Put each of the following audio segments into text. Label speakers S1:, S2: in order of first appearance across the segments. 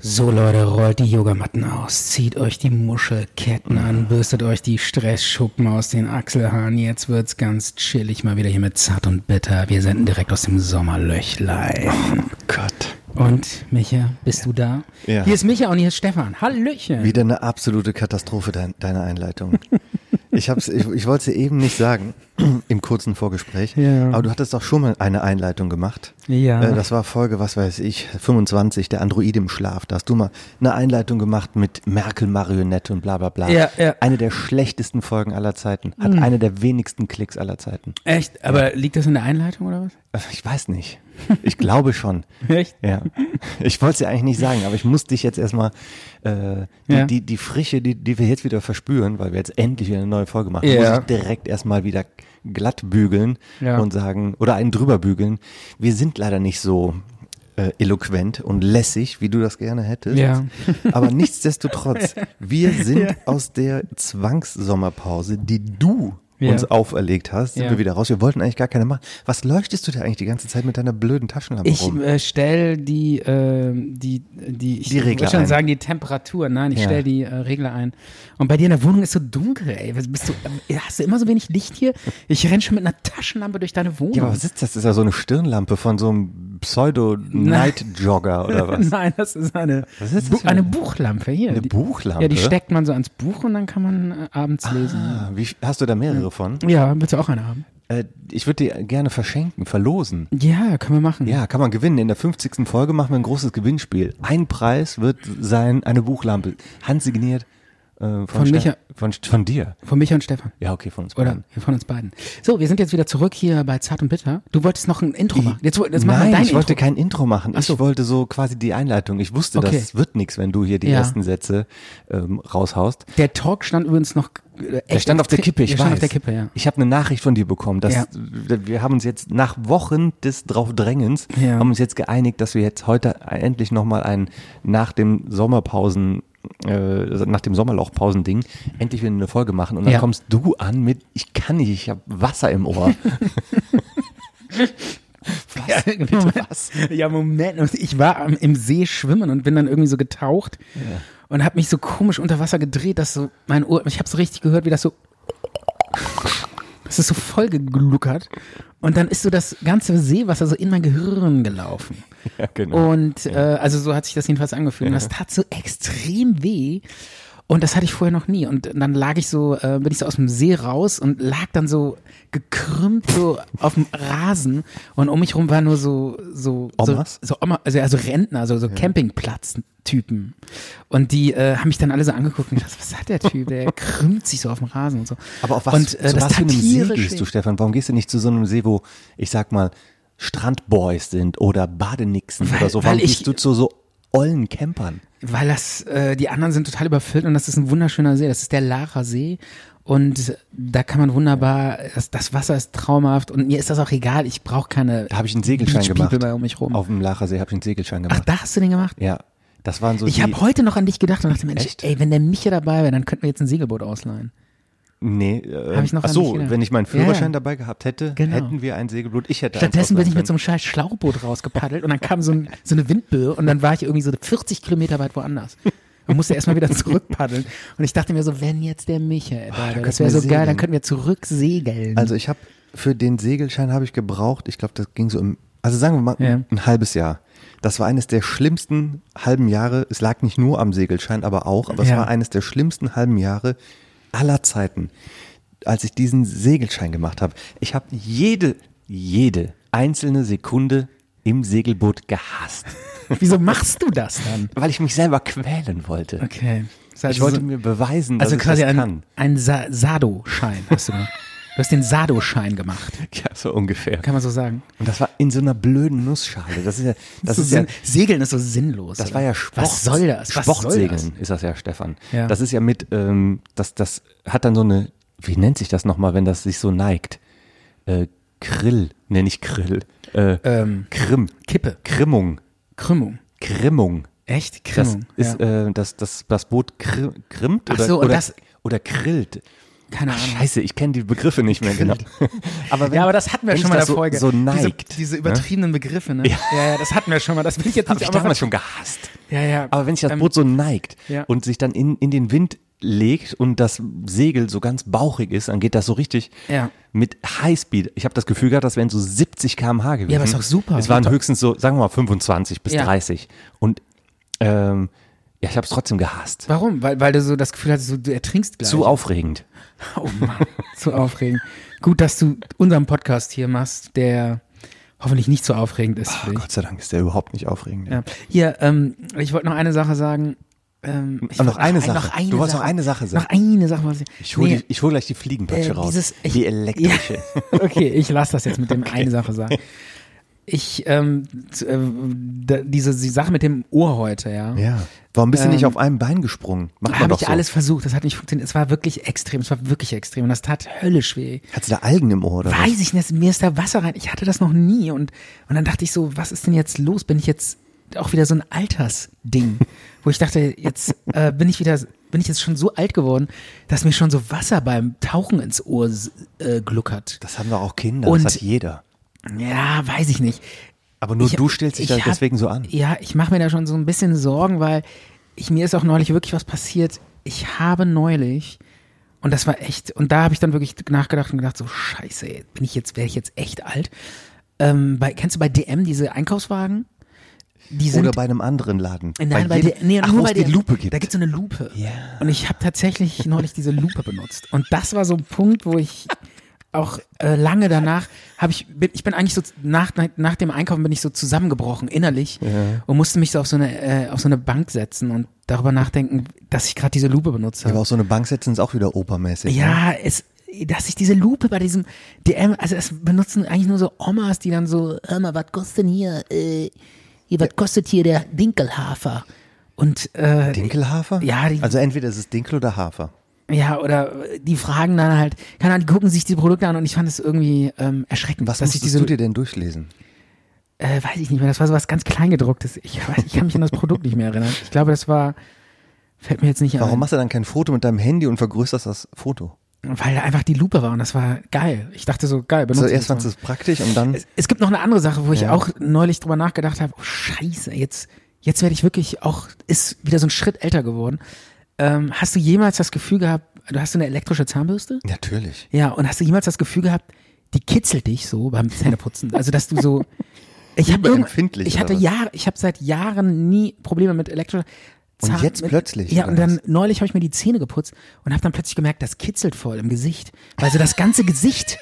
S1: So Leute, rollt die Yogamatten aus, zieht euch die Muschelketten an, bürstet euch die Stressschuppen aus den Achselhaaren. Jetzt wird's ganz chillig mal wieder hier mit Zart und Bitter. Wir senden direkt aus dem Sommerlöchlein.
S2: Oh Gott.
S1: Und Micha, bist du da?
S2: Ja.
S1: Hier ist Micha und hier ist Stefan. Hallöchen.
S2: Wieder eine absolute Katastrophe dein, deiner Einleitung. Ich, hab's, ich, ich wollte es dir eben nicht sagen, im kurzen Vorgespräch,
S1: Ja.
S2: aber du hattest doch schon mal eine Einleitung gemacht.
S1: Ja.
S2: Äh, das war Folge, was weiß ich, 25, der Android im Schlaf. Da hast du mal eine Einleitung gemacht mit Merkel-Marionette und bla bla bla.
S1: Ja, ja. Hm.
S2: Eine der schlechtesten Folgen aller Zeiten, hat eine der wenigsten Klicks aller Zeiten.
S1: Echt? Aber liegt das in der Einleitung oder was?
S2: Äh, Ich weiß nicht. Ich glaube schon.
S1: Echt?
S2: Ja, ich wollte es ja eigentlich nicht sagen, aber ich muss dich jetzt erstmal, äh, die,
S1: Ja.
S2: die, die Frische, die, die wir jetzt wieder verspüren, weil wir jetzt endlich wieder eine neue Folge machen,
S1: Ja.
S2: muss ich direkt erstmal wieder glatt bügeln
S1: Ja.
S2: und sagen, oder einen drüber bügeln. Wir sind leider nicht so äh, eloquent und lässig, wie du das gerne hättest.
S1: Ja.
S2: Aber nichtsdestotrotz, wir sind aus der Zwangssommerpause, die du
S1: Ja.
S2: uns auferlegt hast, sind
S1: Ja.
S2: wir wieder raus. Wir wollten eigentlich gar keine machen. Was leuchtest du da eigentlich die ganze Zeit mit deiner blöden Taschenlampe
S1: Ich
S2: rum?
S1: äh, stelle die, äh, die, die, ich
S2: Die Regler
S1: wollte schon
S2: ein.
S1: sagen, die Temperatur. Nein, ich
S2: Ja.
S1: stelle die äh, Regler ein. Und bei dir in der Wohnung ist so dunkel, ey. Was Bist du, äh, hast du immer so wenig Licht hier? Ich renn schon mit einer Taschenlampe durch deine Wohnung.
S2: Ja, aber was ist das? Das ist ja so eine Stirnlampe von so einem Pseudo-Night-Jogger oder was?
S1: Nein, das ist eine,
S2: Was ist das
S1: Bu
S2: für
S1: eine
S2: eine-
S1: Buchlampe hier.
S2: Eine
S1: Die-
S2: Buchlampe?
S1: Ja, die steckt man so ans Buch und dann kann man äh, abends lesen.
S2: Ah, wie, f- hast du da mehrere von?
S1: Ja, willst du auch eine haben?
S2: Äh, ich würde die gerne verschenken, verlosen.
S1: Ja, können wir machen.
S2: Ja, kann man gewinnen. In der 50. Folge machen wir ein großes Gewinnspiel. Ein Preis wird sein, eine Buchlampe. Handsigniert äh, von,
S1: Von
S2: Ste-
S1: Micha-
S2: Von, St- von dir.
S1: Von Micha und Stefan.
S2: Ja, okay, von uns
S1: Oder
S2: beiden.
S1: von uns beiden. So, wir sind jetzt wieder zurück hier bei Zart und Bitter. Du wolltest noch ein Intro machen. Jetzt, jetzt machen wir
S2: Nein,
S1: dein
S2: ich wollte
S1: Intro.
S2: kein Intro machen.
S1: Ach so.
S2: Ich wollte so quasi die Einleitung. Ich wusste,
S1: Okay.
S2: das wird nichts, wenn du hier die
S1: Ja.
S2: ersten Sätze ähm, raushaust.
S1: Der Talk stand übrigens noch äh, echt
S2: Er stand auf der Kippe, ich
S1: der
S2: weiß.
S1: stand auf der Kippe, ja.
S2: Ich habe eine Nachricht von dir bekommen, dass
S1: Ja.
S2: wir haben uns jetzt nach Wochen des Draufdrängens
S1: Ja.
S2: haben uns jetzt geeinigt, dass wir jetzt heute endlich nochmal ein nach dem Sommerpausen äh, nach dem Sommerlauchpausending endlich wieder eine Folge machen und dann
S1: Ja.
S2: kommst du an mit ich kann nicht, ich habe Wasser im Ohr. was? Bitte was?
S1: Ja, Moment. Ich war am, im See schwimmen und bin dann irgendwie so getaucht und habe mich so komisch unter Wasser gedreht, dass so mein Ohr, ich habe so richtig gehört, wie das so, das ist so voll gegluckert. Und dann ist so das ganze Seewasser so in mein Gehirn gelaufen.
S2: Ja, genau.
S1: Und äh, also so hat sich das jedenfalls angefühlt. Und das tat so extrem weh. Und das hatte ich vorher noch nie. Und dann lag ich so, äh, bin ich so aus dem See raus und lag dann so gekrümmt so auf dem Rasen. Und um mich rum war nur so, so, so,
S2: Omas?
S1: so Oma, also, also Rentner, so, so Campingplatztypen. Und die äh, haben mich dann alle so angeguckt und gedacht, was hat der Typ? Der krümmt sich so auf dem Rasen und so.
S2: Aber auf was,
S1: und, äh, das
S2: zu was für
S1: tat
S2: einem See
S1: tierisch
S2: gehst du,
S1: weh.
S2: Stefan? Warum gehst du nicht zu so einem See, wo, ich sag mal, Strandboys sind oder Badenixen
S1: Weil-
S2: oder so?
S1: weil
S2: Warum
S1: ich-
S2: gehst du zu so ollen Campern?
S1: Weil das, äh, die anderen sind total überfüllt und das ist ein wunderschöner See. Das ist der Lara See und da kann man wunderbar, das, das Wasser ist traumhaft und mir ist das auch egal. Ich brauche keine.
S2: Da habe ich einen Segelschein
S1: Beach
S2: gemacht.
S1: People bei um mich rum.
S2: Auf dem Lachersee habe ich einen Segelschein
S1: Ach,
S2: gemacht.
S1: da hast du den gemacht?
S2: ja, das waren so
S1: Ich
S2: die.
S1: habe heute noch an dich gedacht und dachte, Mensch,
S2: Echt?
S1: ey, wenn der Micha dabei wäre, dann könnten wir jetzt ein Segelboot ausleihen.
S2: nee, äh,
S1: Hab ich noch
S2: ach
S1: an
S2: so,
S1: mich gedacht.
S2: wenn ich meinen Führerschein
S1: Ja, ja.
S2: dabei gehabt hätte,
S1: Genau.
S2: hätten wir ein Segelboot. Ich hätte
S1: Stattdessen bin
S2: eins
S1: ich mit so
S2: ausleihen
S1: einem scheiß Schlauchboot rausgepaddelt und dann kam so, ein, so eine Windböe und dann war ich irgendwie so 40 Kilometer weit woanders. Man musste erstmal wieder zurückpaddeln. Und ich dachte mir so, wenn jetzt der Michael da wäre, das
S2: Ah, könnten
S1: wäre so
S2: wir
S1: geil,
S2: segeln.
S1: dann könnten wir zurücksegeln.
S2: können. Also ich habe für den Segelschein habe ich gebraucht. Ich glaube, das ging so im. Also sagen wir mal
S1: Ja.
S2: ein halbes Jahr. Das war eines der schlimmsten halben Jahre. Es lag nicht nur am Segelschein, aber auch. Aber es
S1: Ja.
S2: war eines der schlimmsten halben Jahre aller Zeiten, als ich diesen Segelschein gemacht habe. Ich habe jede, jede einzelne Sekunde im Segelboot gehasst.
S1: Wieso machst du das dann?
S2: Weil ich mich selber quälen wollte.
S1: Okay. Das heißt,
S2: Ich wollte
S1: so-
S2: mir beweisen, dass
S1: also
S2: ich
S1: quasi
S2: das
S1: ein,
S2: kann.
S1: ein Sa Sado-Schein hast du. gemacht. du hast den Sado-Schein gemacht,
S2: Ja, so ungefähr.
S1: kann man so sagen.
S2: Und das war in so einer blöden Nussschale. Das ist ja, das ist ja,
S1: sinn- Segeln ist so sinnlos.
S2: das
S1: oder?
S2: war ja Sport.
S1: Was soll das? Was
S2: Sportsegeln
S1: Soll das?
S2: ist das ja, Stefan.
S1: Ja.
S2: Das ist ja mit, ähm, das, das hat dann so eine, wie nennt sich das nochmal, wenn das sich so neigt? Äh, Krill, nenne ich Krill. Äh,
S1: Ähm,
S2: Krim.
S1: Kippe.
S2: Krimmung.
S1: Krümmung.
S2: Krimmung.
S1: Echt?
S2: Das
S1: Krümmung.
S2: ist,
S1: ja.
S2: äh, das, das, das Boot kri krimmt
S1: Ach
S2: oder,
S1: so, und
S2: oder,
S1: das-
S2: oder krillt.
S1: Keine
S2: Ach,
S1: Ahnung.
S2: scheiße, ich kenne die Begriffe nicht mehr genau. aber wenn,
S1: ja, aber das hatten wir
S2: wenn
S1: schon
S2: ich
S1: mal in
S2: das
S1: der
S2: so,
S1: Folge.
S2: So neigt.
S1: Diese, diese übertriebenen Begriffe, ne? Ja. ja, das hatten wir schon mal. Das will ich jetzt
S2: Habe
S1: nicht
S2: ich
S1: aber-
S2: damals schon gehasst.
S1: Ja, ja.
S2: Aber wenn sich das
S1: Ähm,
S2: Boot so neigt
S1: ja.
S2: und sich dann in, in den Wind legt und das Segel so ganz bauchig ist, dann geht das so richtig
S1: Ja.
S2: mit Highspeed. Ich habe das Gefühl gehabt, das wären so 70 km/h gewesen.
S1: aber ist doch super.
S2: Es waren höchstens so, sagen wir mal, 25 bis
S1: Ja.
S2: 30. Und ähm, ja, ich habe es trotzdem gehasst.
S1: Warum? Weil, weil du so das Gefühl hattest, so, du ertrinkst gleich.
S2: Zu aufregend.
S1: Oh Mann, zu aufregend. Gut, dass du unseren Podcast hier machst, der hoffentlich nicht so aufregend ist für dich.
S2: Oh Gott sei Dank ist der überhaupt nicht aufregend.
S1: Ja. Hier, ähm, ich wollte noch eine Sache sagen. Ähm, ich
S2: Ah, noch
S1: wollte
S2: eine Sache. Du wolltest noch eine Sache sagen.
S1: Noch eine Sache. Was ich
S2: Ich hole
S1: Nee,
S2: hol gleich die Fliegenpatsche
S1: äh,
S2: raus.
S1: dieses- ich-
S2: die elektrische.
S1: Ja, okay, ich lasse das jetzt mit dem eine Sache sagen. Ich, ähm, z- äh, da, diese die Sache mit dem Ohr heute, ja.
S2: Ja. Warum bist du nicht
S1: Ähm,
S2: auf einem Bein gesprungen? Macht man
S1: Habe
S2: doch
S1: ich
S2: so.
S1: alles versucht, das hat nicht funktioniert. Es war wirklich extrem, es war wirklich extrem und das tat höllisch weh.
S2: Hattest du da Algen im Ohr oder was?
S1: Weiß ich nicht, mir ist da Wasser rein. Ich hatte das noch nie und, und dann dachte ich so, was ist denn jetzt los? Bin ich jetzt auch wieder so ein Altersding, wo ich dachte, jetzt äh, bin ich wieder, bin ich jetzt schon so alt geworden, dass mir schon so Wasser beim Tauchen ins Ohr äh, gluckert.
S2: Das haben doch auch Kinder,
S1: Und-
S2: das hat jeder.
S1: Ja, weiß ich nicht.
S2: Aber nur
S1: Ich-
S2: du stellst dich
S1: ich
S2: da
S1: hab-
S2: deswegen so an.
S1: Ja, ich mache mir da schon so ein bisschen Sorgen, weil ich, mir ist auch neulich wirklich was passiert. Ich habe neulich, und das war echt, und da habe ich dann wirklich nachgedacht und gedacht, so scheiße, ey, bin ich jetzt, wäre ich jetzt echt alt. Ähm, bei, kennst du bei DM diese Einkaufswagen? Die sind
S2: Oder bei einem anderen Laden.
S1: Nein, bei,
S2: jedem-
S1: der, nee,
S2: Ach,
S1: nur
S2: wo es
S1: bei der
S2: die Lupe gibt.
S1: Da gibt's so eine Lupe.
S2: Ja.
S1: Und ich habe tatsächlich neulich diese Lupe benutzt. Und das war so ein Punkt, wo ich auch äh, lange danach habe ich bin, ich bin eigentlich so nach, nach dem Einkaufen bin ich so zusammengebrochen innerlich und musste mich so auf so eine äh, auf so eine Bank setzen und darüber nachdenken, dass ich gerade diese Lupe benutzt habe.
S2: Aber auf so eine Bank setzen ist auch wieder opermäßig. Ne?
S1: Ja, es, dass ich diese Lupe bei diesem DM, also es benutzen eigentlich nur so Omas, die dann so, hör mal, was kostet denn hier, äh, hier, was kostet hier der Dinkelhafer? Und, äh,
S2: Dinkelhafer?
S1: Ja, die-
S2: also entweder ist es Dinkel oder Hafer.
S1: ja, oder die fragen dann halt, keine Ahnung, die gucken sich die Produkte an und ich fand es irgendwie ähm, erschreckend,
S2: Was
S1: dass ich
S2: musstest
S1: diese,
S2: du dir denn durchlesen?
S1: äh, weiß ich nicht mehr, das war so was ganz Kleingedrucktes. Ich, weiß, ich kann mich an das Produkt nicht mehr erinnern. Ich glaube, das war, fällt mir jetzt nicht
S2: Warum
S1: ein.
S2: machst du dann kein Foto mit deinem Handy und vergrößerst das Foto?
S1: Weil da einfach die Lupe war und das war geil. Ich dachte so, geil, benutze ich das
S2: Zuerst
S1: mal.
S2: Also fandst du es praktisch und dann
S1: Es, es gibt noch eine andere Sache, wo ich
S2: Ja.
S1: auch neulich drüber nachgedacht habe, oh scheiße, jetzt, jetzt werde ich wirklich auch, ist wieder so ein Schritt älter geworden. Ähm, hast du jemals das Gefühl gehabt, du hast so eine elektrische Zahnbürste?
S2: natürlich.
S1: Ja, und hast du jemals das Gefühl gehabt, die kitzelt dich so beim Zähneputzen? Also, dass du so, ich habe
S2: Überempfindlich,
S1: ich
S2: oder
S1: hatte
S2: was?
S1: Jahre, ich habe seit Jahren nie Probleme mit elektrischer
S2: Und
S1: Zahn.
S2: jetzt
S1: mit,
S2: plötzlich,
S1: Ja,
S2: oder
S1: und dann neulich habe ich mir die Zähne geputzt und habe dann plötzlich gemerkt, das kitzelt voll im Gesicht, weil so das ganze Gesicht,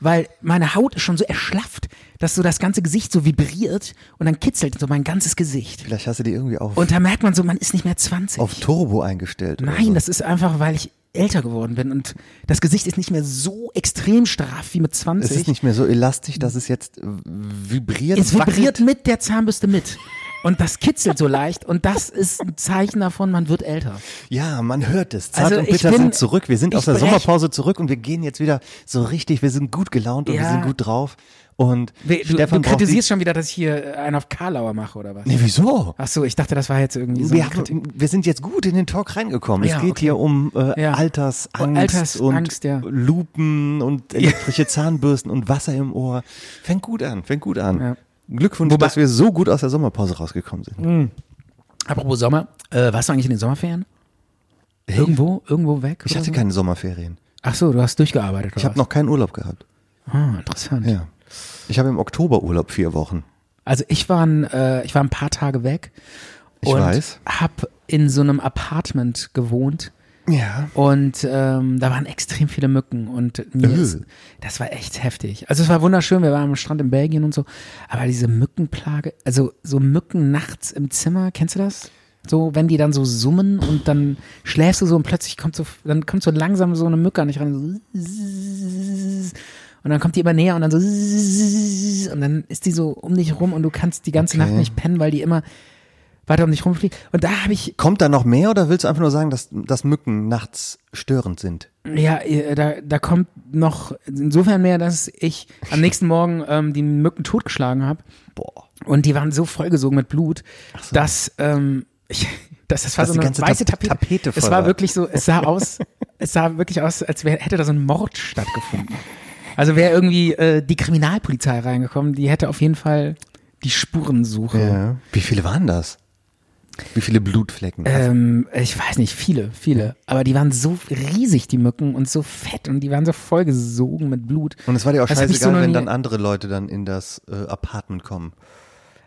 S1: weil meine Haut ist schon so erschlafft, dass so das ganze Gesicht so vibriert und dann kitzelt so mein ganzes Gesicht.
S2: Vielleicht hast du die irgendwie auf,
S1: Und da merkt man so, man ist nicht mehr 20.
S2: auf Turbo eingestellt. oder
S1: Nein,
S2: so.
S1: das ist einfach, weil ich älter geworden bin und das Gesicht ist nicht mehr so extrem straff wie mit 20.
S2: es ist nicht mehr so elastisch, dass es jetzt äh, vibriert.
S1: es vibriert
S2: wackelt.
S1: mit der Zahnbürste mit. Und das kitzelt so leicht und das ist ein Zeichen davon, man wird älter.
S2: Ja, man hört es. Zart
S1: Also
S2: und
S1: ich
S2: bitter
S1: bin-
S2: sind zurück. Wir sind
S1: ich
S2: aus der
S1: brech-
S2: Sommerpause zurück und wir gehen jetzt wieder so richtig. Wir sind gut gelaunt und wir
S1: Ja.
S2: sind gut drauf. Und
S1: Du,
S2: Stefan
S1: du
S2: braucht
S1: kritisierst schon wieder, dass ich hier äh, einen auf Karlauer mache oder was?
S2: Die nee, wieso?
S1: Ach so, ich dachte, das war jetzt irgendwie so
S2: wir,
S1: eine Kritik.
S2: haben, wir sind jetzt gut in den Talk reingekommen.
S1: Ja,
S2: es geht
S1: okay.
S2: hier um äh,
S1: Ja.
S2: Altersangst,
S1: Altersangst,
S2: und
S1: ja.
S2: Lupen und elektrische Zahnbürsten und Wasser im Ohr. Fängt gut an, fängt gut an.
S1: Ja.
S2: Glückwunsch,
S1: Wobei- Mhm.
S2: dass wir so gut aus der Sommerpause rausgekommen sind.
S1: Apropos Sommer, äh, warst du eigentlich in den Sommerferien? Irgendwo, irgendwo weg?
S2: Ich
S1: oder
S2: hatte
S1: so?
S2: keine Sommerferien.
S1: Ach so, du hast durchgearbeitet.
S2: Ich habe noch keinen Urlaub gehabt.
S1: Ah, interessant.
S2: Ja. Ich habe im Oktober Urlaub vier Wochen.
S1: Also ich war ein, äh, ich war ein paar Tage weg.
S2: Ich
S1: und
S2: weiß.
S1: Hab in so einem Apartment gewohnt
S2: Ja.
S1: und ähm, da waren extrem viele Mücken und mir
S2: Äh.
S1: ist, das war echt heftig. Also es war wunderschön, wir waren am Strand in Belgien und so, aber diese Mückenplage, also so Mücken nachts im Zimmer, kennst du das? So, wenn die dann so summen und dann schläfst du so und plötzlich kommt so, dann kommt so langsam so eine Mücke an dich ran, so und dann kommt die immer näher und dann so und dann ist die so um dich rum und du kannst die ganze Nacht nicht pennen, weil die immer weiter um dich rumfliegt. Und da habe ich,
S2: Kommt da noch mehr oder willst du einfach nur sagen, dass, dass Mücken nachts störend sind?
S1: ja, äh, da, da kommt noch insofern mehr, dass ich am nächsten Morgen ähm, die Mücken totgeschlagen habe.
S2: Boah.
S1: Und die waren so vollgesogen mit Blut, dass ähm, ich, dass das war
S2: Dass
S1: so
S2: die
S1: eine
S2: ganze
S1: weiße
S2: Tap-
S1: Tapete.
S2: Tapete voll
S1: es war
S2: war.
S1: wirklich so, es sah aus, es sah wirklich aus, als wär, hätte da so ein Mord stattgefunden. Also wäre irgendwie äh, die Kriminalpolizei reingekommen, die hätte auf jeden Fall die Spurensuche.
S2: Wie viele waren das? Wie viele Blutflecken?
S1: Ähm, ich weiß nicht, viele, viele. Aber die waren so riesig, die Mücken, und so fett und die waren so vollgesogen mit Blut.
S2: Und es war dir auch
S1: Das hab ich
S2: scheißegal,
S1: so noch
S2: wenn
S1: nie-
S2: dann andere Leute dann in das äh, Apartment kommen.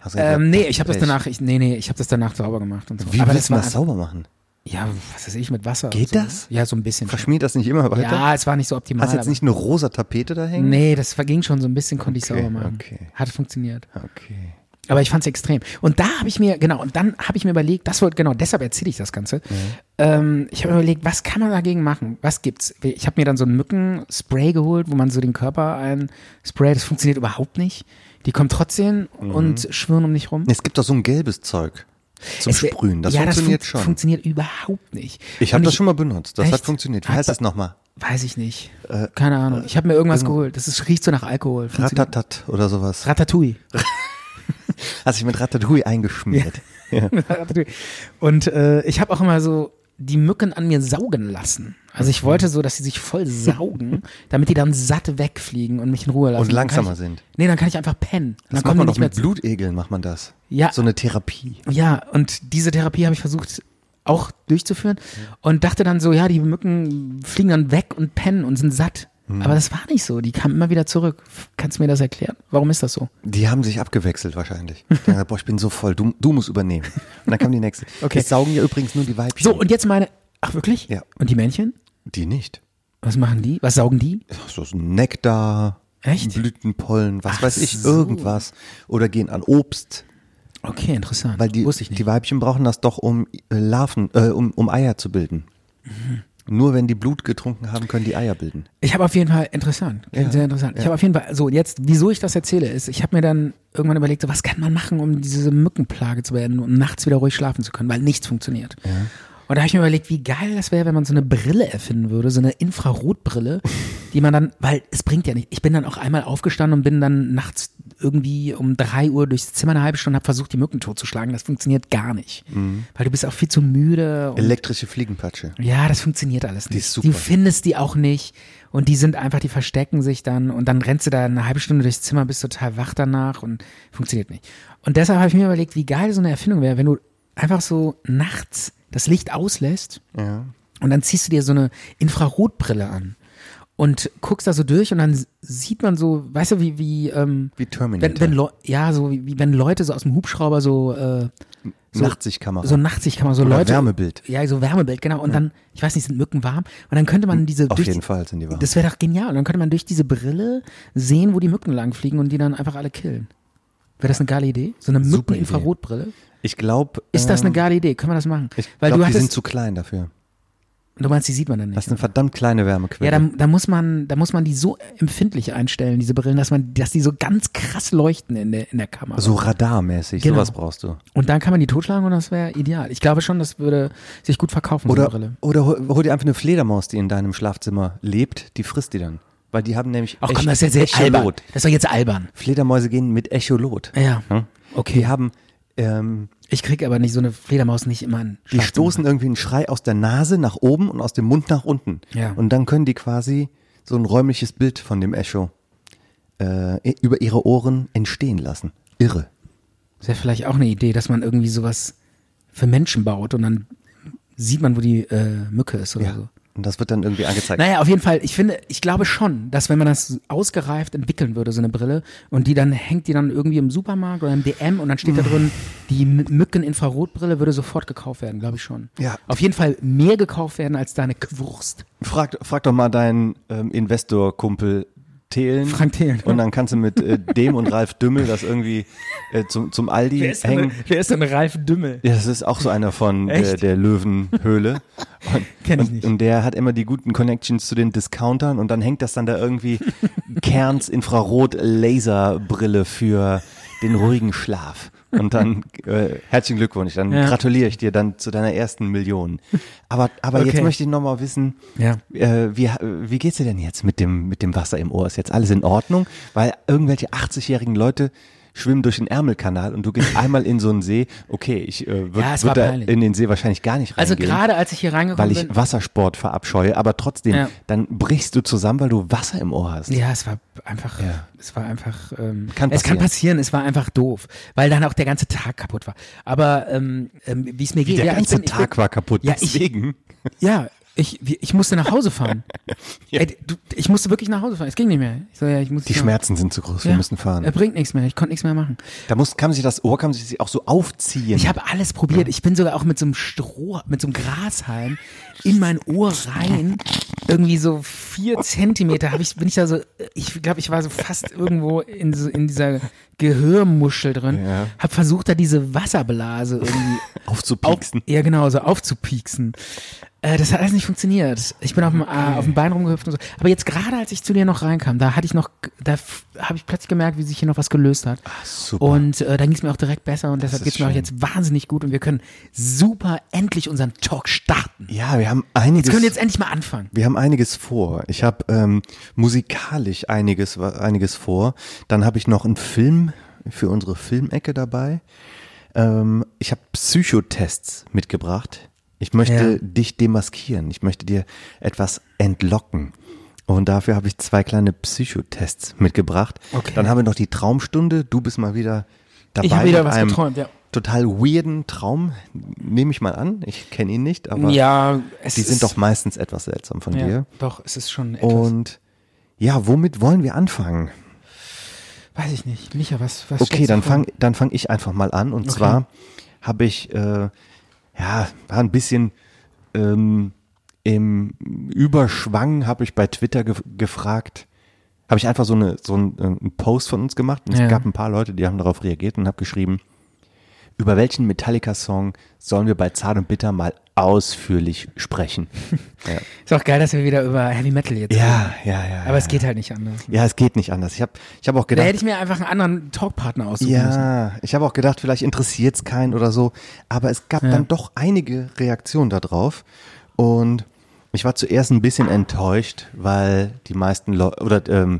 S2: Hast du
S1: Ähm,
S2: gesagt,
S1: nee, ich habe das
S2: Pech.
S1: danach, ich, nee, nee, ich habe das danach sauber gemacht und so.
S2: Wie
S1: Aber
S2: willst du das
S1: war, halt
S2: sauber machen?
S1: Ja, was weiß ich, mit Wasser.
S2: Geht
S1: so. ne?
S2: das?
S1: Ja, so ein bisschen.
S2: Verschmiert das nicht immer weiter?
S1: Ja, es war nicht so optimal.
S2: Hast jetzt
S1: aber-
S2: nicht eine rosa Tapete da hängen?
S1: nee, das verging schon so ein bisschen, konnte ich
S2: Okay,
S1: sauber machen.
S2: okay.
S1: Hat funktioniert.
S2: Okay.
S1: Aber ich fand es extrem. Und da habe ich mir, genau, und dann habe ich mir überlegt, das wollte, genau, deshalb erzähle ich das Ganze.
S2: Mhm.
S1: Ähm, ich habe mir überlegt, was kann man dagegen machen? Was gibt's? Ich habe mir dann so ein Mückenspray geholt, wo man so den Körper einsprayt. Das funktioniert überhaupt nicht. Die kommen trotzdem
S2: Mhm.
S1: und schwirren um dich rum.
S2: Es gibt doch so ein gelbes Zeug zum
S1: Es wär-
S2: Sprühen. Das
S1: ja,
S2: funktioniert
S1: das fun-
S2: schon.
S1: funktioniert überhaupt nicht.
S2: ich habe
S1: Und
S2: das schon mal benutzt. Das hat
S1: Echt?
S2: funktioniert. Wie
S1: Hat
S2: heißt
S1: da-
S2: das nochmal?
S1: Weiß ich nicht.
S2: Äh,
S1: Keine Ahnung. Ich habe mir irgendwas geholt. Das ist, riecht so nach Alkohol. Funktioniert-
S2: Ratatat oder sowas.
S1: Ratatouille.
S2: Hast dich mit Ratatouille eingeschmiert.
S1: Ratatouille. Und äh, ich habe auch immer so die Mücken an mir saugen lassen. Also
S2: Mhm.
S1: ich wollte so, dass sie sich voll saugen, damit die dann satt wegfliegen und mich in Ruhe lassen.
S2: Und
S1: Dann kann
S2: langsamer
S1: ich,
S2: sind.
S1: Nee, dann kann ich einfach pennen.
S2: Das
S1: dann kommen
S2: macht
S1: die
S2: man doch
S1: nicht mehr
S2: mit
S1: zu.
S2: Blutegeln, macht man das.
S1: Ja.
S2: So eine Therapie.
S1: Ja, und diese Therapie habe ich versucht auch durchzuführen
S2: Mhm.
S1: und dachte dann so, ja, die Mücken fliegen dann weg und pennen und sind satt.
S2: Mhm.
S1: Aber das war nicht so. Die kamen immer wieder zurück. F- Kannst du mir das erklären? Warum ist das so?
S2: Die haben sich abgewechselt wahrscheinlich. Die haben gesagt, boah, ich bin so voll, du, du musst übernehmen. Und dann kam die nächste.
S1: Okay.
S2: Das saugen ja übrigens nur die Weibchen.
S1: So, und jetzt meine. Ach, wirklich?
S2: Ja.
S1: Und die Männchen?
S2: die nicht.
S1: Was machen die? Was saugen die?
S2: So ist ein Nektar,
S1: Echt?
S2: Blütenpollen, was
S1: Ach
S2: weiß ich,
S1: so.
S2: irgendwas. Oder gehen an Obst,
S1: Okay, interessant.
S2: weil die,
S1: Wusste ich nicht.
S2: die Weibchen brauchen das doch, um äh, Larven, äh, um, um Eier zu bilden.
S1: Mhm.
S2: Nur wenn die Blut getrunken haben, können die Eier bilden.
S1: Ich habe auf jeden Fall interessant,
S2: Ja,
S1: sehr interessant. Ich
S2: ja.
S1: habe auf jeden Fall so und jetzt, wieso ich das erzähle, ist, ich habe mir dann irgendwann überlegt, so, was kann man machen, um diese Mückenplage zu beenden und nachts wieder ruhig schlafen zu können, weil nichts funktioniert. Und da habe ich mir überlegt, wie geil das wäre, wenn man so eine Brille erfinden würde, so eine Infrarotbrille, die man dann, weil es bringt ja nicht. Ich bin dann auch einmal aufgestanden und bin dann nachts irgendwie um drei Uhr durchs Zimmer eine halbe Stunde, habe versucht, die Mücken totzuschlagen. Das funktioniert gar nicht,
S2: Mhm.
S1: weil du bist auch viel zu müde. Und
S2: Elektrische Fliegenpatsche.
S1: ja, das funktioniert alles nicht.
S2: ist super.
S1: Du findest die auch nicht. Und die sind einfach, die verstecken sich dann und dann rennst du da eine halbe Stunde durchs Zimmer, bist total wach danach und funktioniert nicht. Und deshalb habe ich mir überlegt, wie geil so eine Erfindung wäre, wenn du einfach so nachts das Licht auslässt und dann ziehst du dir so eine Infrarotbrille an und guckst da so durch und dann s- sieht man so, weißt du, wie, wie, ähm,
S2: Wie Terminator.
S1: wenn, wenn Leu- ja, so wie, wie wenn Leute so aus dem Hubschrauber so, äh, so
S2: Nachtsichtkamera.
S1: so Nachtsichtkamera, so
S2: Oder
S1: Leute.
S2: Wärmebild.
S1: Ja, so Wärmebild, genau. Und dann, ich weiß nicht, sind Mücken warm? Und dann könnte man diese.
S2: Hm, Auf
S1: durch
S2: jeden
S1: die,
S2: Fall sind die warm.
S1: Das wäre doch genial. Und dann könnte man durch diese Brille sehen, wo die Mücken langfliegen und die dann einfach alle killen. Wäre das eine geile Idee? So eine
S2: Super Idee.
S1: Mücken-Infrarotbrille?
S2: Ich glaube.
S1: Ist das eine geile Idee? Können wir das machen?
S2: Ich
S1: Weil
S2: glaub,
S1: du
S2: die sind
S1: hattest,
S2: zu klein dafür.
S1: du meinst, die sieht man dann
S2: Das
S1: nicht.
S2: ist eine verdammt kleine
S1: Ja,
S2: Wärmequelle.
S1: da, da muss man, da muss man die so empfindlich einstellen, diese Brillen, dass man, dass die so ganz krass leuchten in der, in der Kamera.
S2: so radarmäßig,
S1: Genau.
S2: sowas brauchst du.
S1: Und dann kann man die totschlagen und das wäre ideal. Ich glaube schon, das würde sich gut verkaufen, so eine Brille.
S2: Oder, oder hol, hol dir einfach eine Fledermaus, die in deinem Schlafzimmer lebt, die frisst die dann. Weil die haben nämlich
S1: Ach
S2: Ech-
S1: komm, das ist ja sehr albern.
S2: Echolot.
S1: Das ist doch jetzt albern.
S2: Fledermäuse gehen mit Echolot.
S1: Ja.
S2: Hm?
S1: Okay.
S2: Die haben, ähm,
S1: Ich krieg aber nicht so eine Fledermaus nicht immer an.
S2: die stoßen irgendwie einen Schrei aus der Nase nach oben und aus dem Mund nach unten.
S1: Ja.
S2: Und dann können die quasi so ein räumliches Bild von dem Echo äh, über ihre Ohren entstehen lassen. Irre.
S1: Das wäre vielleicht auch eine Idee, dass man irgendwie sowas für Menschen baut und dann sieht man, wo die äh, Mücke ist oder so.
S2: Und das wird dann irgendwie angezeigt.
S1: Naja, auf jeden Fall, ich finde, ich glaube schon, dass wenn man das ausgereift entwickeln würde, so eine Brille, und die dann hängt die dann irgendwie im Supermarkt oder im DM und dann steht da drin, die M- Mücken-Infrarotbrille würde sofort gekauft werden, glaube ich schon.
S2: Ja.
S1: Auf jeden Fall mehr gekauft werden als deine Kwurst.
S2: Frag, frag doch mal deinen ähm, Investor-Kumpel Thelen.
S1: Frank Thelen.
S2: Und dann kannst du mit äh, dem und Ralf Dümmel das irgendwie äh, zum, zum Aldi hängen.
S1: wer ist denn Ralf Dümmel?
S2: Ja, das ist auch so einer von der,
S1: Echt?
S2: der Löwenhöhle. Und,
S1: Kenn ich
S2: und,
S1: nicht.
S2: und der hat immer die guten Connections zu den Discountern und dann hängt das dann da irgendwie Kerns Infrarot Laserbrille für den ruhigen Schlaf. Und dann äh, herzlichen Glückwunsch, dann
S1: Ja.
S2: gratuliere ich dir dann zu deiner ersten Million. Aber, aber
S1: Okay.
S2: jetzt möchte ich nochmal wissen,
S1: Ja.
S2: äh, wie, wie geht's dir denn jetzt mit dem, mit dem Wasser im Ohr? Ist jetzt alles in Ordnung? Weil irgendwelche 80-jährigen Leute schwimmen durch den Ärmelkanal und du gehst einmal in so einen See. Okay, ich äh, würde
S1: Ja, es war
S2: würd da
S1: peinlich.
S2: in den See wahrscheinlich gar nicht
S1: Also
S2: reingehen.
S1: gerade als ich hier
S2: weil
S1: reingekommen
S2: ich
S1: bin.
S2: Wassersport verabscheue, aber trotzdem,
S1: Ja.
S2: dann brichst du zusammen, weil du Wasser im Ohr hast.
S1: Ja, es war einfach,
S2: Ja.
S1: es war einfach, ähm,
S2: Kann
S1: es kann
S2: passieren.
S1: passieren, es war einfach doof, weil dann auch der ganze Tag kaputt war. Aber ähm, ähm, wie es mir geht,
S2: Der
S1: ja, ich
S2: ganze
S1: bin- ich bin-
S2: Tag war kaputt,
S1: Ja, ich,
S2: deswegen.
S1: Ja, ich, wir- ich musste nach Hause fahren. Ey, du, ich musste wirklich nach Hause fahren. Es ging nicht mehr. Ich so, ja, ich muss
S2: Die Schmerzen sind zu groß, wir müssen
S1: Er
S2: fahren.
S1: bringt nichts mehr. Ich konnte nichts mehr machen.
S2: Da muss, kann man sich das Ohr kann man sich auch so aufziehen.
S1: Ich habe alles probiert. Ich bin sogar auch mit so einem Stroh, mit so einem Grashalm in mein Ohr rein. Irgendwie so vier Zentimeter habe ich, bin ich da so, ich glaube, ich war so fast irgendwo in, so, in dieser Gehörmuschel drin.
S2: Ja.
S1: Hab versucht, da diese Wasserblase irgendwie
S2: aufzupieksen.
S1: Ja, genau, so aufzupieksen. Äh, das hat alles nicht funktioniert. Ich bin auf dem, äh, auf dem Bein rumgehüpft und so. Aber jetzt gerade, als ich zu dir noch reinkam, da hatte ich noch, da f- habe ich plötzlich gemerkt, wie sich hier noch was gelöst hat. Ach,
S2: Ah, super.
S1: Und äh, dann ging es mir auch direkt besser und deshalb
S2: ist
S1: geht's mir auch
S2: schön.
S1: jetzt wahnsinnig gut und wir können super endlich unseren Talk starten.
S2: Ja, wir haben einiges.
S1: Wir können jetzt endlich mal anfangen.
S2: wir haben einiges vor. Ich habe ähm, musikalisch einiges, wa- einiges vor. Dann habe ich noch einen Film für unsere Filmecke dabei. Ähm, ich habe Psychotests mitgebracht. Ich möchte
S1: Ja.
S2: dich demaskieren. Ich möchte dir etwas entlocken. Und dafür habe ich zwei kleine Psychotests mitgebracht.
S1: Okay.
S2: Dann haben wir noch die Traumstunde. Du bist mal wieder dabei.
S1: Ich habe wieder
S2: mit
S1: was
S2: einem
S1: geträumt, ja.
S2: Total weirden Traum, nehme ich mal an. Ich kenne ihn nicht, aber
S1: ja, es
S2: die sind
S1: ist-
S2: doch meistens etwas seltsam von
S1: ja,
S2: dir.
S1: Doch, es ist schon etwas.
S2: Und ja, womit wollen wir anfangen?
S1: weiß ich nicht. Micha, was, was
S2: Okay,
S1: schlägst du
S2: dann
S1: vor?
S2: fange dann fang ich einfach mal an. Und zwar habe ich, äh, ja, war ein bisschen ähm, im Überschwang, habe ich bei Twitter ge gefragt, habe ich einfach so, eine, so einen, äh, einen Post von uns gemacht. Und
S1: Ja.
S2: es gab ein paar Leute, die haben darauf reagiert und habe geschrieben, über welchen Metallica-Song sollen wir bei Zart und Bitter mal ausführlich sprechen?
S1: Ist auch geil, dass wir wieder über Heavy Metal jetzt reden.
S2: ja, ja.
S1: Aber es geht halt nicht anders.
S2: Ja, es geht nicht anders. Ich habe ich hab auch
S1: Da
S2: gedacht,
S1: hätte ich mir einfach einen anderen Talkpartner aussuchen müssen.
S2: Ja, ich habe auch gedacht, vielleicht interessiert's keinen oder so. Aber es gab dann doch einige Reaktionen darauf. Und ich war zuerst ein bisschen enttäuscht, weil die meisten Leute, oder ähm,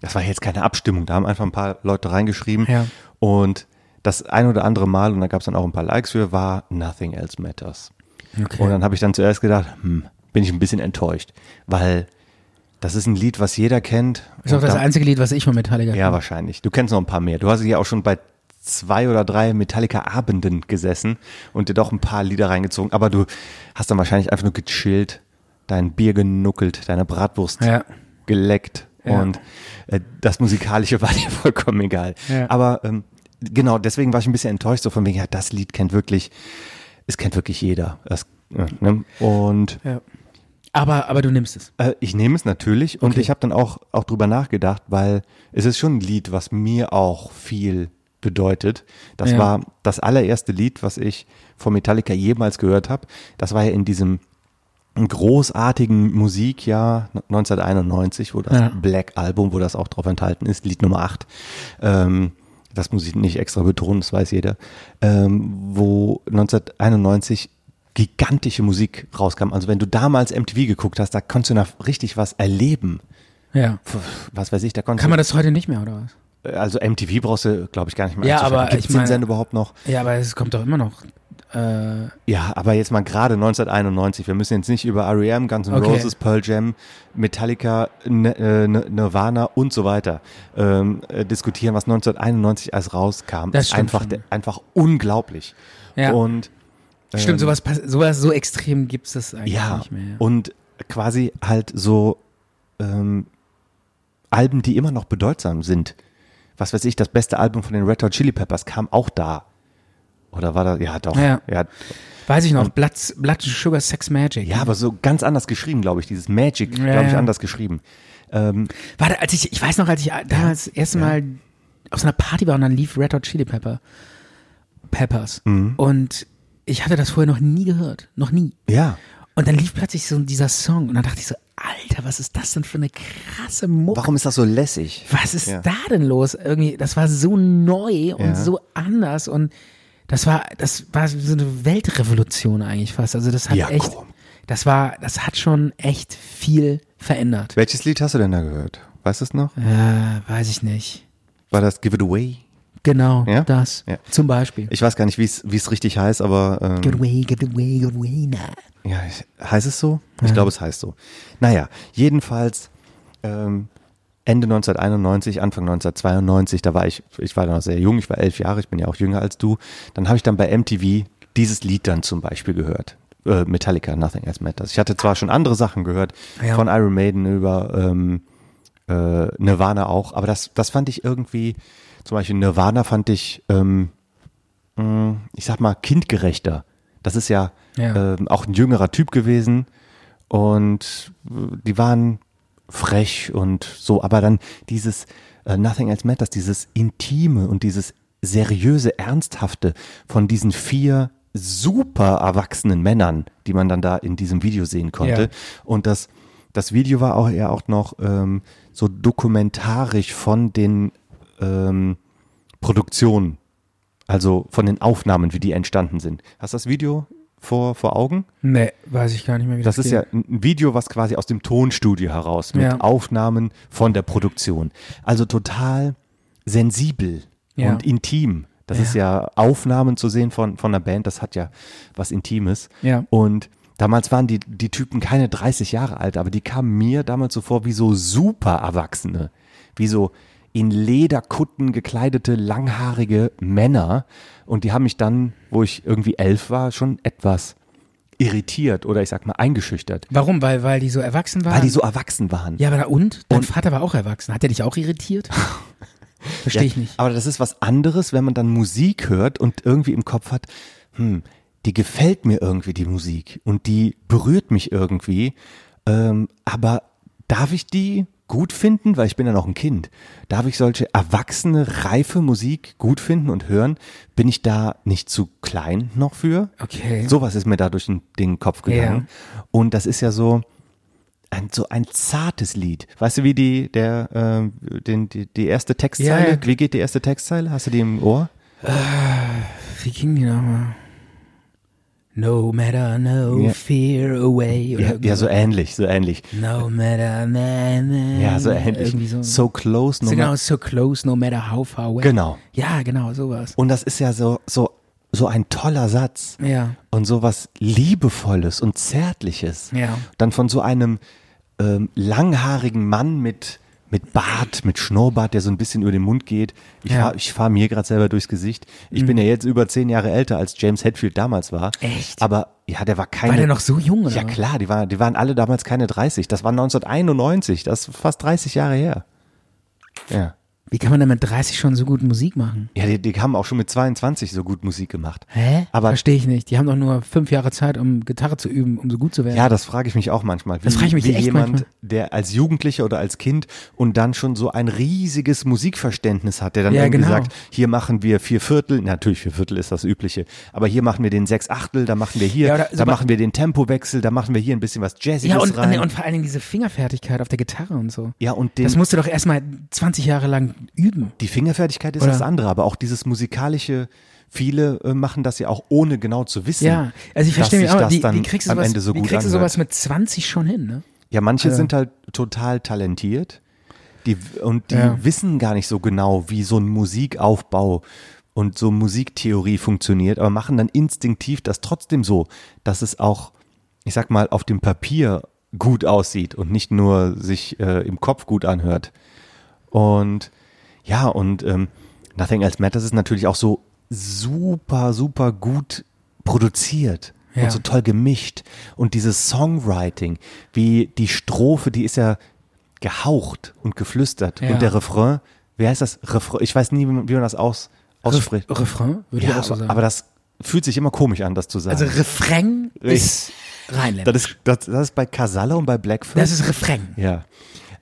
S2: das war jetzt keine Abstimmung, da haben einfach ein paar Leute reingeschrieben.
S1: Ja.
S2: Und das ein oder andere Mal, und da gab's dann auch ein paar Likes für, war Nothing Else Matters.
S1: Okay.
S2: Und dann habe ich dann zuerst gedacht, hm, bin ich ein bisschen enttäuscht, weil das ist ein Lied, was jeder kennt.
S1: Ist auch
S2: Und
S1: das
S2: da-
S1: einzige Lied, was ich von Metallica
S2: ja, wahrscheinlich. Du kennst noch ein paar mehr. Du hast ja auch schon bei zwei oder drei Metallica-Abenden gesessen und dir doch ein paar Lieder reingezogen. Aber du hast dann wahrscheinlich einfach nur gechillt, dein Bier genuckelt, deine Bratwurst
S1: Ja.
S2: geleckt.
S1: Ja.
S2: Und äh, das Musikalische war dir vollkommen egal.
S1: Ja.
S2: Aber ähm, genau, deswegen war ich ein bisschen enttäuscht, so von wegen, ja, das Lied kennt wirklich, es kennt wirklich jeder. Das, äh, ne? Und
S1: Ja. Aber, aber du nimmst es.
S2: äh, ich nehme es natürlich und
S1: Okay.
S2: ich habe dann auch, auch drüber nachgedacht, weil es ist schon ein Lied, was mir auch viel bedeutet. Das
S1: Ja.
S2: war das allererste Lied, was ich von Metallica jemals gehört habe. Das war ja in diesem großartigen Musikjahr 1991, wo das
S1: Ja.
S2: Black Album, wo das auch drauf enthalten ist, Lied Nummer 8. Ähm, das muss ich nicht extra betonen, das weiß jeder. Ähm, wo 1991 gigantische Musik rauskam. Also wenn du damals MTV geguckt hast, da konntest du noch richtig was erleben.
S1: Ja.
S2: Pff, Was weiß ich, da konntest
S1: Kann man das heute nicht mehr, oder was?
S2: du, also MTV brauchst du, glaube ich, gar nicht mehr
S1: Ja,
S2: einzuschalten.
S1: aber
S2: Gibt's
S1: ich meine-
S2: den Sender überhaupt noch?
S1: Ja, aber es kommt doch immer noch. Äh,
S2: Ja, aber jetzt mal gerade 1991. Wir müssen jetzt nicht über R.E.M., Guns N'
S1: Okay.
S2: Roses, Pearl Jam, Metallica, N äh, N- Nirvana und so weiter ähm, äh, diskutieren, was 1991 als rauskam.
S1: Das
S2: Ist
S1: stimmt
S2: einfach,
S1: schon.
S2: de- einfach unglaublich.
S1: Ja.
S2: Und
S1: stimmt, sowas, pass- sowas so extrem gibt es das eigentlich
S2: ja,
S1: nicht mehr.
S2: und quasi halt so ähm, Alben, die immer noch bedeutsam sind. Was weiß ich, das beste Album von den Red Hot Chili Peppers kam auch da. Oder war da, ja doch.
S1: Ja.
S2: ja
S1: Weiß ich noch, Blood, Blood Sugar Sex Magic.
S2: Ja, aber so ganz anders geschrieben, glaube ich. Dieses Magic,
S1: Ja,
S2: glaube ich,
S1: ja.
S2: anders geschrieben.
S1: Warte, als ich, ich weiß noch, als ich damals das erste Mal auf so einer Party war und dann lief Red Hot Chili Pepper, Mhm. Peppers. Und ich hatte das vorher noch nie gehört. Noch nie.
S2: Ja.
S1: Und dann lief plötzlich so dieser Song und dann dachte ich so, Alter, was ist das denn für eine krasse Mucke?
S2: Warum ist das so lässig?
S1: was ist
S2: Ja.
S1: da denn los? Irgendwie, das war so neu und
S2: Ja.
S1: so anders und das war, das war so eine Weltrevolution eigentlich fast. Also das hat
S2: Ja,
S1: echt,
S2: komm.
S1: das war, das hat schon echt viel verändert.
S2: Welches Lied hast du denn da gehört? Weißt du es noch?
S1: Äh, weiß ich nicht.
S2: War das Give It Away?
S1: Genau,
S2: Ja?
S1: das.
S2: Ja.
S1: Zum Beispiel.
S2: Ich weiß gar nicht, wie es wie es richtig heißt, aber ähm,
S1: Good way, good way, good way, na.
S2: Ja, ich- heißt es so? Ich glaube, es heißt so. Naja, jedenfalls ähm, Ende 1991, Anfang 1992, da war ich, ich war da noch sehr jung, ich war elf Jahre, ich bin ja auch jünger als du. Dann habe ich dann bei MTV dieses Lied dann zum Beispiel gehört. Äh, Metallica, Nothing Else Matters. Ich hatte zwar schon andere Sachen gehört,
S1: Ja.
S2: von Iron Maiden über ähm, äh, Nirvana auch, aber das, das fand ich irgendwie, zum Beispiel Nirvana fand ich, ähm, mh, ich sag mal, kindgerechter. Das ist ja,
S1: Ja.
S2: Ähm, auch ein jüngerer Typ gewesen und äh, die waren frech und so, aber dann dieses äh, Nothing Else Matters, dieses Intime und dieses seriöse, ernsthafte von diesen vier super erwachsenen Männern, die man dann da in diesem Video sehen konnte.
S1: Ja.
S2: Und das, das Video war auch eher auch noch ähm, so dokumentarisch von den ähm, Produktionen, also von den Aufnahmen, wie die entstanden sind. Hast du das Video vor, vor Augen?
S1: Nee, weiß ich gar nicht mehr, wie das
S2: Das ist
S1: geht.
S2: ja ein ein Video, was quasi aus dem Tonstudio heraus mit
S1: Ja.
S2: Aufnahmen von der Produktion. Also total sensibel
S1: Ja.
S2: und intim. Das
S1: Ja.
S2: ist ja Aufnahmen zu sehen von, von einer Band, das hat ja was Intimes.
S1: Ja.
S2: Und damals waren die, die Typen keine 30 Jahre alt, aber die kamen mir damals so vor wie so super Erwachsene. Wie so in Lederkutten gekleidete, langhaarige Männer. Und die haben mich dann, wo ich irgendwie elf war, schon etwas irritiert oder ich sag mal eingeschüchtert,
S1: Warum? Weil, weil die so erwachsen waren?
S2: weil die so erwachsen waren.
S1: ja, aber da und? Dein Vater war auch erwachsen. Hat der dich auch irritiert? Verstehe ich nicht.
S2: Aber das ist was anderes, wenn man dann Musik hört und irgendwie im Kopf hat, hm, die gefällt mir irgendwie, die Musik. Und die berührt mich irgendwie. Ähm, aber darf ich die gut finden? Weil ich bin ja noch ein Kind. Darf ich solche erwachsene, reife Musik gut finden und hören? Bin ich da nicht zu klein noch für?
S1: Okay.
S2: Sowas ist mir da durch den, den Kopf gegangen. Und das ist ja so, ein, so ein zartes Lied. Weißt du, wie die, der, ähm, den, die, die erste Textzeile,
S1: Ja, ja.
S2: wie geht die erste Textzeile? Hast du die im Ohr?
S1: Wie ging die nochmal? No matter, no
S2: Ja.
S1: fear away. Oder
S2: Ja,
S1: irgendwie
S2: ja, so ähnlich, so ähnlich.
S1: No matter, man, man.
S2: Ja, so ähnlich.
S1: Irgendwie so.
S2: So close.
S1: so
S2: no
S1: genau,
S2: ma-
S1: so close, no matter how far away.
S2: Genau.
S1: Ja, genau, sowas.
S2: Und das ist ja so, so, so ein toller Satz.
S1: Ja.
S2: Und so was Liebevolles und Zärtliches.
S1: Ja.
S2: Dann von so einem ähm, langhaarigen Mann mit, mit Bart, mit Schnurrbart, der so ein bisschen über den Mund geht. Ich
S1: Ja. Mhm.
S2: fahr- ich fahre mir gerade selber durchs Gesicht. Ich bin ja jetzt über zehn Jahre älter, als James Hetfield damals war.
S1: Echt?
S2: Aber ja, der war keine.
S1: War der noch so jung, oder
S2: Ja,
S1: was?
S2: klar, die, war, die waren alle damals keine 30. Das war 1991, das ist fast 30 Jahre her. Ja.
S1: Wie kann man denn mit 30 schon so gut Musik machen?
S2: Ja, die, die haben auch schon mit 22 so gut Musik gemacht.
S1: Hä?
S2: Aber
S1: Verstehe ich nicht. Die haben doch nur fünf Jahre Zeit, um Gitarre zu üben, um so gut zu werden.
S2: Ja, das frage ich mich auch manchmal. Wie,
S1: Das frage ich mich
S2: wie
S1: echt
S2: jemand,
S1: manchmal.
S2: der als Jugendlicher oder als Kind und dann schon so ein riesiges Musikverständnis hat, der dann
S1: Ja,
S2: irgendwie
S1: genau.
S2: sagt, hier machen wir vier Viertel, natürlich vier Viertel ist das übliche, aber hier machen wir den sechs Achtel, da machen wir hier,
S1: Ja, oder
S2: da
S1: so-
S2: machen wir den Tempowechsel, da machen wir hier ein bisschen was Jazziges
S1: Ja, und,
S2: rein.
S1: und, und vor allen Dingen diese Fingerfertigkeit auf der Gitarre und so.
S2: ja, und den,
S1: Das musst du doch erstmal 20 Jahre lang üben.
S2: die Fingerfertigkeit ist
S1: Oder-
S2: das andere, aber auch dieses musikalische, viele äh, machen das ja auch ohne genau zu wissen.
S1: Ja, also ich verstehe mich
S2: dass
S1: auch,
S2: sich das
S1: wie,
S2: dann
S1: wie kriegst du
S2: am
S1: sowas,
S2: Ende so
S1: wie
S2: gut
S1: kriegst du
S2: anhört.
S1: sowas mit 20 schon hin, ne?
S2: Ja, manche
S1: Also-
S2: sind halt total talentiert die, und die
S1: Ja.
S2: wissen gar nicht so genau, wie so ein Musikaufbau und so Musiktheorie funktioniert, aber machen dann instinktiv das trotzdem so, dass es auch, ich sag mal, auf dem Papier gut aussieht und nicht nur sich äh, im Kopf gut anhört. Und ja, und ähm, Nothing Else Matters ist natürlich auch so super, super gut produziert
S1: Ja.
S2: und so toll gemischt. Und dieses Songwriting, wie die Strophe, die ist ja gehaucht und geflüstert.
S1: Ja.
S2: Und der Refrain, wie heißt das? Refrain, ich weiß nie, wie man, wie man das aus, ausspricht.
S1: Ref- Refrain, würde ich
S2: ja,
S1: auch so
S2: aber-
S1: sagen.
S2: aber das fühlt sich immer komisch an, das zu sagen.
S1: also Refrain ist
S2: das,
S1: rheinländisch.
S2: ist, das, das ist bei Casalla und bei Blackfoot.
S1: Das ist Refrain.
S2: Ja.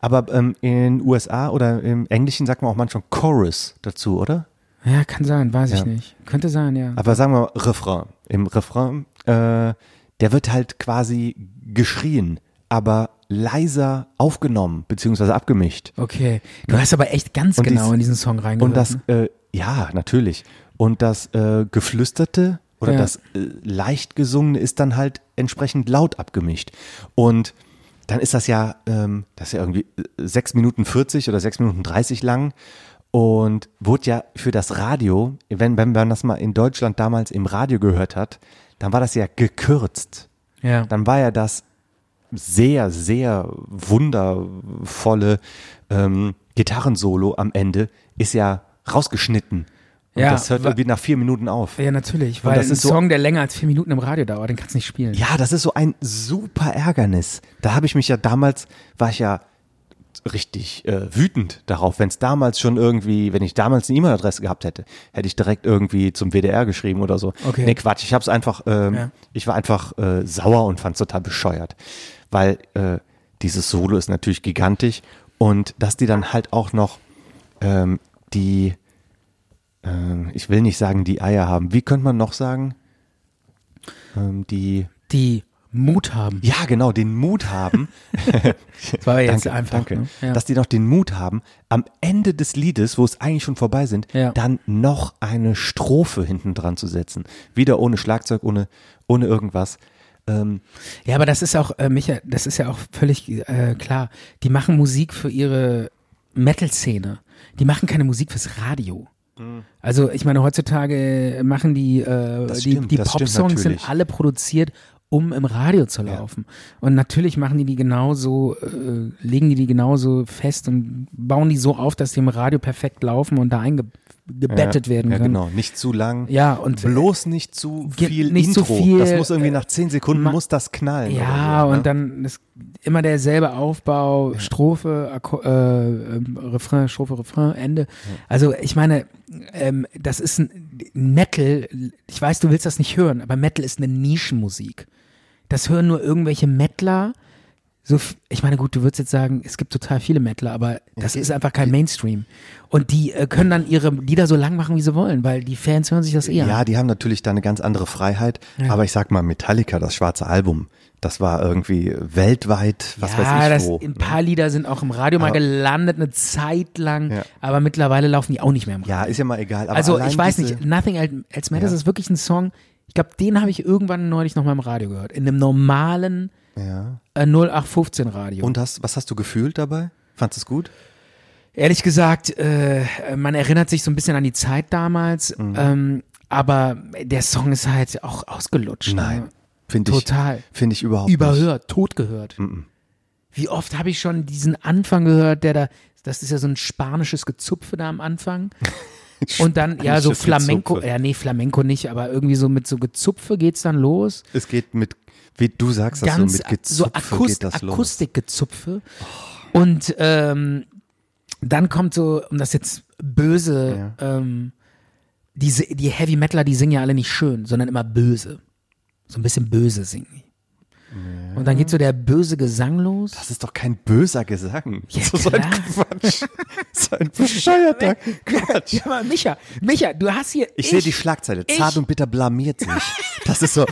S2: Aber ähm, in USA oder im Englischen sagt man auch manchmal Chorus dazu, oder?
S1: Ja, kann sein, weiß
S2: Ja.
S1: ich nicht. Könnte sein, ja.
S2: Aber sagen wir mal Refrain. Im Refrain, äh, der wird halt quasi geschrien, aber leiser aufgenommen beziehungsweise abgemischt.
S1: Okay. Du hast aber echt ganz
S2: Und
S1: genau
S2: dies-
S1: in diesen Song reingehört.
S2: Und das,
S1: ne?
S2: äh, ja, natürlich. Und das äh, Geflüsterte oder
S1: Ja.
S2: das äh, leicht gesungene ist dann halt entsprechend laut abgemischt. Und dann ist das ja, ähm, das ist ja irgendwie äh, 6 Minuten 40 oder 6 Minuten 30 lang. Und wurde ja für das Radio, wenn, wenn man das mal in Deutschland damals im Radio gehört hat, dann war das ja gekürzt
S1: ja.
S2: dann war ja das sehr, sehr wundervolle ähm, Gitarrensolo am Ende, ist ja rausgeschnitten. Und
S1: Ja,
S2: das hört
S1: wa-
S2: irgendwie nach vier Minuten auf.
S1: ja, natürlich. Weil
S2: das
S1: ein
S2: ist so-
S1: Song, der länger als vier Minuten im Radio dauert, den kannst du nicht spielen.
S2: Ja, das ist so ein super Ärgernis. Da habe ich mich ja damals, war ich ja richtig äh, wütend darauf, wenn es damals schon irgendwie, wenn ich damals eine E-Mail-Adresse gehabt hätte, hätte ich direkt irgendwie zum WDR geschrieben oder so.
S1: Okay.
S2: Nee, Quatsch, ich habe es einfach, ähm,
S1: Ja.
S2: ich war einfach äh, sauer und fand es total bescheuert, weil äh, dieses Solo ist natürlich gigantisch und dass die dann halt auch noch ähm, die, ähm, ich will nicht sagen, die Eier haben. Wie könnte man noch sagen? Ähm, die
S1: Die Mut haben.
S2: ja, genau, den Mut haben.
S1: Das war ja jetzt
S2: danke,
S1: einfach.
S2: danke.
S1: Ne? Ja.
S2: Dass die noch den Mut haben, am Ende des Liedes, wo es eigentlich schon vorbei sind,
S1: Ja.
S2: dann noch eine Strophe hinten dran zu setzen. Wieder ohne Schlagzeug, ohne, ohne irgendwas. Ähm,
S1: Ja, aber das ist auch, äh, Micha, das ist ja auch völlig äh, klar. Die machen Musik für ihre Metal-Szene. Die machen keine Musik fürs Radio. Also ich meine, heutzutage machen die, äh,
S2: Mhm. Das
S1: die,
S2: stimmt,
S1: die
S2: das stimmt
S1: Pop-Songs sind
S2: natürlich.
S1: alle produziert, um im Radio zu laufen. Und natürlich machen die die genauso, äh, legen die die genauso fest und bauen die so auf, dass die im Radio perfekt laufen und da eingebettet werden
S2: ja,
S1: können.
S2: genau. Nicht zu lang.
S1: Ja, und
S2: Bloß nicht zu
S1: Ge-
S2: viel
S1: nicht zu
S2: Intro.
S1: viel, äh,
S2: das muss irgendwie nach zehn Sekunden
S1: ma-
S2: muss das knallen.
S1: Ja,
S2: oder so,
S1: und
S2: ne?
S1: dann ist immer derselbe Aufbau, Strophe, Akko äh, ähm, Refrain, Strophe, Refrain, Ende. Also ich meine, ähm, das ist ein Metal, ich weiß, du willst das nicht hören, aber Metal ist eine Nischenmusik. Das hören nur irgendwelche Mettler. So, f- ich meine, gut, du würdest jetzt sagen, es gibt total viele Mettler, aber das ist einfach kein Mainstream. Und die äh, können dann ihre Lieder so lang machen, wie sie wollen, weil die Fans hören sich das eher.
S2: Ja,
S1: an.
S2: die haben natürlich da eine ganz andere Freiheit. Aber ich sag mal, Metallica, das schwarze Album, das war irgendwie weltweit, was
S1: ja,
S2: weiß ich
S1: das,
S2: wo. ne?
S1: ein paar Lieder sind auch im Radio mal
S2: Aber-
S1: gelandet, eine Zeit lang,
S2: Ja.
S1: aber mittlerweile laufen die auch nicht mehr im Radio.
S2: Ja, ist ja mal egal. Aber
S1: also
S2: allein
S1: ich weiß
S2: diese-
S1: nicht, Nothing Else- Else Matters
S2: Ja.
S1: ist wirklich ein Song, ich glaube, den habe ich irgendwann neulich nochmal im Radio gehört, in einem normalen
S2: Ja.
S1: äh, 0815 Radio.
S2: Und hast, was hast du gefühlt dabei? Fandest du es gut?
S1: Ehrlich gesagt, äh, man erinnert sich so ein bisschen an die Zeit damals,
S2: Mhm.
S1: ähm, aber der Song ist halt auch ausgelutscht. Ne?
S2: Finde ich.
S1: Total.
S2: Finde ich überhaupt nicht.
S1: überhört, tot gehört. Wie oft habe ich schon diesen Anfang gehört, der da, das ist ja so ein spanisches Gezupfe da am Anfang. Und dann, ja, so
S2: Spanisches
S1: Flamenco,
S2: Gezupfe.
S1: ja, nee, Flamenco nicht, aber irgendwie so mit so Gezupfe geht's dann los.
S2: Es geht mit, wie du sagst das
S1: Ganz
S2: so, mit Gezupfe
S1: so Akust
S2: geht das los.
S1: Akustikgezupfe. Und ähm, dann kommt so, um das jetzt böse, ähm, diese, die Heavy Metaler, die singen ja alle nicht schön, sondern immer böse. So ein bisschen böse singen. die. Und dann geht so der böse Gesang los.
S2: Das ist doch kein böser Gesang.
S1: Ja,
S2: so, so ein
S1: klar.
S2: Quatsch. so ein bescheuerter Quatsch.
S1: Ja, aber Micha, Micha, du hast hier.
S2: Ich, sehe die Schlagzeile. Zart und bitter blamiert sich. Das ist so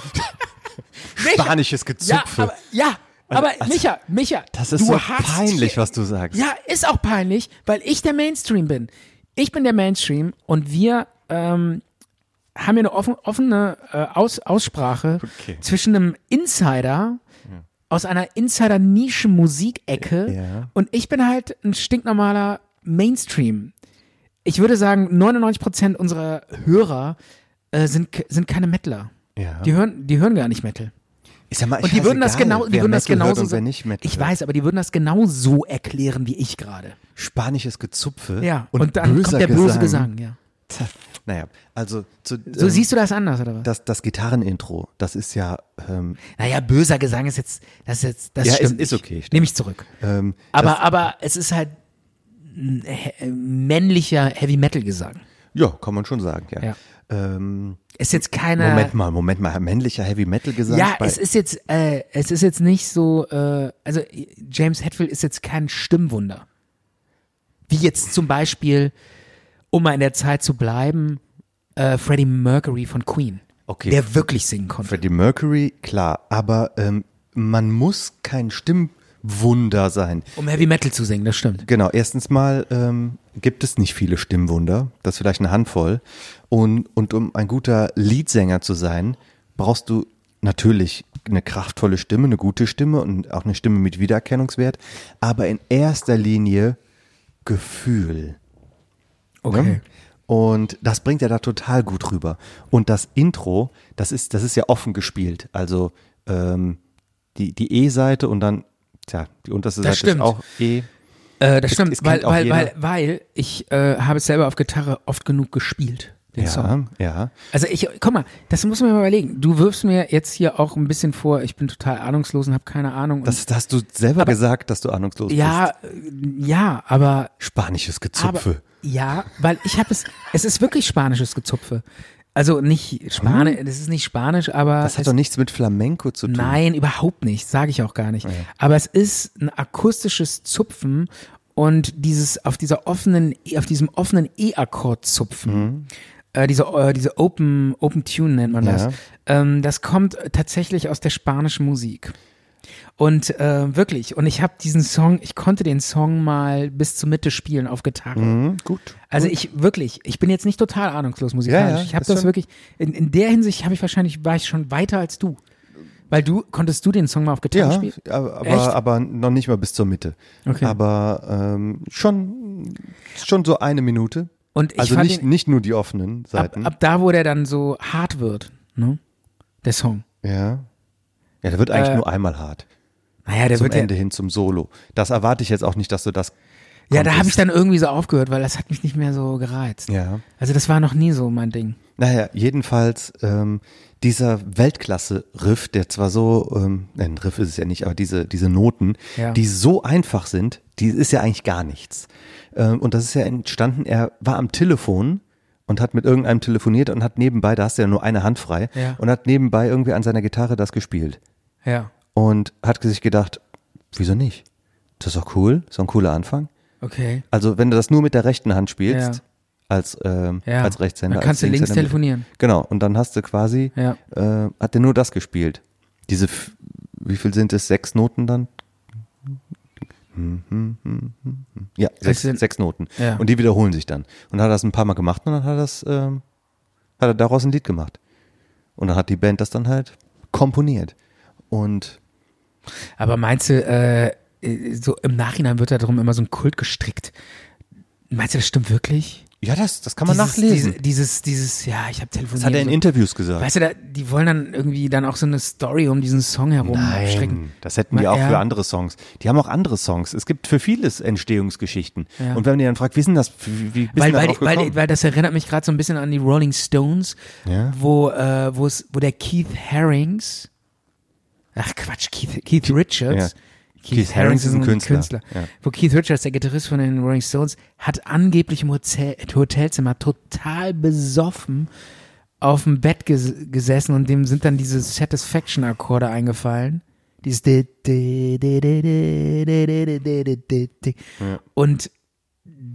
S1: Micha,
S2: spanisches
S1: Ja,
S2: Gezupfe.
S1: aber, ja, aber
S2: also,
S1: Micha, Micha.
S2: das ist
S1: du
S2: so
S1: hast
S2: peinlich,
S1: hier,
S2: was du sagst.
S1: Ja, ist auch peinlich, weil ich der Mainstream bin. Ich bin der Mainstream und wir ähm, haben hier eine offen, offene äh, Aus, Aussprache
S2: Okay.
S1: zwischen einem Insider aus einer Insider-Nischen-Musikecke
S2: Ja.
S1: und ich bin halt ein stinknormaler Mainstream. Ich würde sagen, 99% unserer Hörer äh, sind, ke- sind keine Mettler.
S2: Ja.
S1: Die, hören, die hören gar nicht Metal.
S2: Ist ja mal
S1: Und die würden das
S2: scheißegal,
S1: genau, die
S2: wer
S1: würden das
S2: Metal hört
S1: genauso.
S2: und wer nicht Metal
S1: ich
S2: hört.
S1: weiß, aber die würden das genauso erklären wie ich gerade.
S2: Spanisches Gezupfe.
S1: Ja. Und,
S2: Und,
S1: dann
S2: böser
S1: kommt der böse
S2: Gesang.
S1: Gesang. Ja.
S2: Tja, Naja, also zu,
S1: So
S2: ähm,
S1: siehst du das anders oder was?
S2: das, das Gitarrenintro, das ist ja, ähm,
S1: naja, böser Gesang ist jetzt, das ist jetzt, das
S2: Ja, ist-
S1: stimmt.
S2: ist
S1: nicht.
S2: okay, stimmt.
S1: Nehme ich zurück.
S2: ähm,
S1: aber, aber es ist halt ein he- männlicher Heavy Metal Gesang.
S2: ja, kann man schon sagen, ja.
S1: Ja.
S2: Ähm,
S1: Ist jetzt keiner.
S2: Moment mal, Moment mal, männlicher Heavy Metal Gesang.
S1: Ja,
S2: bei,
S1: es ist jetzt, äh, es ist jetzt nicht so, äh, also äh, James Hetfield ist jetzt kein Stimmwunder. Wie jetzt zum Beispiel, um mal in der Zeit zu bleiben, äh, Freddie Mercury von Queen.
S2: Okay.
S1: der wirklich singen konnte.
S2: Freddie Mercury, klar, aber ähm, man muss kein Stimmwunder sein.
S1: Um Heavy Metal zu singen, das stimmt.
S2: Genau, erstens mal ähm, gibt es nicht viele Stimmwunder, das ist vielleicht eine Handvoll. Und, und um ein guter Leadsänger zu sein, brauchst du natürlich eine kraftvolle Stimme, eine gute Stimme und auch eine Stimme mit Wiedererkennungswert, aber in erster Linie Gefühl. Ne? Und das bringt er da total gut rüber. Und das Intro, das ist, das ist ja offen gespielt. Also ähm, die, die E-Seite und dann, tja, die unterste
S1: Das
S2: Seite
S1: stimmt.
S2: ist auch E.
S1: Äh, das
S2: Es-
S1: stimmt,
S2: es
S1: weil,
S2: kennt auch
S1: weil,
S2: jeder.
S1: weil, weil ich äh, habe es selber auf Gitarre oft genug gespielt, den Song.
S2: Ja, ja.
S1: Also ich, guck mal, das muss man mal überlegen. Du wirfst mir jetzt hier auch ein bisschen vor, ich bin total ahnungslos und habe keine Ahnung. Und
S2: Das, das hast du selber gesagt, dass du ahnungslos bist.
S1: ja, äh, ja, aber
S2: Spanisches
S1: Aber,
S2: Gezupfe.
S1: ja, weil ich habe es, es ist wirklich spanisches Gezupfe. Also nicht Spanisch, das ist nicht Spanisch, aber
S2: das hat
S1: es,
S2: doch nichts mit Flamenco zu tun.
S1: nein, überhaupt nicht, sage ich auch gar nicht. Aber es ist ein akustisches Zupfen und dieses auf dieser offenen, auf diesem offenen E-Akkord zupfen.
S2: Mhm.
S1: Äh, diese, äh, diese Open, Open Tune nennt man das.
S2: Ja.
S1: Ähm, das kommt tatsächlich aus der spanischen Musik. Und äh, wirklich, und ich habe diesen Song, ich konnte den Song mal bis zur Mitte spielen auf Gitarre.
S2: Hm, gut.
S1: Also ich wirklich, ich bin jetzt nicht total ahnungslos musikalisch.
S2: Ja, ja,
S1: ich habe
S2: ist
S1: das
S2: schon-
S1: wirklich in, in der Hinsicht habe ich wahrscheinlich war ich schon weiter als du, weil du konntest du den Song mal auf Gitarre
S2: Ja,
S1: spielen.
S2: aber,
S1: Echt?
S2: aber, aber noch nicht mal bis zur Mitte.
S1: Okay.
S2: Aber ähm, schon, schon so eine Minute.
S1: Und ich
S2: also
S1: fand
S2: nicht,
S1: ihn-
S2: nicht nur die offenen
S1: Ab,
S2: Seiten.
S1: ab da, wo der dann so hart wird, ne? Der Song.
S2: Ja. Ja, der wird eigentlich
S1: Äh,
S2: nur einmal hart.
S1: Naja, der
S2: Zum
S1: wird ja,
S2: Ende hin zum Solo. Das erwarte ich jetzt auch nicht, dass du das.
S1: ja, da habe ich
S2: konntest.
S1: dann irgendwie so aufgehört, weil das hat mich nicht mehr so gereizt.
S2: Ja.
S1: Also das war noch nie so mein Ding.
S2: Naja, jedenfalls ähm, dieser Weltklasse-Riff, der zwar so, ähm, nein, Riff ist es ja nicht, aber diese, diese Noten,
S1: Ja.
S2: die so einfach sind, die ist ja eigentlich gar nichts. Ähm, und das ist ja entstanden, er war am Telefon und hat mit irgendeinem telefoniert und hat nebenbei, da hast du ja nur eine Hand frei,
S1: Ja.
S2: und hat nebenbei irgendwie an seiner Gitarre das gespielt.
S1: Ja,
S2: Und hat sich gedacht, wieso nicht? Das ist doch cool, so ein cooler Anfang.
S1: okay.
S2: Also wenn du das nur mit der rechten Hand spielst,
S1: Ja.
S2: als, ähm,
S1: Ja.
S2: als Rechtshänder.
S1: Dann kannst
S2: als
S1: du links
S2: Linkshänder-
S1: telefonieren.
S2: Genau, und dann hast du quasi,
S1: Ja.
S2: äh, hat der nur das gespielt. Diese, f- wie viel sind es, sechs Noten dann? Hm, hm, hm, hm, hm. Ja, sechs,
S1: sind-
S2: sechs Noten.
S1: Ja.
S2: Und die wiederholen sich dann. Und hat er das ein paar Mal gemacht und dann hat er das, ähm, hat er daraus ein Lied gemacht. Und dann hat die Band das dann halt komponiert. Und
S1: Aber meinst du, äh, äh, so im Nachhinein wird da drum immer so ein Kult gestrickt? Meinst du, das stimmt wirklich?
S2: ja, das, das kann man
S1: dieses,
S2: nachlesen.
S1: Dieses, dieses, dieses, ja, ich habe telefoniert.
S2: das hat er in
S1: so.
S2: Interviews gesagt.
S1: Weißt du, da, die wollen dann irgendwie dann auch so eine Story um diesen Song herum stricken.
S2: Nein, Hm, das hätten die
S1: Na,
S2: auch
S1: ja.
S2: für andere Songs. Die haben auch andere Songs. Es gibt für vieles Entstehungsgeschichten.
S1: Ja.
S2: Und wenn man die dann fragt, wie sind das, wie, wie bist
S1: Weil,
S2: du
S1: weil,
S2: darauf
S1: weil,
S2: gekommen?
S1: weil das erinnert mich gerade so ein bisschen an die Rolling Stones,
S2: Ja.
S1: wo, äh, wo es, wo der Keith Harrings, ach Quatsch, Keith, Keith Richards,
S2: ja. Keith Harrings ist ein Künstler. Ja.
S1: Wo Keith Richards, der Gitarrist von den Rolling Stones, hat angeblich im Hotel, Hotelzimmer total besoffen auf dem Bett ges gesessen und dem sind dann diese Satisfaction-Akkorde eingefallen. Dieses di- di- di- di- di- di- di- di- di- di- di. und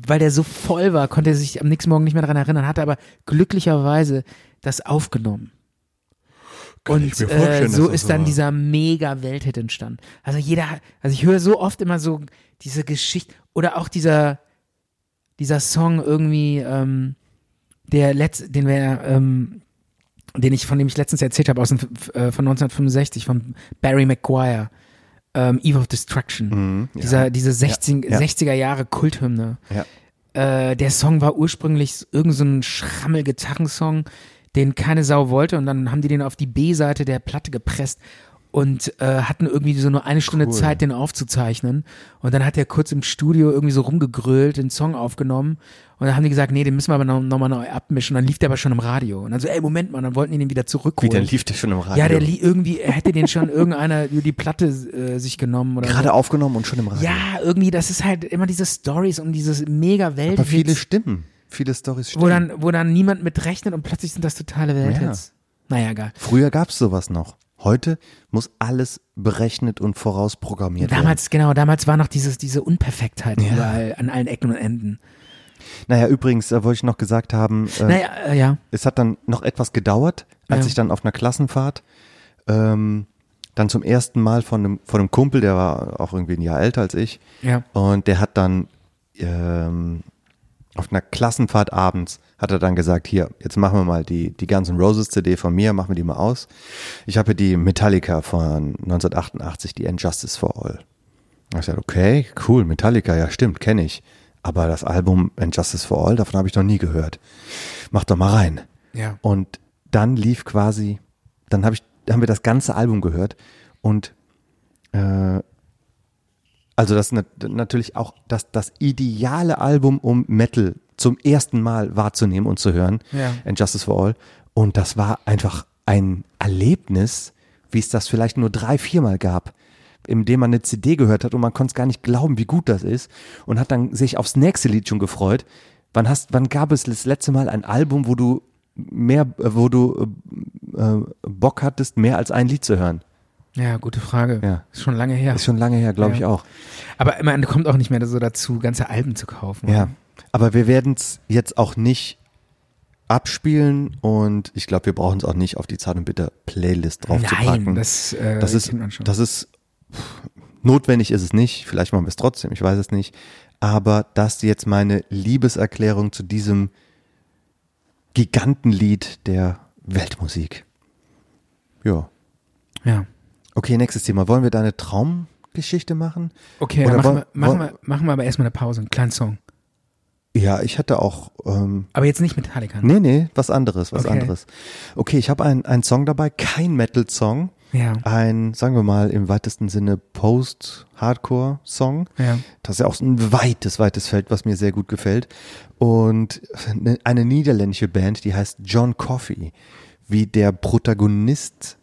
S1: weil der so voll war, konnte er sich am nächsten Morgen nicht mehr daran erinnern, hatte aber glücklicherweise das aufgenommen. und
S2: ich mir vorstellen,
S1: äh,
S2: dass
S1: so
S2: das
S1: ist
S2: so
S1: dann
S2: war.
S1: dieser mega Welthit entstanden. Also jeder, also ich höre so oft immer so diese Geschichte oder auch dieser dieser Song irgendwie, ähm, der letz, den wir, ähm, den ich, von dem ich letztens erzählt habe, aus dem, F- äh, von 1965, von Barry McGuire, ähm, Eve of Destruction.
S2: Mhm, ja.
S1: Dieser, diese 16,
S2: Ja, ja.
S1: 60er Jahre Kulthymne.
S2: Ja.
S1: Äh, der Song war ursprünglich irgend so ein Schrammel-Gitarrensong, den keine Sau wollte und dann haben die den auf die B-Seite der Platte gepresst und äh, hatten irgendwie so nur eine Stunde
S2: Cool.
S1: Zeit, den aufzuzeichnen und dann hat er kurz im Studio irgendwie so rumgegrölt, den Song aufgenommen und dann haben die gesagt, nee, den müssen wir aber nochmal noch mal neu abmischen und dann lief der aber schon im Radio und dann so, ey, Moment mal, dann wollten die den wieder
S2: Wie,
S1: zurückholen.
S2: dann lief der schon im Radio.
S1: ja, der li irgendwie hätte den schon irgendeiner über die Platte äh, sich genommen oder
S2: Gerade aufgenommen und schon im
S1: so.
S2: Radio.
S1: Ja, irgendwie, das ist halt immer diese Stories um dieses mega Welt
S2: Aber viele stimmen. Viele Stories stimmen.
S1: wo dann, wo dann niemand mit rechnet und plötzlich sind das totale Welthits. Naja, egal.
S2: Früher gab's sowas noch. Heute muss alles berechnet und vorausprogrammiert werden.
S1: Damals, genau, damals war noch dieses, diese Unperfektheit
S2: Ja.
S1: überall an allen Ecken und Enden.
S2: Naja, übrigens, da wollte ich noch gesagt haben, äh,
S1: Naja, äh, ja.
S2: es hat dann noch etwas gedauert, als
S1: Ja.
S2: ich dann auf einer Klassenfahrt ähm, dann zum ersten Mal von einem, von einem Kumpel, der war auch irgendwie ein Jahr älter als ich,
S1: Ja.
S2: und der hat dann ähm, auf einer Klassenfahrt abends hat er dann gesagt, hier, jetzt machen wir mal die, die Guns N' Roses CD von mir, machen wir die mal aus. Ich habe hier die Metallica von 1988, die And Justice for All. Da hab Ich gesagt, okay, cool, Metallica, ja stimmt, kenne ich. Aber das Album And Justice for All, davon habe ich noch nie gehört. Mach doch mal rein.
S1: Ja.
S2: Und dann lief quasi, dann habe ich, haben wir das ganze Album gehört und äh, also das nat natürlich auch das, das ideale Album, um Metal zum ersten Mal wahrzunehmen und zu hören.
S1: Ja.
S2: And Justice for All. Und das war einfach ein Erlebnis, wie es das vielleicht nur drei, viermal gab, in dem man eine CD gehört hat und man konnte es gar nicht glauben, wie gut das ist und hat dann sich aufs nächste Lied schon gefreut. Wann hast, wann gab es das letzte Mal ein Album, wo du mehr, äh, wo du äh, äh, Bock hattest, mehr als ein Lied zu hören?
S1: Ja, gute Frage.
S2: Ja.
S1: Ist schon lange her.
S2: Ist schon lange her, glaube
S1: Ja.
S2: ich auch.
S1: Aber man kommt auch nicht mehr so dazu, ganze Alben zu kaufen.
S2: Ja, aber wir werden es jetzt auch nicht abspielen und ich glaube, wir brauchen es auch nicht auf die Zart und Bitter Playlist draufzupacken.
S1: Nein, das, äh,
S2: das ist,
S1: kennt man schon.
S2: das ist pff, notwendig ist es nicht. Vielleicht machen wir es trotzdem. Ich weiß es nicht. Aber das jetzt meine Liebeserklärung zu diesem Gigantenlied der Weltmusik. Ja.
S1: ja.
S2: Okay, nächstes Thema. Wollen wir deine Traumgeschichte machen?
S1: Okay,
S2: Oder
S1: dann machen,
S2: wollen-
S1: wir, machen,
S2: wollen-
S1: wir, machen wir aber erstmal eine Pause, einen kleinen Song.
S2: Ja, ich hatte auch ähm,
S1: Aber jetzt nicht Metallica. ne?
S2: Nee, nee, was anderes, was
S1: Okay.
S2: anderes. Okay, ich habe einen einen Song dabei, kein Metal-Song.
S1: Ja.
S2: Ein, sagen wir mal, im weitesten Sinne Post-Hardcore-Song.
S1: Ja.
S2: Das ist ja auch so ein weites, weites Feld, was mir sehr gut gefällt. Und eine- eine niederländische Band, die heißt John Coffey, wie der Protagonist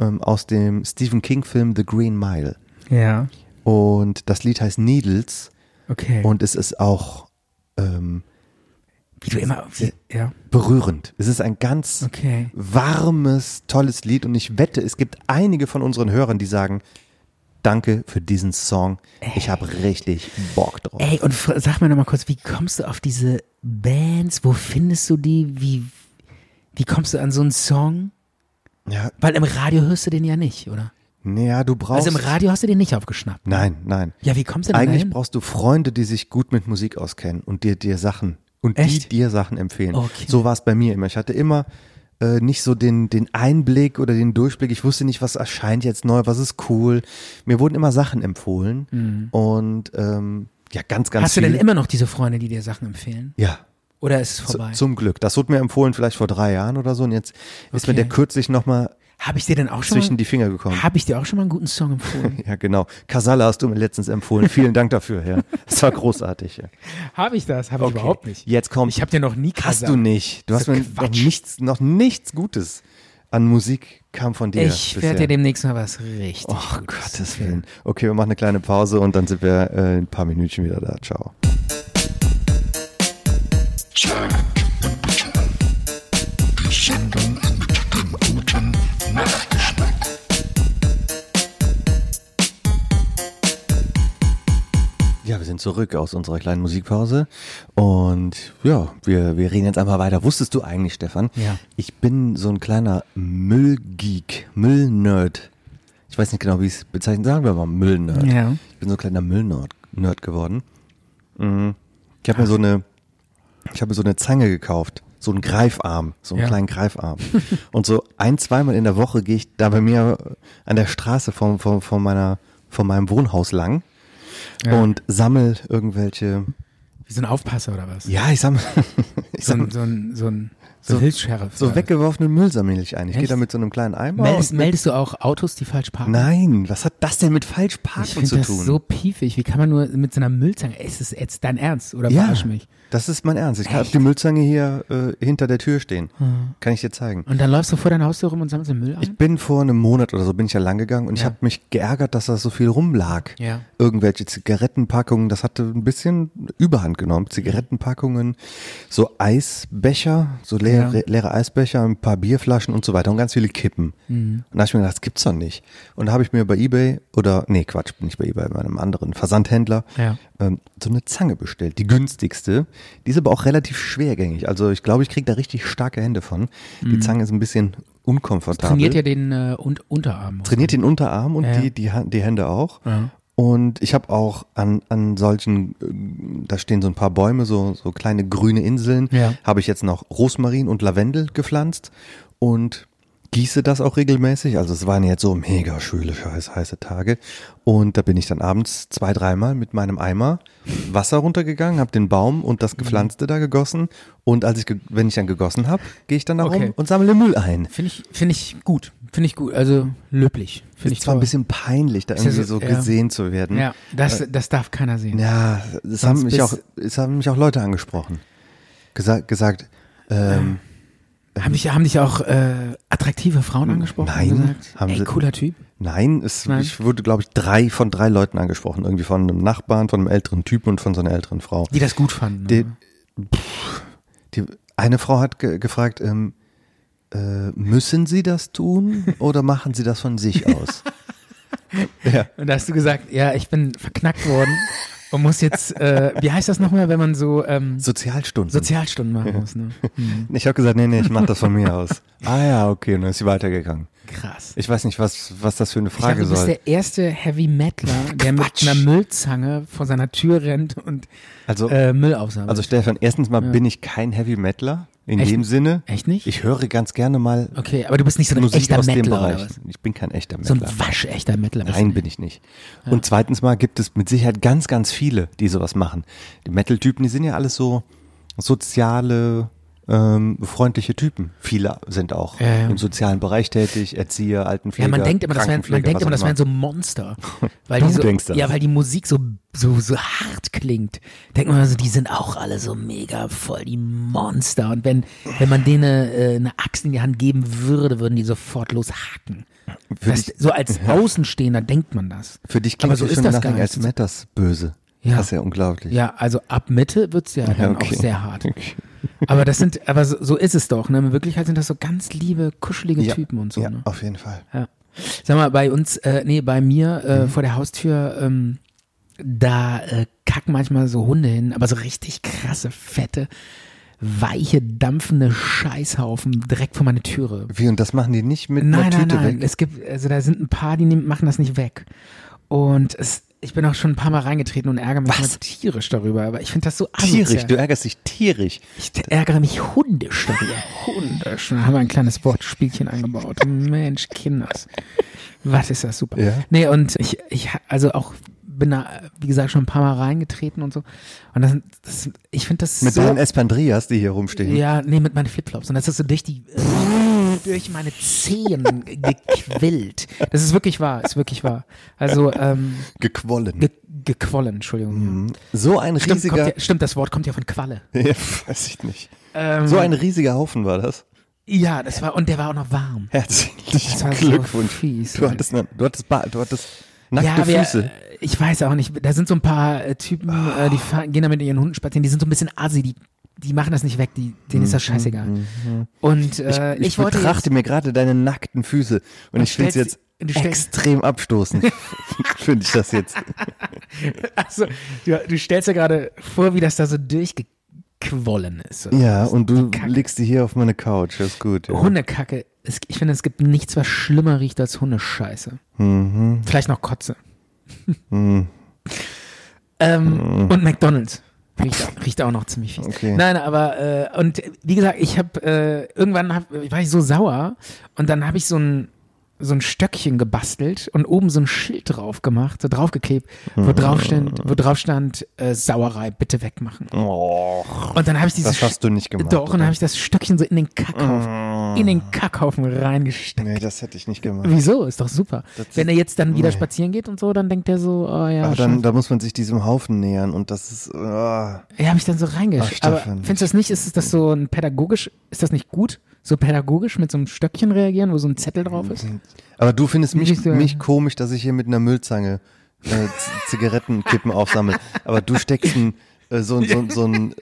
S2: ähm, aus dem Stephen King-Film The Green Mile.
S1: Ja.
S2: Und das Lied heißt Needles
S1: Okay.
S2: und es ist auch ähm,
S1: wie du immer. Wie, ja.
S2: berührend. Es ist ein ganz
S1: Okay.
S2: warmes, tolles Lied und ich wette, es gibt einige von unseren Hörern, die sagen, danke für diesen Song. Ich habe richtig Bock drauf.
S1: Ey, und fr- sag mir nochmal kurz, wie kommst du auf diese Bands? Wo findest du die? Wie, wie kommst du an so einen Song?
S2: Ja,
S1: Weil im Radio hörst du den ja nicht, oder?
S2: ja, du brauchst.
S1: Also im Radio hast du den nicht aufgeschnappt.
S2: nein, nein.
S1: Ja, wie kommst du denn
S2: Eigentlich
S1: dahin?
S2: brauchst du Freunde, die sich gut mit Musik auskennen und dir dir Sachen und die
S1: Echt?
S2: dir Sachen empfehlen.
S1: Okay.
S2: So war es bei mir immer. Ich hatte immer äh, nicht so den, den Einblick oder den Durchblick. Ich wusste nicht, was erscheint jetzt neu, was ist cool. Mir wurden immer Sachen empfohlen und ähm, ja, ganz, ganz
S1: Mhm. Hast du
S2: viel.
S1: denn immer noch diese Freunde, die dir Sachen empfehlen?
S2: ja,
S1: Oder ist es
S2: Zu,
S1: vorbei?
S2: zum Glück. Das wurde mir empfohlen, vielleicht vor drei Jahren oder so. Und jetzt ist mir
S1: Okay.
S2: der kürzlich nochmal
S1: Habe ich dir denn auch schon
S2: zwischen
S1: mal,
S2: die Finger gekommen.
S1: Habe ich dir auch schon mal einen guten Song empfohlen?
S2: Ja, genau. Casala hast du mir letztens empfohlen. Vielen Dank dafür. Ja. Das war großartig. Ja.
S1: habe ich das? Habe
S2: Okay. Jetzt kommt.
S1: Ich habe dir noch nie
S2: Hast
S1: Casala-
S2: du nicht. Du
S1: Das
S2: hast
S1: ist
S2: mir
S1: doch
S2: noch
S1: Quatsch.
S2: nichts, noch nichts Gutes an Musik kam von dir.
S1: Ich werde dir demnächst mal was richtig
S2: Oh
S1: Gutes
S2: Gottes
S1: empfehlen.
S2: Willen. Okay, wir machen eine kleine Pause und dann sind wir äh, in ein paar Minütchen wieder da. Ciao. Ja, wir sind zurück aus unserer kleinen Musikpause und ja, wir, wir reden jetzt einmal weiter. Wusstest du eigentlich, Stefan?
S1: Ja.
S2: Ich bin so ein kleiner Müllgeek, Müllnerd. Ich weiß nicht genau, wie ich es bezeichnen. Sagen wir mal Müllnerd.
S1: Ja.
S2: Ich bin so ein kleiner Müllnerd Nerd geworden. Mhm. Ich habe mir so eine, ich habe mir so eine Zange gekauft, so einen Greifarm, so einen
S1: Ja.
S2: kleinen Greifarm. und so ein, zweimal in der Woche gehe ich da bei mir an der Straße von, von, von meiner, von meinem Wohnhaus lang und sammel irgendwelche.
S1: Wie so ein Aufpasser oder was?
S2: Ja, ich sammel. Ich
S1: So
S2: sammel
S1: ein, so ein, so ein, so
S2: So-
S1: ein Hilfs-Sheriff.
S2: so
S1: oder
S2: weggeworfenen Müll sammel ich ein. Ich gehe
S1: Echt?
S2: da mit so einem kleinen Eimer.
S1: was? Meldest,
S2: und mit,
S1: meldest du auch Autos, die falsch parken?
S2: nein, was hat das denn mit falsch
S1: Ich
S2: parken
S1: finde
S2: zu
S1: das
S2: tun?
S1: so piefig. Wie kann man nur mit so einer Müllzange, ist es jetzt dein Ernst oder
S2: ja,
S1: verarsch mich?
S2: das ist mein Ernst. Ich habe
S1: Echt? Hm.
S2: die Müllzange hier äh, hinter der Tür stehen. Kann ich dir zeigen.
S1: Und dann läufst du vor dein Haustür rum und sammelst den Müll ein?
S2: Ich bin vor einem Monat oder so bin ich ja lang gegangen und ich
S1: Mhm. Ja.
S2: habe mich geärgert, dass da so viel rumlag.
S1: Ja.
S2: Irgendwelche Zigarettenpackungen, das hatte ein bisschen Überhand genommen. Zigarettenpackungen, so Eisbecher, so leere, leere Eisbecher, ein paar Bierflaschen und so weiter und ganz viele Kippen.
S1: Mhm.
S2: Und da habe ich mir gedacht, das gibt's doch nicht. Und da habe ich mir bei Ebay oder, nee, Quatsch, nicht bei Ebay, bei einem anderen Versandhändler
S1: Ja.
S2: ähm, so eine Zange bestellt, die günstigste. Die ist aber auch relativ schwergängig. Also ich glaube, ich kriege da richtig starke Hände von. Die
S1: Mhm.
S2: Zange ist ein bisschen unkomfortabel.
S1: Trainiert ja den äh, und Unterarm.
S2: trainiert den Unterarm und
S1: Ja.
S2: die, die, Han- die Hände auch. Und ich habe auch an, an solchen, äh, da stehen so ein paar Bäume, so, so kleine grüne Inseln,
S1: Ja.
S2: habe ich jetzt noch Rosmarin und Lavendel gepflanzt und gieße das auch regelmäßig. Also es waren jetzt so mega schwüle, scheiß heiße Tage. Und da bin ich dann abends zwei, dreimal mit meinem Eimer Wasser runtergegangen, habe den Baum und
S1: Mhm.
S2: das Gepflanzte da gegossen. Und als ich, ge- wenn ich dann gegossen habe, gehe ich dann da
S1: Okay.
S2: rum und sammle Müll ein.
S1: Finde ich, finde ich gut. Finde ich gut. Also löblich. Finde ich
S2: Es war ein
S1: toll.
S2: bisschen Hm? Äh, peinlich, da
S1: ja
S2: irgendwie
S1: so-
S2: so
S1: ja.
S2: gesehen zu werden.
S1: Ja, das, das darf keiner sehen.
S2: Ja, es haben mich auch,
S1: bist-
S2: es haben mich auch Leute angesprochen. Gesagt, gesagt, ähm,
S1: Haben dich, haben dich auch äh, attraktive Frauen angesprochen?
S2: Hm, Nein,
S1: und Gesagt,
S2: haben
S1: ey,
S2: sie-
S1: cooler Typ.
S2: nein, es,
S1: Nein.
S2: ich wurde, glaube ich, drei von drei Leuten angesprochen. Irgendwie von einem Nachbarn, von einem älteren Typen und von so einer älteren Frau.
S1: Die das gut fanden.
S2: Die,
S1: oder?
S2: pff, die, eine Frau hat ge gefragt, ähm, äh, müssen Sie das tun oder machen Sie das von sich aus? ja.
S1: Und da hast du gesagt, ja, ich bin verknackt worden und muss jetzt, äh, wie heißt das nochmal, wenn man so ähm,
S2: Sozialstunden.
S1: Sozialstunden machen muss? Ne? Hm,
S2: ich habe gesagt, nee, nee, ich mache das von mir aus. Ah ja, okay, und dann ist sie weitergegangen.
S1: krass.
S2: Ich weiß nicht, was, was das für eine
S1: Ich dachte,
S2: Frage
S1: du bist
S2: soll.
S1: der erste Heavy Metaler, der mit einer Müllzange vor seiner Tür rennt und
S2: Also,
S1: äh, Müll aufsammelt.
S2: also Stefan, erstens mal bin ich kein Heavy Metaler. In
S1: Echt?
S2: dem Sinne.
S1: Echt nicht?
S2: Ich höre ganz gerne mal
S1: okay, aber du bist nicht so ein
S2: Musik
S1: echter
S2: aus dem
S1: Metaler oder
S2: Bereich.
S1: was?
S2: Ich bin kein echter
S1: So ein
S2: Metaler.
S1: waschechter Metaler. bist du
S2: Nein, bin ich nicht. Und zweitens mal gibt es mit Sicherheit ganz, ganz viele, die sowas machen. Die Metal-Typen, die sind ja alles so soziale, ähm, freundliche Typen. Viele sind auch
S1: Ja, ja.
S2: im sozialen Bereich tätig, Erzieher, Altenpfleger,
S1: Ja, man denkt immer, das wären, man
S2: Krankenpfleger,
S1: denkt
S2: was
S1: immer, das
S2: auch
S1: wären so Monster. Weil
S2: Du
S1: die so,
S2: denkst das.
S1: Ja, weil die Musik so, so, so hart klingt. Denkt man so, die sind auch alle so mega voll, die Monster. Und wenn, wenn man denen äh, eine Axt in die Hand geben würde, würden die sofort loshaken. Das,
S2: dich-
S1: so als Außenstehender denkt man das.
S2: Für dich
S1: Aber
S2: klingt
S1: so
S2: so
S1: ist
S2: schon
S1: das
S2: nachher
S1: gar
S2: als
S1: nicht.
S2: Metas böse.
S1: Ja.
S2: Das ist ja unglaublich.
S1: Ja, also ab Mitte wird's ja dann
S2: okay.
S1: auch sehr hart.
S2: Okay.
S1: Aber das sind, aber so, so ist es doch. Ne? In Wirklichkeit sind das so ganz liebe, kuschelige
S2: Ja,
S1: Typen und so.
S2: ja,
S1: ne?
S2: auf jeden Fall.
S1: Ja. Sag mal, bei uns, äh, nee, bei mir äh, vor der Haustür, ähm, da äh, kacken manchmal so Hunde hin, aber so richtig krasse, fette, weiche, dampfende Scheißhaufen direkt vor meine Türe.
S2: Wie, und das machen die nicht mit
S1: Nein,
S2: einer
S1: nein,
S2: Tüte
S1: nein.
S2: weg?
S1: Es gibt, also da sind ein paar, die nehmen, machen das nicht weg. Und es, ich bin auch schon ein paar Mal reingetreten und ärgere mich immer tierisch darüber, aber ich finde das so
S2: Tierisch,
S1: asozial.
S2: du ärgerst dich tierisch.
S1: Ich ärgere mich hundisch darüber. Hundisch. Da haben wir ein kleines Wortspielchen eingebaut. Mensch, Kinders. Was ist das super?
S2: Ja.
S1: Nee, und ich, ich, ha- also auch bin da, wie gesagt, schon ein paar Mal reingetreten und so. Und das, das ich finde das
S2: Mit
S1: so.
S2: deinen Espandrillas, die hier rumstehen.
S1: ja, nee, mit meinen Flipflops. Und das ist so durch die, äh, durch meine Zehen gequillt. Das ist wirklich wahr, ist wirklich wahr. Also, ähm,
S2: Gequollen.
S1: ge gequollen, Entschuldigung.
S2: so ein
S1: Stimmt, kommt
S2: Mhm. riesiger.
S1: ja, stimmt, das Wort kommt ja von Qualle.
S2: ja, weiß ich nicht.
S1: Ähm.
S2: so ein riesiger Haufen war das.
S1: Ja, das war, und der war auch noch warm. Das war
S2: Herzlichen
S1: so
S2: Glückwunsch.
S1: fies,
S2: du,
S1: Alter.
S2: hattest, ne- du, hattest ba, du hattest nackte
S1: aber,
S2: Füße. Ah.
S1: äh, Ich weiß auch nicht. Da sind so ein paar äh, Typen, äh, die fahren- gehen da mit ihren Hunden spazieren. Die sind so ein bisschen assi. Die, die machen das nicht weg. Die, denen ist das scheißegal. Und äh, ich,
S2: Mhm, ich
S1: wollte
S2: betrachte mir gerade deine nackten Füße und ich finde es
S1: stellst-
S2: jetzt
S1: und du stellst-
S2: extrem abstoßend. finde ich das jetzt.
S1: jetzt, also, du, du stellst dir gerade vor, wie das da so durchgequollen ist. oder?
S2: Ja, und du
S1: Kacke. Oh
S2: legst die hier auf meine Couch. Das ist gut. Ja.
S1: Hundekacke. Es, ich finde, es gibt nichts, was schlimmer riecht als Hundescheiße.
S2: Mhm.
S1: Vielleicht noch Kotze. ähm, Und McDonalds. Riecht, auch- riecht auch noch ziemlich fies.
S2: Mhm. Okay.
S1: Nein, aber, äh, und wie gesagt, ich habe, äh, irgendwann hab, war ich so sauer und dann habe ich so ein, so ein Stöckchen gebastelt und oben so ein Schild drauf gemacht, so draufgeklebt, wo drauf stand, wo drauf stand äh, Sauerei bitte wegmachen.
S2: Och,
S1: Und dann habe ich dieses
S2: das hast du nicht gemacht.
S1: doch, und dann
S2: oder? Ah.
S1: habe ich das Stöckchen so in den Kackhaufen, in den Kackhaufen reingesteckt.
S2: Nee, das hätte ich nicht gemacht.
S1: Wieso? Ist doch super.
S2: Das-
S1: Wenn er jetzt dann wieder
S2: nee.
S1: spazieren geht und so, dann denkt er so, oh ja, scheiße.
S2: Aber dann, da muss man sich diesem Haufen nähern und das ist. ah.
S1: ja, habe ich dann so
S2: Ach,
S1: reingeschickt. Aber
S2: Stefan.
S1: findest du das nicht, ist das so ein pädagogisch, ist das nicht gut? So pädagogisch mit so einem Stöckchen reagieren, wo so ein Zettel drauf ist?
S2: Aber du findest mich,
S1: Nicht so-
S2: mich komisch, dass ich hier mit einer Müllzange äh, Z- Zigarettenkippen aufsammle. Aber du steckst ein, äh, so, ein- so, ein- so ein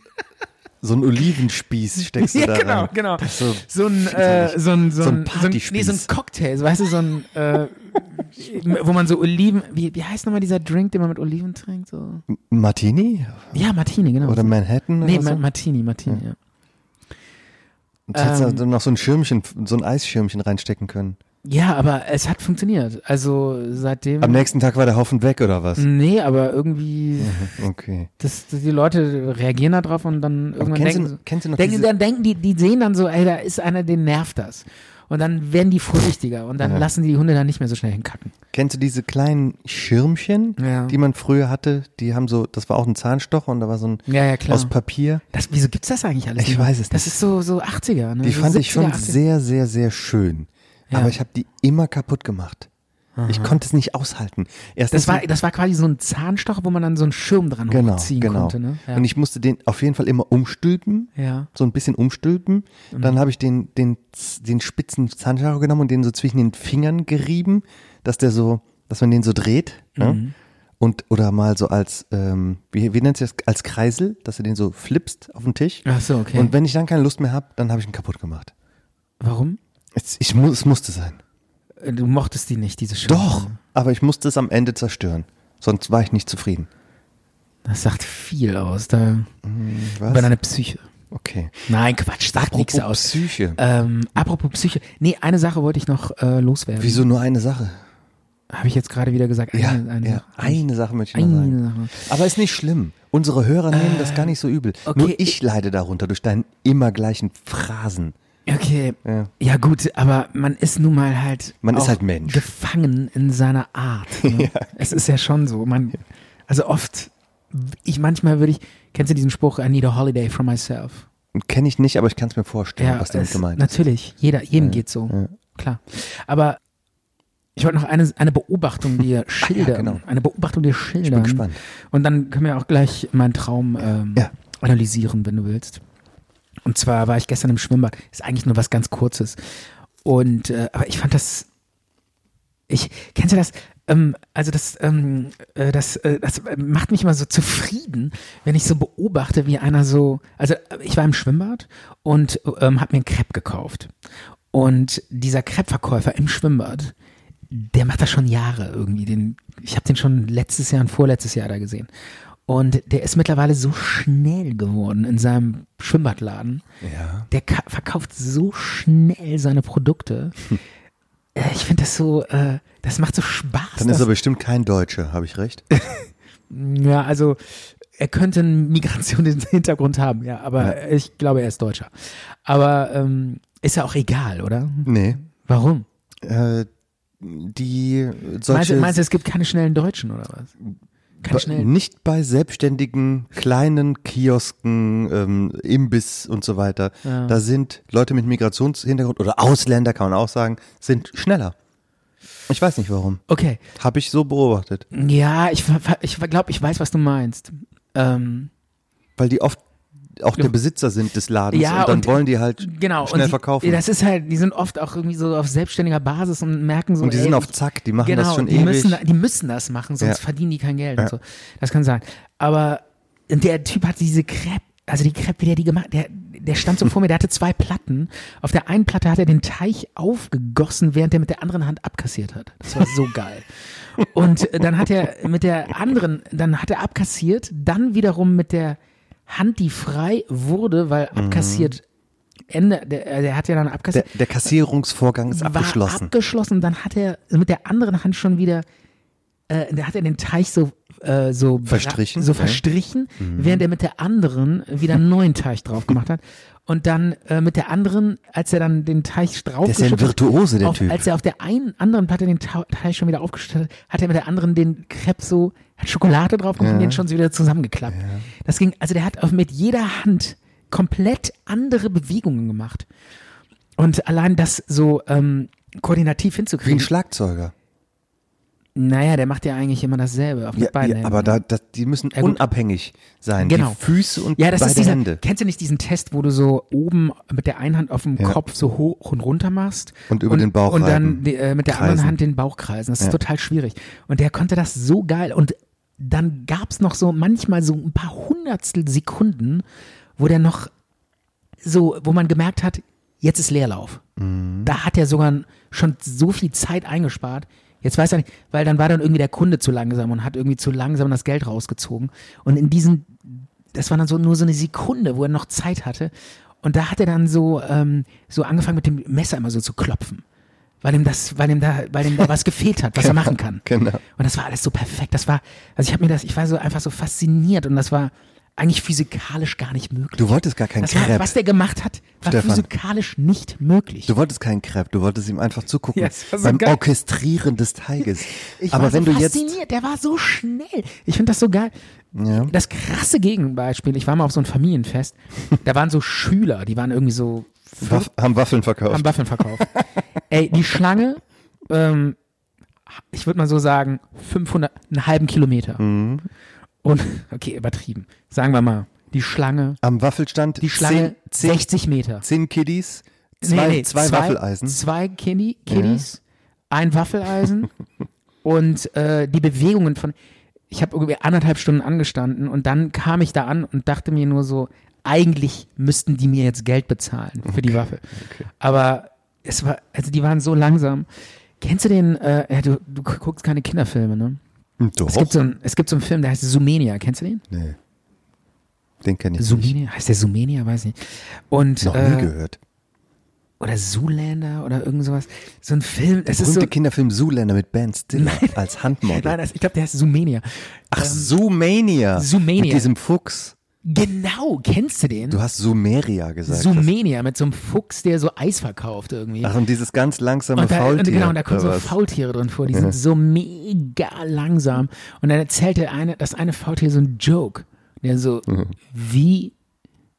S2: so einen Olivenspieß steckst du
S1: Ja,
S2: da
S1: genau,
S2: rein.
S1: genau.
S2: äh, Das
S1: So, ein,
S2: ist
S1: äh, so ein, so ein,
S2: So
S1: so
S2: ein
S1: ein, nee,
S2: Partyspieß.
S1: so ein Cocktail, so, weißt du, so ein, äh, wo man so Oliven, wie, wie heißt nochmal dieser Drink, den man mit Oliven trinkt? So.
S2: Martini
S1: Ja, Martini, genau.
S2: oder Manhattan
S1: nee,
S2: oder so?
S1: Ma Martini, Martini, ja.
S2: Und hättest
S1: ähm,
S2: du noch so ein Schirmchen, so ein Eisschirmchen reinstecken können.
S1: Ja, aber es hat funktioniert. Also seitdem.
S2: Am nächsten Tag war der Haufen weg oder was?
S1: nee, aber irgendwie,
S2: Mhm. Okay.
S1: das, das, die Leute reagieren da drauf und dann
S2: Aber
S1: irgendwann
S2: kennst,
S1: denken,
S2: du, kennst du noch
S1: denken
S2: diese,
S1: dann denken die, die sehen dann so, ey, da ist einer, den nervt das. Und dann werden die vorsichtiger und dann
S2: Ja.
S1: lassen die Hunde dann nicht mehr so schnell hinkacken.
S2: Kennst du diese kleinen Schirmchen,
S1: Ja.
S2: die man früher hatte? Die haben so, das war auch ein Zahnstocher und da war so ein
S1: Ja, ja, klar.
S2: aus Papier.
S1: Das, wieso gibt's das eigentlich alles?
S2: Ich
S1: nicht?
S2: weiß es
S1: Das
S2: nicht.
S1: ist so, so 80er, ne?
S2: Die
S1: so
S2: fand ich schon
S1: 70er, 80er.
S2: sehr, sehr, sehr schön.
S1: Ja.
S2: Aber ich habe die immer kaputt gemacht. Ich konnte es nicht aushalten. Erst
S1: Das war, das war quasi so ein Zahnstocher, wo man dann so einen Schirm dran
S2: genau,
S1: hochziehen
S2: genau.
S1: konnte, ne? Ja.
S2: Und ich musste den auf jeden Fall immer umstülpen.
S1: Ja.
S2: So ein bisschen umstülpen.
S1: Mhm.
S2: Dann habe ich den, den, Z- den spitzen Zahnstocher genommen und den so zwischen den Fingern gerieben, dass der so, dass man den so dreht.
S1: Mhm.
S2: Ne? Und, oder mal so als, ähm, wie, wie nennt sich das? Als Kreisel, dass du den so flippst auf den Tisch.
S1: Ach so, okay.
S2: Und wenn ich dann keine Lust mehr habe, dann habe ich ihn kaputt gemacht.
S1: Warum?
S2: Es, ich, mu- es musste sein.
S1: Äh, Du mochtest die nicht, diese Schirme.
S2: Doch, aber ich musste es am Ende zerstören. Sonst war ich nicht zufrieden.
S1: Das sagt viel aus da
S2: Was?
S1: über deine Psyche.
S2: okay.
S1: Nein, Quatsch, sagt nichts aus.
S2: Psyche.
S1: Ähm, apropos Psyche. Nee, eine Sache wollte ich noch äh, loswerden.
S2: Wieso nur eine Sache?
S1: Habe ich jetzt gerade wieder gesagt. Eine,
S2: Ja,
S1: eine
S2: ja.
S1: Sache.
S2: eine Sache möchte ich
S1: Eine
S2: noch sagen. Aber ist nicht schlimm. Unsere Hörer nehmen das gar nicht so übel.
S1: Äh, okay.
S2: Nur ich leide darunter durch deinen immer gleichen Phrasen.
S1: Okay. Ja.
S2: Ja.
S1: gut, aber man ist nun mal halt.
S2: Man ist
S1: auch
S2: halt Mensch.
S1: Gefangen in seiner Art. Ne? Es ist ja schon so. Man, also oft, ich manchmal würde ich. Kennst du diesen Spruch, I need a holiday for myself?
S2: Kenne ich nicht, aber ich kann es mir vorstellen,
S1: Ja,
S2: was damit
S1: es-
S2: gemeint ist.
S1: Natürlich, jeder, jedem geht's so. Klar. Aber ich wollte noch eine, eine Beobachtung dir schildern.
S2: genau.
S1: Eine Beobachtung dir schildern. Ich bin
S2: gespannt.
S1: Und dann können wir auch gleich meinen Traum ähm,
S2: Ja.
S1: analysieren, wenn du willst. Und zwar war ich gestern im Schwimmbad. Ist eigentlich nur was ganz Kurzes. Und äh, aber ich fand das. Ich kennst du das? Ähm, also das, ähm, äh, das, äh, das macht mich immer so zufrieden, wenn ich so beobachte, wie einer so. Also äh, ich war im Schwimmbad und ähm, habe mir einen Crepe gekauft. Und dieser Crepe-Verkäufer im Schwimmbad, der macht das schon Jahre irgendwie. Den, ich habe den schon letztes Jahr und vorletztes Jahr da gesehen. Und der ist mittlerweile so schnell geworden in seinem Schwimmbadladen.
S2: Ja.
S1: Der ka- verkauft so schnell seine Produkte. Äh, Ich finde das so, äh, das macht so Spaß.
S2: Dann ist
S1: das- Äh,
S2: er bestimmt kein Deutscher, habe ich recht?
S1: ja, also er könnte einen Migrationshintergrund haben, ja, aber ich glaube, er ist Deutscher. Aber ähm, ist ja auch egal, oder?
S2: nee.
S1: Warum?
S2: Äh, die
S1: Meinst
S2: solche
S1: du, meinst du, es gibt keine schnellen Deutschen oder was? Keine
S2: Ba-
S1: schnellen.
S2: Nicht bei selbstständigen kleinen Kiosken, ähm, Imbiss und so weiter. Da sind Leute mit Migrationshintergrund oder Ausländer, kann man auch sagen, sind schneller. Ich weiß nicht warum.
S1: Okay.
S2: Habe ich so beobachtet.
S1: Ja, ich, ver- ver- ich glaube, ich weiß, was du meinst. Ähm,
S2: Weil die oft auch der Besitzer sind des Ladens
S1: Ja,
S2: und dann
S1: und-
S2: wollen die halt
S1: genau. und
S2: schnell
S1: die,
S2: verkaufen.
S1: Das ist halt, die sind oft auch irgendwie so auf selbstständiger Basis und merken so.
S2: und die
S1: ey,
S2: sind auf
S1: ich-
S2: Zack, die machen
S1: genau,
S2: das schon
S1: die
S2: ewig.
S1: Müssen, da- die müssen das machen, sonst
S2: Ja.
S1: verdienen die kein Geld und
S2: Ja.
S1: so. Das kann sein. Aber der Typ hat diese Crepe, also die Crepe, wie der die gemacht der, der stand so vor mir, der hatte zwei Platten. Auf der einen Platte hat er den Teich aufgegossen, während er mit der anderen Hand abkassiert hat. Das war so geil. Und äh, dann hat er mit der anderen, dann hat er abkassiert, dann wiederum mit der Hand, die frei wurde, weil
S2: Mhm.
S1: abkassiert Ende, der, der hat ja dann
S2: der,
S1: abkassiert
S2: der Kassierungsvorgang ist
S1: war
S2: abgeschlossen.
S1: abgeschlossen. Dann hat er mit der anderen Hand schon wieder, äh, da hat er den Teich so äh, so
S2: Verstrichen,
S1: so
S2: ja. Mhm.
S1: verstrichen, während er mit der anderen wieder einen neuen Teich drauf gemacht hat. Und dann äh, mit der anderen, als er dann den Teich drauf
S2: Der ist ja ein Virtuose, der
S1: auf,
S2: Typ.
S1: Als er auf der einen anderen Platte den Ta Teich schon wieder aufgestellt hat, hat er mit der anderen den Crepe so, hat Schokolade drauf gemacht und den schon so wieder zusammengeklappt. Das ging, also der hat auf, mit jeder Hand komplett andere Bewegungen gemacht. Und allein das so ähm, koordinativ
S2: Wie ein
S1: hinzukriegen,
S2: Schlagzeuger.
S1: naja, der macht ja eigentlich immer dasselbe auf mit
S2: Ja,
S1: beiden
S2: ja,
S1: Händen.
S2: aber da, da, die müssen
S1: Ja, gut.
S2: unabhängig sein.
S1: Genau.
S2: Die Füße und
S1: ja, das
S2: beide
S1: ist dieser,
S2: Hände.
S1: Kennst du nicht diesen Test, wo du so oben mit der einen Hand auf dem
S2: Ja.
S1: Kopf so hoch und runter machst
S2: Und über den Bauch
S1: und dann
S2: reiben.
S1: die, äh, mit der anderen
S2: Kreisen.
S1: Hand den Bauch kreisen. Das ist
S2: Ja.
S1: total schwierig. Und der konnte das so geil. Und dann gab's noch so manchmal so ein paar Hundertstel Sekunden, wo der noch so, wo man gemerkt hat, jetzt ist Leerlauf.
S2: Mhm.
S1: Da hat er sogar schon so viel Zeit eingespart. Jetzt weiß er nicht, weil dann war dann irgendwie der Kunde zu langsam und hat irgendwie zu langsam das Geld rausgezogen. Und in diesen, das war dann so nur so eine Sekunde, wo er noch Zeit hatte. Und da hat er dann so, ähm, so angefangen mit dem Messer immer so zu klopfen. Weil ihm das, weil ihm da, weil ihm da was gefehlt hat, was er machen kann.
S2: Genau.
S1: Und das war alles so perfekt. Das war, also ich habe mir das, ich war so einfach so fasziniert und das war eigentlich physikalisch gar nicht möglich.
S2: Du wolltest gar keinen
S1: Das war,
S2: Crepe.
S1: was der gemacht hat, war
S2: Stefan.
S1: physikalisch nicht möglich.
S2: Du wolltest keinen Crepe, du wolltest ihm einfach zugucken
S1: Ja, das war so
S2: beim
S1: geil.
S2: Orchestrieren des Teiges.
S1: ich
S2: Aber
S1: war
S2: wenn
S1: so
S2: du jetzt
S1: fasziniert, der war so schnell. Ich finde das so geil.
S2: Ja.
S1: Das krasse Gegenbeispiel, ich war mal auf so einem Familienfest, da waren so Schüler, die waren irgendwie so
S2: Waff, haben Waffeln verkauft.
S1: am Waffeln verkauft. Ey, die Schlange, ähm, ich würde mal so sagen, 500, einen halben Kilometer.
S2: Mhm.
S1: Und, okay, übertrieben. Sagen wir mal, die Schlange,
S2: Am Waffelstand
S1: die Schlange
S2: 10,
S1: 60 Meter.
S2: Kiddies, zwei,
S1: Nee, nee,
S2: zwei, Waffeleisen.
S1: Zwei Kiddi Kiddies, ein Waffeleisen und äh, die Bewegungen von. Ich habe irgendwie anderthalb Stunden angestanden und dann kam ich da an und dachte mir nur so, eigentlich müssten die mir jetzt Geld bezahlen für die Waffe. Aber es war, also die waren so langsam. Kennst du den, äh, ja, du, du guckst keine Kinderfilme, ne?
S2: Doch.
S1: Es gibt, so einen, es gibt so einen Film, der heißt Sumenia, kennst du den?
S2: nee. Den kenne ich nicht.
S1: Sumenia, heißt der Sumenia, weiß nicht. Und,
S2: Noch nie
S1: äh,
S2: gehört.
S1: oder Zoolander oder irgend sowas. So ein Film, es ist
S2: Berühmte
S1: so,
S2: Kinderfilm Zoolander mit Ben Stiller als Handmodel.
S1: Nein, das, ich glaube, der heißt Zoomania.
S2: Ach, Zoomania.
S1: Zoomania.
S2: Mit diesem Fuchs.
S1: Genau, kennst du den?
S2: Du hast Sumeria gesagt.
S1: Zoomania mit so einem Fuchs, der so Eis verkauft irgendwie.
S2: Ach, und dieses ganz langsame
S1: und da,
S2: Faultier.
S1: und genau, und da kommen
S2: oder
S1: so
S2: was?
S1: Faultiere drin vor, die sind so mega langsam. Und dann erzählt der eine, das eine Faultier so einen Joke. Der so,
S2: Mhm.
S1: wie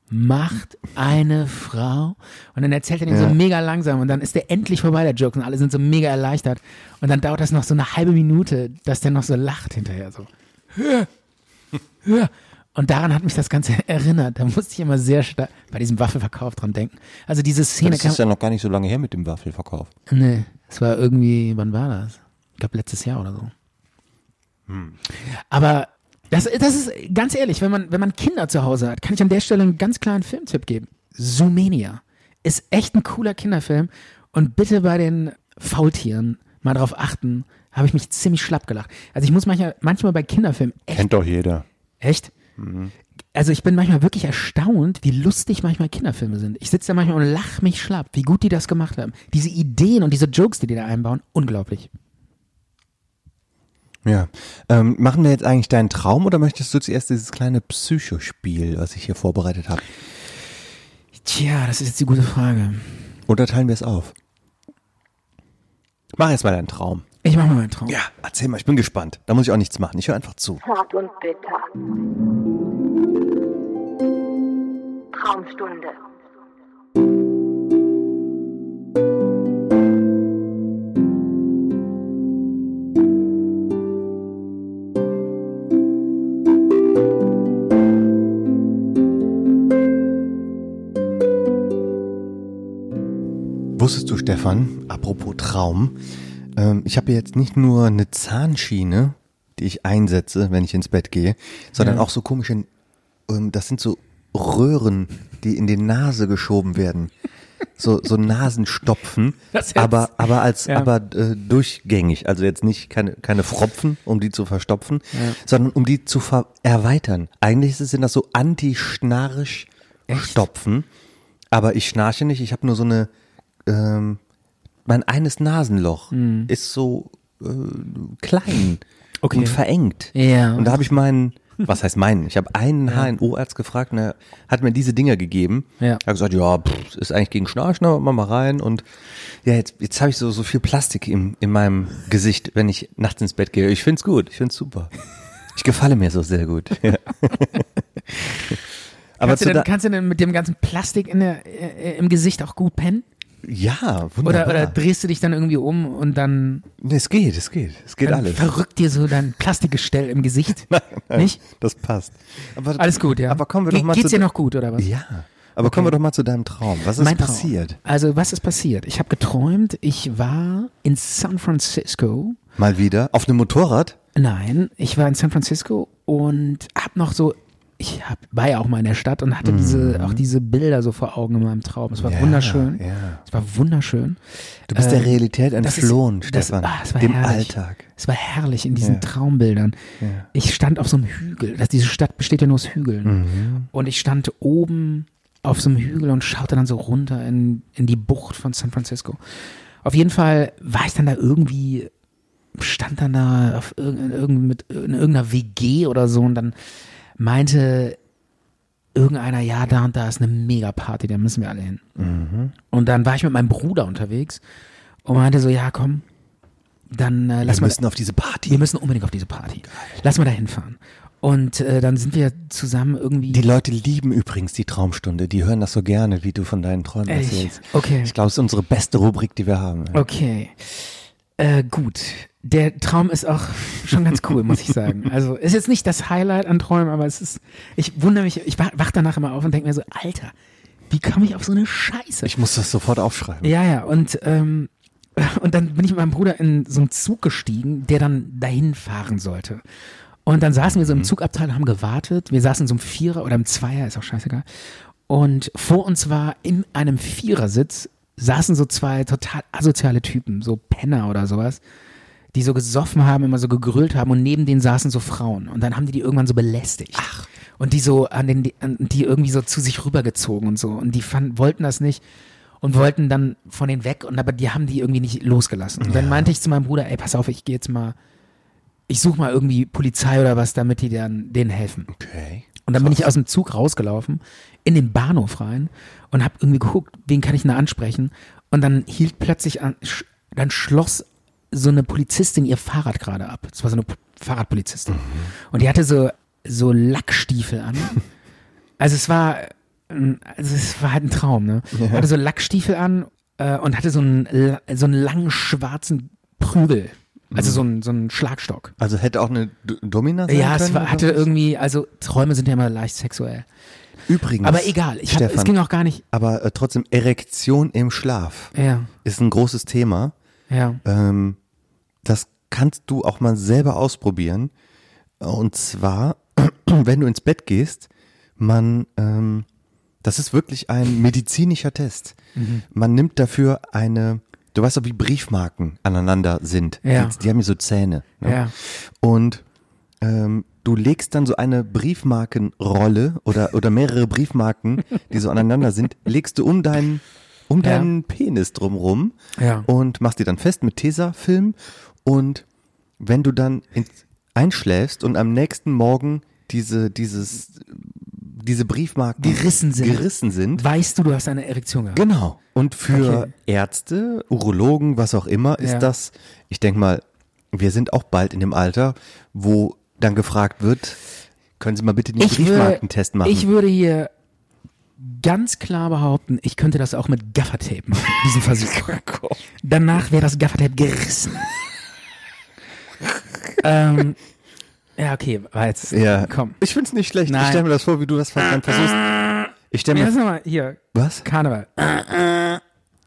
S1: macht eine Frau? Und dann erzählt er den so mega langsam und dann ist der endlich vorbei, der Joke, und alle sind so mega erleichtert. Und dann dauert das noch so eine halbe Minute, dass der noch so lacht hinterher, so. Und daran hat mich das Ganze erinnert. Da musste ich immer sehr stark bei diesem Waffelverkauf dran denken. Also diese Szene
S2: Das ist ja noch gar nicht so lange her mit dem Waffelverkauf.
S1: Nee, es war irgendwie, wann war das? Ich glaube letztes Jahr oder so. Aber das, das ist ganz ehrlich, wenn man, wenn man Kinder zu Hause hat, kann ich an der Stelle einen ganz kleinen Filmtipp geben. Zoomania ist echt ein cooler Kinderfilm und bitte bei den Faultieren mal drauf achten, habe ich mich ziemlich schlapp gelacht. Also ich muss manchmal, manchmal bei Kinderfilmen echt,
S2: Kennt doch jeder.
S1: echt
S2: Mhm.
S1: also ich bin manchmal wirklich erstaunt, wie lustig manchmal Kinderfilme sind. Ich sitze da manchmal und lache mich schlapp, wie gut die das gemacht haben. Diese Ideen und diese Jokes, die die da einbauen, unglaublich.
S2: Ja. Ähm, machen wir jetzt eigentlich deinen Traum oder möchtest du zuerst dieses kleine Psychospiel, was ich hier vorbereitet habe?
S1: Tja, das ist jetzt die gute Frage.
S2: Oder teilen wir es auf? Mach erst mal deinen Traum.
S1: Ich mache mal meinen Traum.
S2: Ja, erzähl mal, ich bin gespannt. Da muss ich auch nichts machen. Ich höre einfach zu.
S3: Zart und bitter. Traumstunde.
S2: Wusstest du, Stefan, apropos Traum, ähm, ich habe jetzt nicht nur eine Zahnschiene, die ich einsetze, wenn ich ins Bett gehe, sondern auch so komische, ähm, das sind so Röhren, die in die Nase geschoben werden. So, so Nasenstopfen,
S1: Das jetzt-
S2: aber, aber als,
S1: Ja.
S2: aber äh, durchgängig. Also jetzt nicht keine, keine Fropfen, um die zu verstopfen, sondern um die zu ver erweitern. Eigentlich sind das so Anti-Schnarch-Stopfen. Aber ich schnarche nicht, ich habe nur so eine, ähm, mein eines Nasenloch ist so äh, klein
S1: Hm. Okay.
S2: und verengt.
S1: Ja.
S2: Und da habe ich meinen, was heißt meinen? Ich habe einen HNO-Arzt gefragt und er hat mir diese Dinger gegeben.
S1: Ja.
S2: Er hat gesagt, ja, pff, ist eigentlich gegen Schnarchen, aber mach mal rein. Und ja, jetzt, jetzt habe ich so, so viel Plastik im, in meinem Gesicht, wenn ich nachts ins Bett gehe. Ich find's gut, ich find's super. Ich gefalle mir so sehr gut. Ja. aber
S1: kannst,
S2: zu
S1: du denn,
S2: da,
S1: kannst du denn mit dem ganzen Plastik in der, äh, im Gesicht auch gut pennen?
S2: ja,
S1: Oder,
S2: wunderbar.
S1: oder drehst du dich dann irgendwie um und dann,
S2: Nee, es geht, es geht, es geht
S1: dann
S2: alles.
S1: verrückt dir so dein Plastikgestell im Gesicht? Nicht?
S2: Das passt. Aber,
S1: Alles gut, ja.
S2: Aber kommen wir doch
S1: Ge-
S2: mal
S1: Geht's
S2: zu
S1: dir noch gut, oder was?
S2: Ja. Aber kommen wir doch mal zu deinem Traum. Was ist
S1: Mein Traum.
S2: passiert?
S1: Also, was ist passiert? Ich habe geträumt, ich war in San Francisco.
S2: Mal wieder auf einem Motorrad?
S1: Nein, ich war in San Francisco und habe noch so ich hab, war ja auch mal in der Stadt und hatte diese, auch diese Bilder so vor Augen in meinem Traum. Es war
S2: Mhm. Ja,
S1: wunderschön.
S2: ja.
S1: Es war wunderschön. Ähm,
S2: Du bist der Realität entflohen,
S1: ist,
S2: Stefan.
S1: Das, ah, es war
S2: dem
S1: herrlich.
S2: Alltag.
S1: Es war herrlich in diesen
S2: Ja.
S1: Traumbildern. Ich stand auf so einem Hügel. Das, diese Stadt besteht ja nur aus Hügeln.
S2: Mhm.
S1: Und ich stand oben auf so einem Hügel und schaute dann so runter in, in die Bucht von San Francisco. Auf jeden Fall war ich dann da irgendwie, stand dann da auf irgendein, irgend, mit, in irgendeiner WG oder so und dann meinte irgendeiner, ja, da und da ist eine Megaparty, da müssen wir alle hin.
S2: Mhm.
S1: Und dann war ich mit meinem Bruder unterwegs und meinte so, ja, komm, dann äh, lass
S2: Wir
S1: mal
S2: müssen auf diese Party.
S1: wir müssen unbedingt auf diese Party. Lass mal da hinfahren. Und äh, dann sind wir zusammen irgendwie.
S2: Die Leute lieben übrigens die Traumstunde. Die hören das so gerne, wie du von deinen Träumen
S1: Ehrlich?
S2: erzählst.
S1: Okay. Oh,
S2: Ich glaube, es ist unsere beste Rubrik, die wir haben.
S1: okay. Äh, gut. Der Traum ist auch schon ganz cool, muss ich sagen. Also ist jetzt nicht das Highlight an Träumen, aber es ist. Ich wundere mich, ich wa- wach danach immer auf und denke mir so, Alter, wie kam ich auf so eine Scheiße?
S2: Ich muss das sofort aufschreiben.
S1: Ja, ja, und, ähm, und dann bin ich mit meinem Bruder in so einen Zug gestiegen, der dann dahin fahren sollte. Und dann saßen wir so im Zugabteil und haben gewartet. Wir saßen in so einem Vierer oder im Zweier, ist auch scheißegal. Und vor uns war in einem Vierersitz saßen so zwei total asoziale Typen, so Penner oder sowas, die so gesoffen haben, immer so gegrölt haben und neben denen saßen so Frauen. Und dann haben die die irgendwann so belästigt. Ach. Und die so an den, an die irgendwie so zu sich rübergezogen und so. Und die fanden, wollten das nicht und wollten dann von denen weg und aber die haben die irgendwie nicht losgelassen. Und dann meinte ich zu meinem Bruder, ey, pass auf, ich gehe jetzt mal, ich suche mal irgendwie Polizei oder was, damit die dann denen helfen.
S2: Okay.
S1: Und dann bin ich aus dem Zug rausgelaufen, in den Bahnhof rein und habe irgendwie geguckt, wen kann ich denn da ansprechen? Und dann hielt plötzlich an, sch, dann schloss so eine Polizistin ihr Fahrrad gerade ab. Das war so eine P- Fahrradpolizistin.
S2: Mhm.
S1: Und die hatte so, so Lackstiefel an. Also es war, ähm, also es war halt ein Traum, ne? Hatte so Lackstiefel an äh, und hatte so einen, la- so einen langen schwarzen Prügel. Also so einen, so einen Schlagstock.
S2: Also hätte auch eine D Domina Mhm. sein
S1: Ja,
S2: können?
S1: es war,
S2: oder
S1: hatte
S2: was?
S1: irgendwie, also Träume sind ja immer leicht sexuell.
S2: Übrigens.
S1: Aber egal, ich hab,
S2: Stefan,
S1: es ging auch gar nicht.
S2: aber äh, trotzdem, Erektion im Schlaf
S1: Ja,
S2: ist ein großes Thema.
S1: ja.
S2: Ähm, das kannst du auch mal selber ausprobieren. Und zwar, wenn du ins Bett gehst, man, ähm, das ist wirklich ein medizinischer Test.
S1: Mhm.
S2: Man nimmt dafür eine, du weißt doch, wie Briefmarken aneinander sind.
S1: Ja.
S2: Die, die haben ja so Zähne. Ne?
S1: Ja.
S2: Und ähm, du legst dann so eine Briefmarkenrolle oder, oder mehrere Briefmarken, die so aneinander sind, legst du um deinen, um
S1: Ja.
S2: deinen Penis drumrum
S1: Ja.
S2: und machst die dann fest mit Tesafilm und wenn du dann ins- einschläfst und am nächsten Morgen diese, dieses, diese Briefmarken
S1: Gerissen sind.
S2: gerissen sind
S1: Weißt du, du hast eine Erektion gehabt?
S2: Genau. Und für
S1: Okay.
S2: Ärzte, Urologen, was auch immer, ist
S1: Ja.
S2: das, ich denke mal, wir sind auch bald in dem Alter, wo dann gefragt wird, können Sie mal bitte den Briefmarkentest Genau, machen?
S1: ich würde hier ganz klar behaupten, ich könnte das auch mit Gaffertape machen, diesen
S2: Oh
S1: Versuch. Danach wäre das Gaffertape gerissen. ähm, ja, okay, war jetzt.
S2: ja.
S1: Komm.
S2: Ich finde es nicht schlecht.
S1: Nein. Ah.
S2: Ich stelle mir das vor, wie du das dann versuchst. Ich stelle
S1: Ja,
S2: mir
S1: sag mal, hier,
S2: was?
S1: Karneval.
S2: Ah.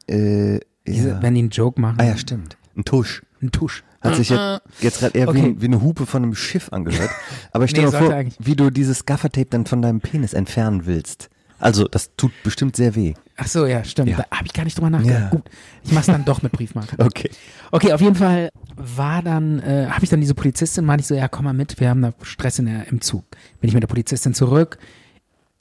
S2: Äh,
S1: Diese,
S2: ja.
S1: Wenn die einen Joke machen,
S2: Ah ja, stimmt. Ein Tusch.
S1: einen Tusch.
S2: Hat sich jetzt, jetzt gerade eher wie,
S1: Okay.
S2: ein- wie eine Hupe von einem Schiff angehört. Aber ich
S1: Nee,
S2: stelle mir
S1: sollte
S2: vor,
S1: eigentlich-
S2: wie du dieses Gaffertape dann von deinem Penis entfernen willst. Also, das tut bestimmt sehr weh.
S1: Ach so, ja, stimmt.
S2: Ja.
S1: Da habe ich gar nicht drüber nachgedacht.
S2: Ja.
S1: Gut, ich mach's dann doch mit Briefmarken.
S2: Okay.
S1: Okay, auf jeden Fall war dann, äh, habe ich dann diese Polizistin, meinte ich so, ja, komm mal mit, wir haben da Stress in der, im Zug. Bin ich mit der Polizistin zurück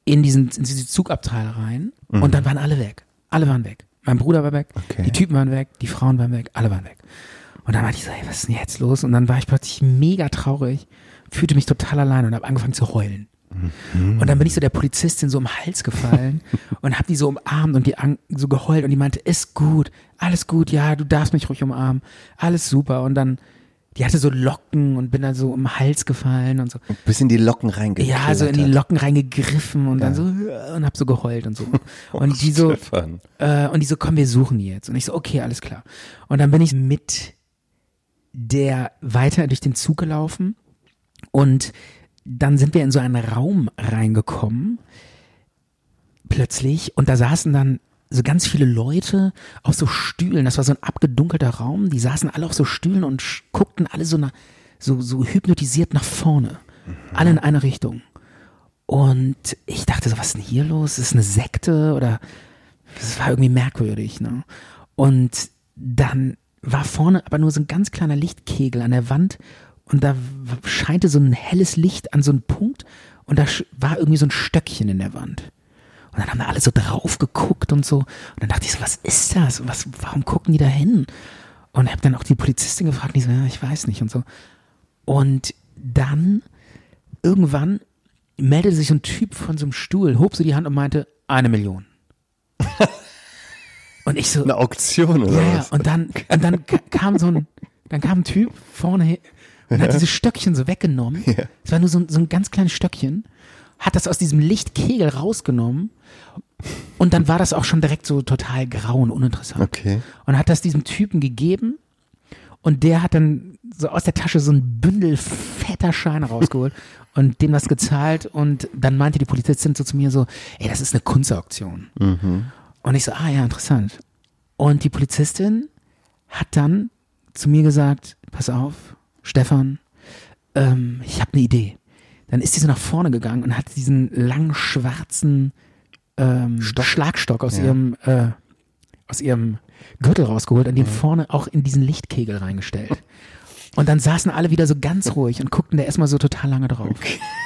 S1: in diesen, in diesen Zugabteil rein und dann waren alle weg. Alle waren weg. Mein Bruder war weg,
S2: Okay.
S1: die Typen waren weg, die Frauen waren weg, alle waren weg. Und dann war ich so, ey, was ist denn jetzt los? Und dann war ich plötzlich mega traurig, fühlte mich total allein und habe angefangen zu heulen. Und dann bin ich so der Polizistin so im Hals gefallen und hab die so umarmt und die an, so geheult und die meinte, ist gut, alles gut, ja, du darfst mich ruhig umarmen, alles super. Und dann, die hatte so Locken und bin dann so im Hals gefallen und so.
S2: Bis in die Locken reingeklettert.
S1: Ja, so in die Locken reingegriffen und dann so äh, und hab so geheult und so. Und die so,
S2: Stefan.
S1: äh, und die so, komm, wir suchen die jetzt. Und ich so, okay, alles klar. Und dann bin ich mit der weiter durch den Zug gelaufen und dann sind wir in so einen Raum reingekommen, plötzlich, und da saßen dann so ganz viele Leute auf so Stühlen. Das war so ein abgedunkelter Raum. Die saßen alle auf so Stühlen und sch- guckten alle so, nach, so, so hypnotisiert nach vorne. Alle in eine Richtung. Und ich dachte so, was ist denn hier los? Ist eine Sekte oder das war irgendwie merkwürdig, ne? Und dann war vorne aber nur so ein ganz kleiner Lichtkegel an der Wand und da w- scheinte so ein helles Licht an so einen Punkt und da sch- war irgendwie so ein Stöckchen in der Wand. Und dann haben da alle so drauf geguckt und so. Und dann dachte ich so, was ist das? Und Was, warum gucken die da hin? Und habe dann auch die Polizistin gefragt, und die so, ja, ich weiß nicht und so. Und dann irgendwann meldete sich so ein Typ von so einem Stuhl, hob so die Hand und meinte, eine Million. und ich so,
S2: Eine Auktion
S1: ja,
S2: oder
S1: ja.
S2: was?
S1: Und dann, und dann ka- kam so ein, dann kam ein Typ vorne her und hat dieses Stöckchen so weggenommen.
S2: Ja.
S1: Es war nur so, ein- so ein ganz kleines Stöckchen. Hat das aus diesem Lichtkegel rausgenommen. Und dann war das auch schon direkt so total grau und uninteressant.
S2: Okay.
S1: Und hat das diesem Typen gegeben. Und der hat dann so aus der Tasche so ein Bündel fetter Scheine rausgeholt und dem was gezahlt. Und dann meinte die Polizistin so zu mir so, ey, das ist eine Kunstauktion. Und ich so, ah ja, interessant. Und die Polizistin hat dann zu mir gesagt, pass auf, Stefan, ähm, ich habe eine Idee. Dann ist sie so nach vorne gegangen und hat diesen langen schwarzen ähm, Schlagstock aus ihrem äh, aus ihrem Gürtel rausgeholt und den vorne auch in diesen Lichtkegel reingestellt. Und dann saßen alle wieder so ganz ruhig und guckten da erstmal so total lange drauf.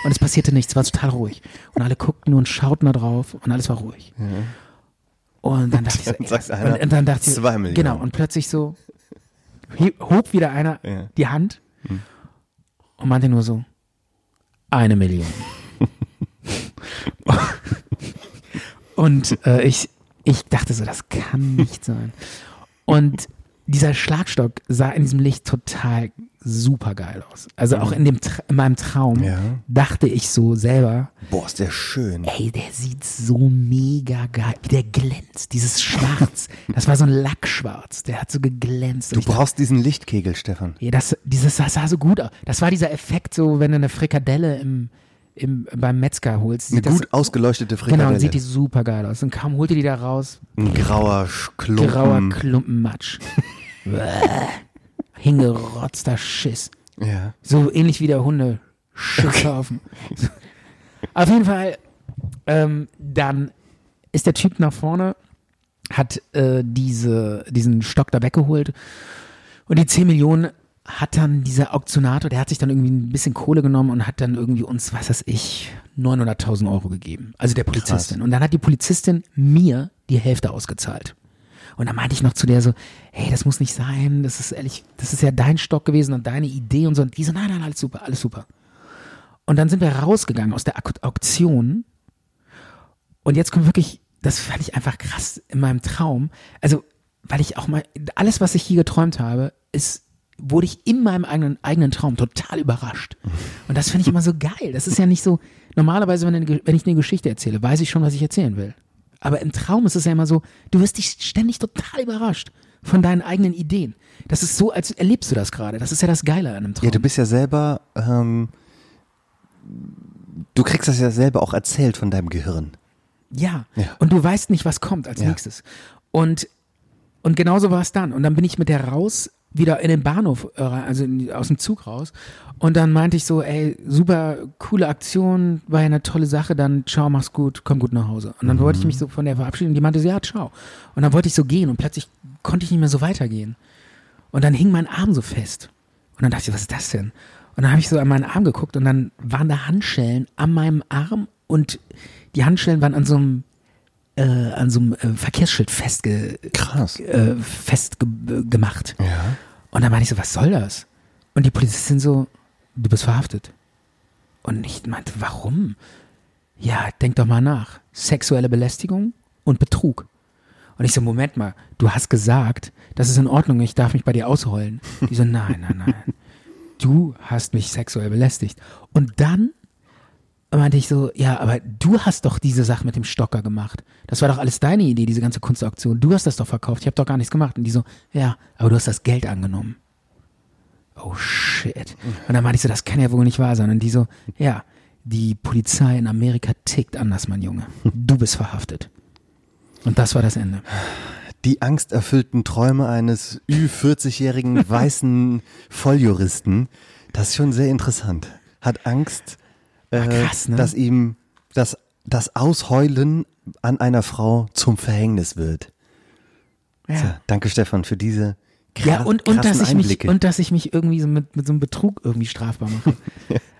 S1: Und es passierte nichts, war total ruhig. Und alle guckten und schauten da drauf und alles war ruhig. Und dann dachte ich so,
S2: Dann sagt
S1: ey,
S2: einer,
S1: und, und dann dachte ich,
S2: zwei Millionen.
S1: genau, und plötzlich so hieb- hob wieder einer
S2: Ja. Hm.
S1: die Hand und meinte nur so, eine Million. und äh, ich, ich dachte so, das kann nicht sein. Und dieser Schlagstock sah in diesem Licht total super geil aus. Also auch in, dem, Tra- in meinem Traum
S2: Ja.
S1: dachte ich so selber,
S2: Boah, ist der schön.
S1: ey, der sieht so mega geil, wie der glänzt, dieses Schwarz. das war so ein Lackschwarz, der hat so geglänzt. Und
S2: Du
S1: ich dachte,
S2: brauchst diesen Lichtkegel, Stefan.
S1: ja, das, dieses das sah so gut aus. Das war dieser Effekt, so wenn du eine Frikadelle im, im, beim Metzger holst.
S2: Eine
S1: sieht das,
S2: gut ausgeleuchtete
S1: genau,
S2: Frikadelle.
S1: und sieht die super geil aus. Und kaum holte die da raus,
S2: Ein grauer Sch- Klumpen.
S1: grauer Klumpenmatsch. Bäh. Hingerotzter Schiss.
S2: ja.
S1: So ähnlich wie der Hunde Schusshaufen. Auf jeden Fall, ähm, dann ist der Typ nach vorne, hat äh, diese, diesen Stock da weggeholt und die 10 Millionen hat dann dieser Auktionator, der hat sich dann irgendwie ein bisschen Kohle genommen und hat dann irgendwie uns, was weiß ich, 900.000 Euro gegeben. Also der Polizistin. Und dann hat die Polizistin mir die Hälfte ausgezahlt. Und dann meinte ich noch zu der so, hey, das muss nicht sein, das ist ehrlich, das ist ja dein Stock gewesen und deine Idee und so. Und die so, nein, nein, alles super, alles super. Und dann sind wir rausgegangen aus der Ak- Auktion. Und jetzt kommt wirklich, das fand ich einfach krass in meinem Traum. Also, weil ich auch mal, alles, was ich hier geträumt habe, ist, wurde ich in meinem eigenen, eigenen Traum total überrascht. Und das finde ich immer so geil. Das ist ja nicht so, normalerweise, wenn, eine Ge- wenn ich eine Geschichte erzähle, weiß ich schon, was ich erzählen will. Aber im Traum ist es ja immer so, du wirst dich ständig total überrascht von deinen eigenen Ideen. Das ist so, als erlebst du das gerade. Das ist ja das Geile an einem Traum.
S2: Ja, du bist ja selber, ähm, du kriegst das ja selber auch erzählt von deinem Gehirn.
S1: Ja.
S2: Ja.
S1: Und du weißt nicht, was kommt als
S2: Ja.
S1: nächstes. Und, und genauso war es dann. Und dann bin ich mit der raus, wieder in den Bahnhof, äh, also in, aus dem Zug raus. Und dann meinte ich so, ey, super coole Aktion, war ja eine tolle Sache, dann ciao, mach's gut, komm gut nach Hause. Und dann wollte ich mich so von der verabschieden und die meinte so, ja, ciao. Und dann wollte ich so gehen und plötzlich konnte ich nicht mehr so weitergehen. Und dann hing mein Arm so fest. Und dann dachte ich, was ist das denn? Und dann habe ich so an meinen Arm geguckt und dann waren da Handschellen an meinem Arm und die Handschellen waren an so einem, äh, an so einem äh, Verkehrsschild festge
S2: Krass.
S1: äh, festgemacht.
S2: Ja.
S1: Und dann meinte ich so, was soll das? Und die Polizistin so, du bist verhaftet. Und ich meinte, warum? Ja, denk doch mal nach. Sexuelle Belästigung und Betrug. Und ich so, Moment mal, du hast gesagt, das ist in Ordnung, ich darf mich bei dir ausheulen. Die so, nein, nein, nein. Du hast mich sexuell belästigt. Und dann meinte ich so, ja, aber du hast doch diese Sache mit dem Stocker gemacht. Das war doch alles deine Idee, diese ganze Kunstauktion. Du hast das doch verkauft, ich habe doch gar nichts gemacht. Und die so, ja, aber du hast das Geld angenommen. Oh shit. Und dann meinte ich so, das kann ja wohl nicht wahr sein. Und die so, ja, die Polizei in Amerika tickt anders, mein Junge. Du bist verhaftet. Und das war das Ende.
S2: Die angsterfüllten Träume eines Ü40-jährigen weißen Volljuristen, das ist schon sehr interessant. Hat Angst, äh,
S1: krass, ne?
S2: dass ihm dass das Ausheulen an einer Frau zum Verhängnis wird. So,
S1: Ja.
S2: danke, Stefan, für diese kra
S1: Ja, und, und,
S2: krassen
S1: dass ich mich,
S2: Einblicke.
S1: und dass ich mich irgendwie so mit, mit so einem Betrug irgendwie strafbar mache.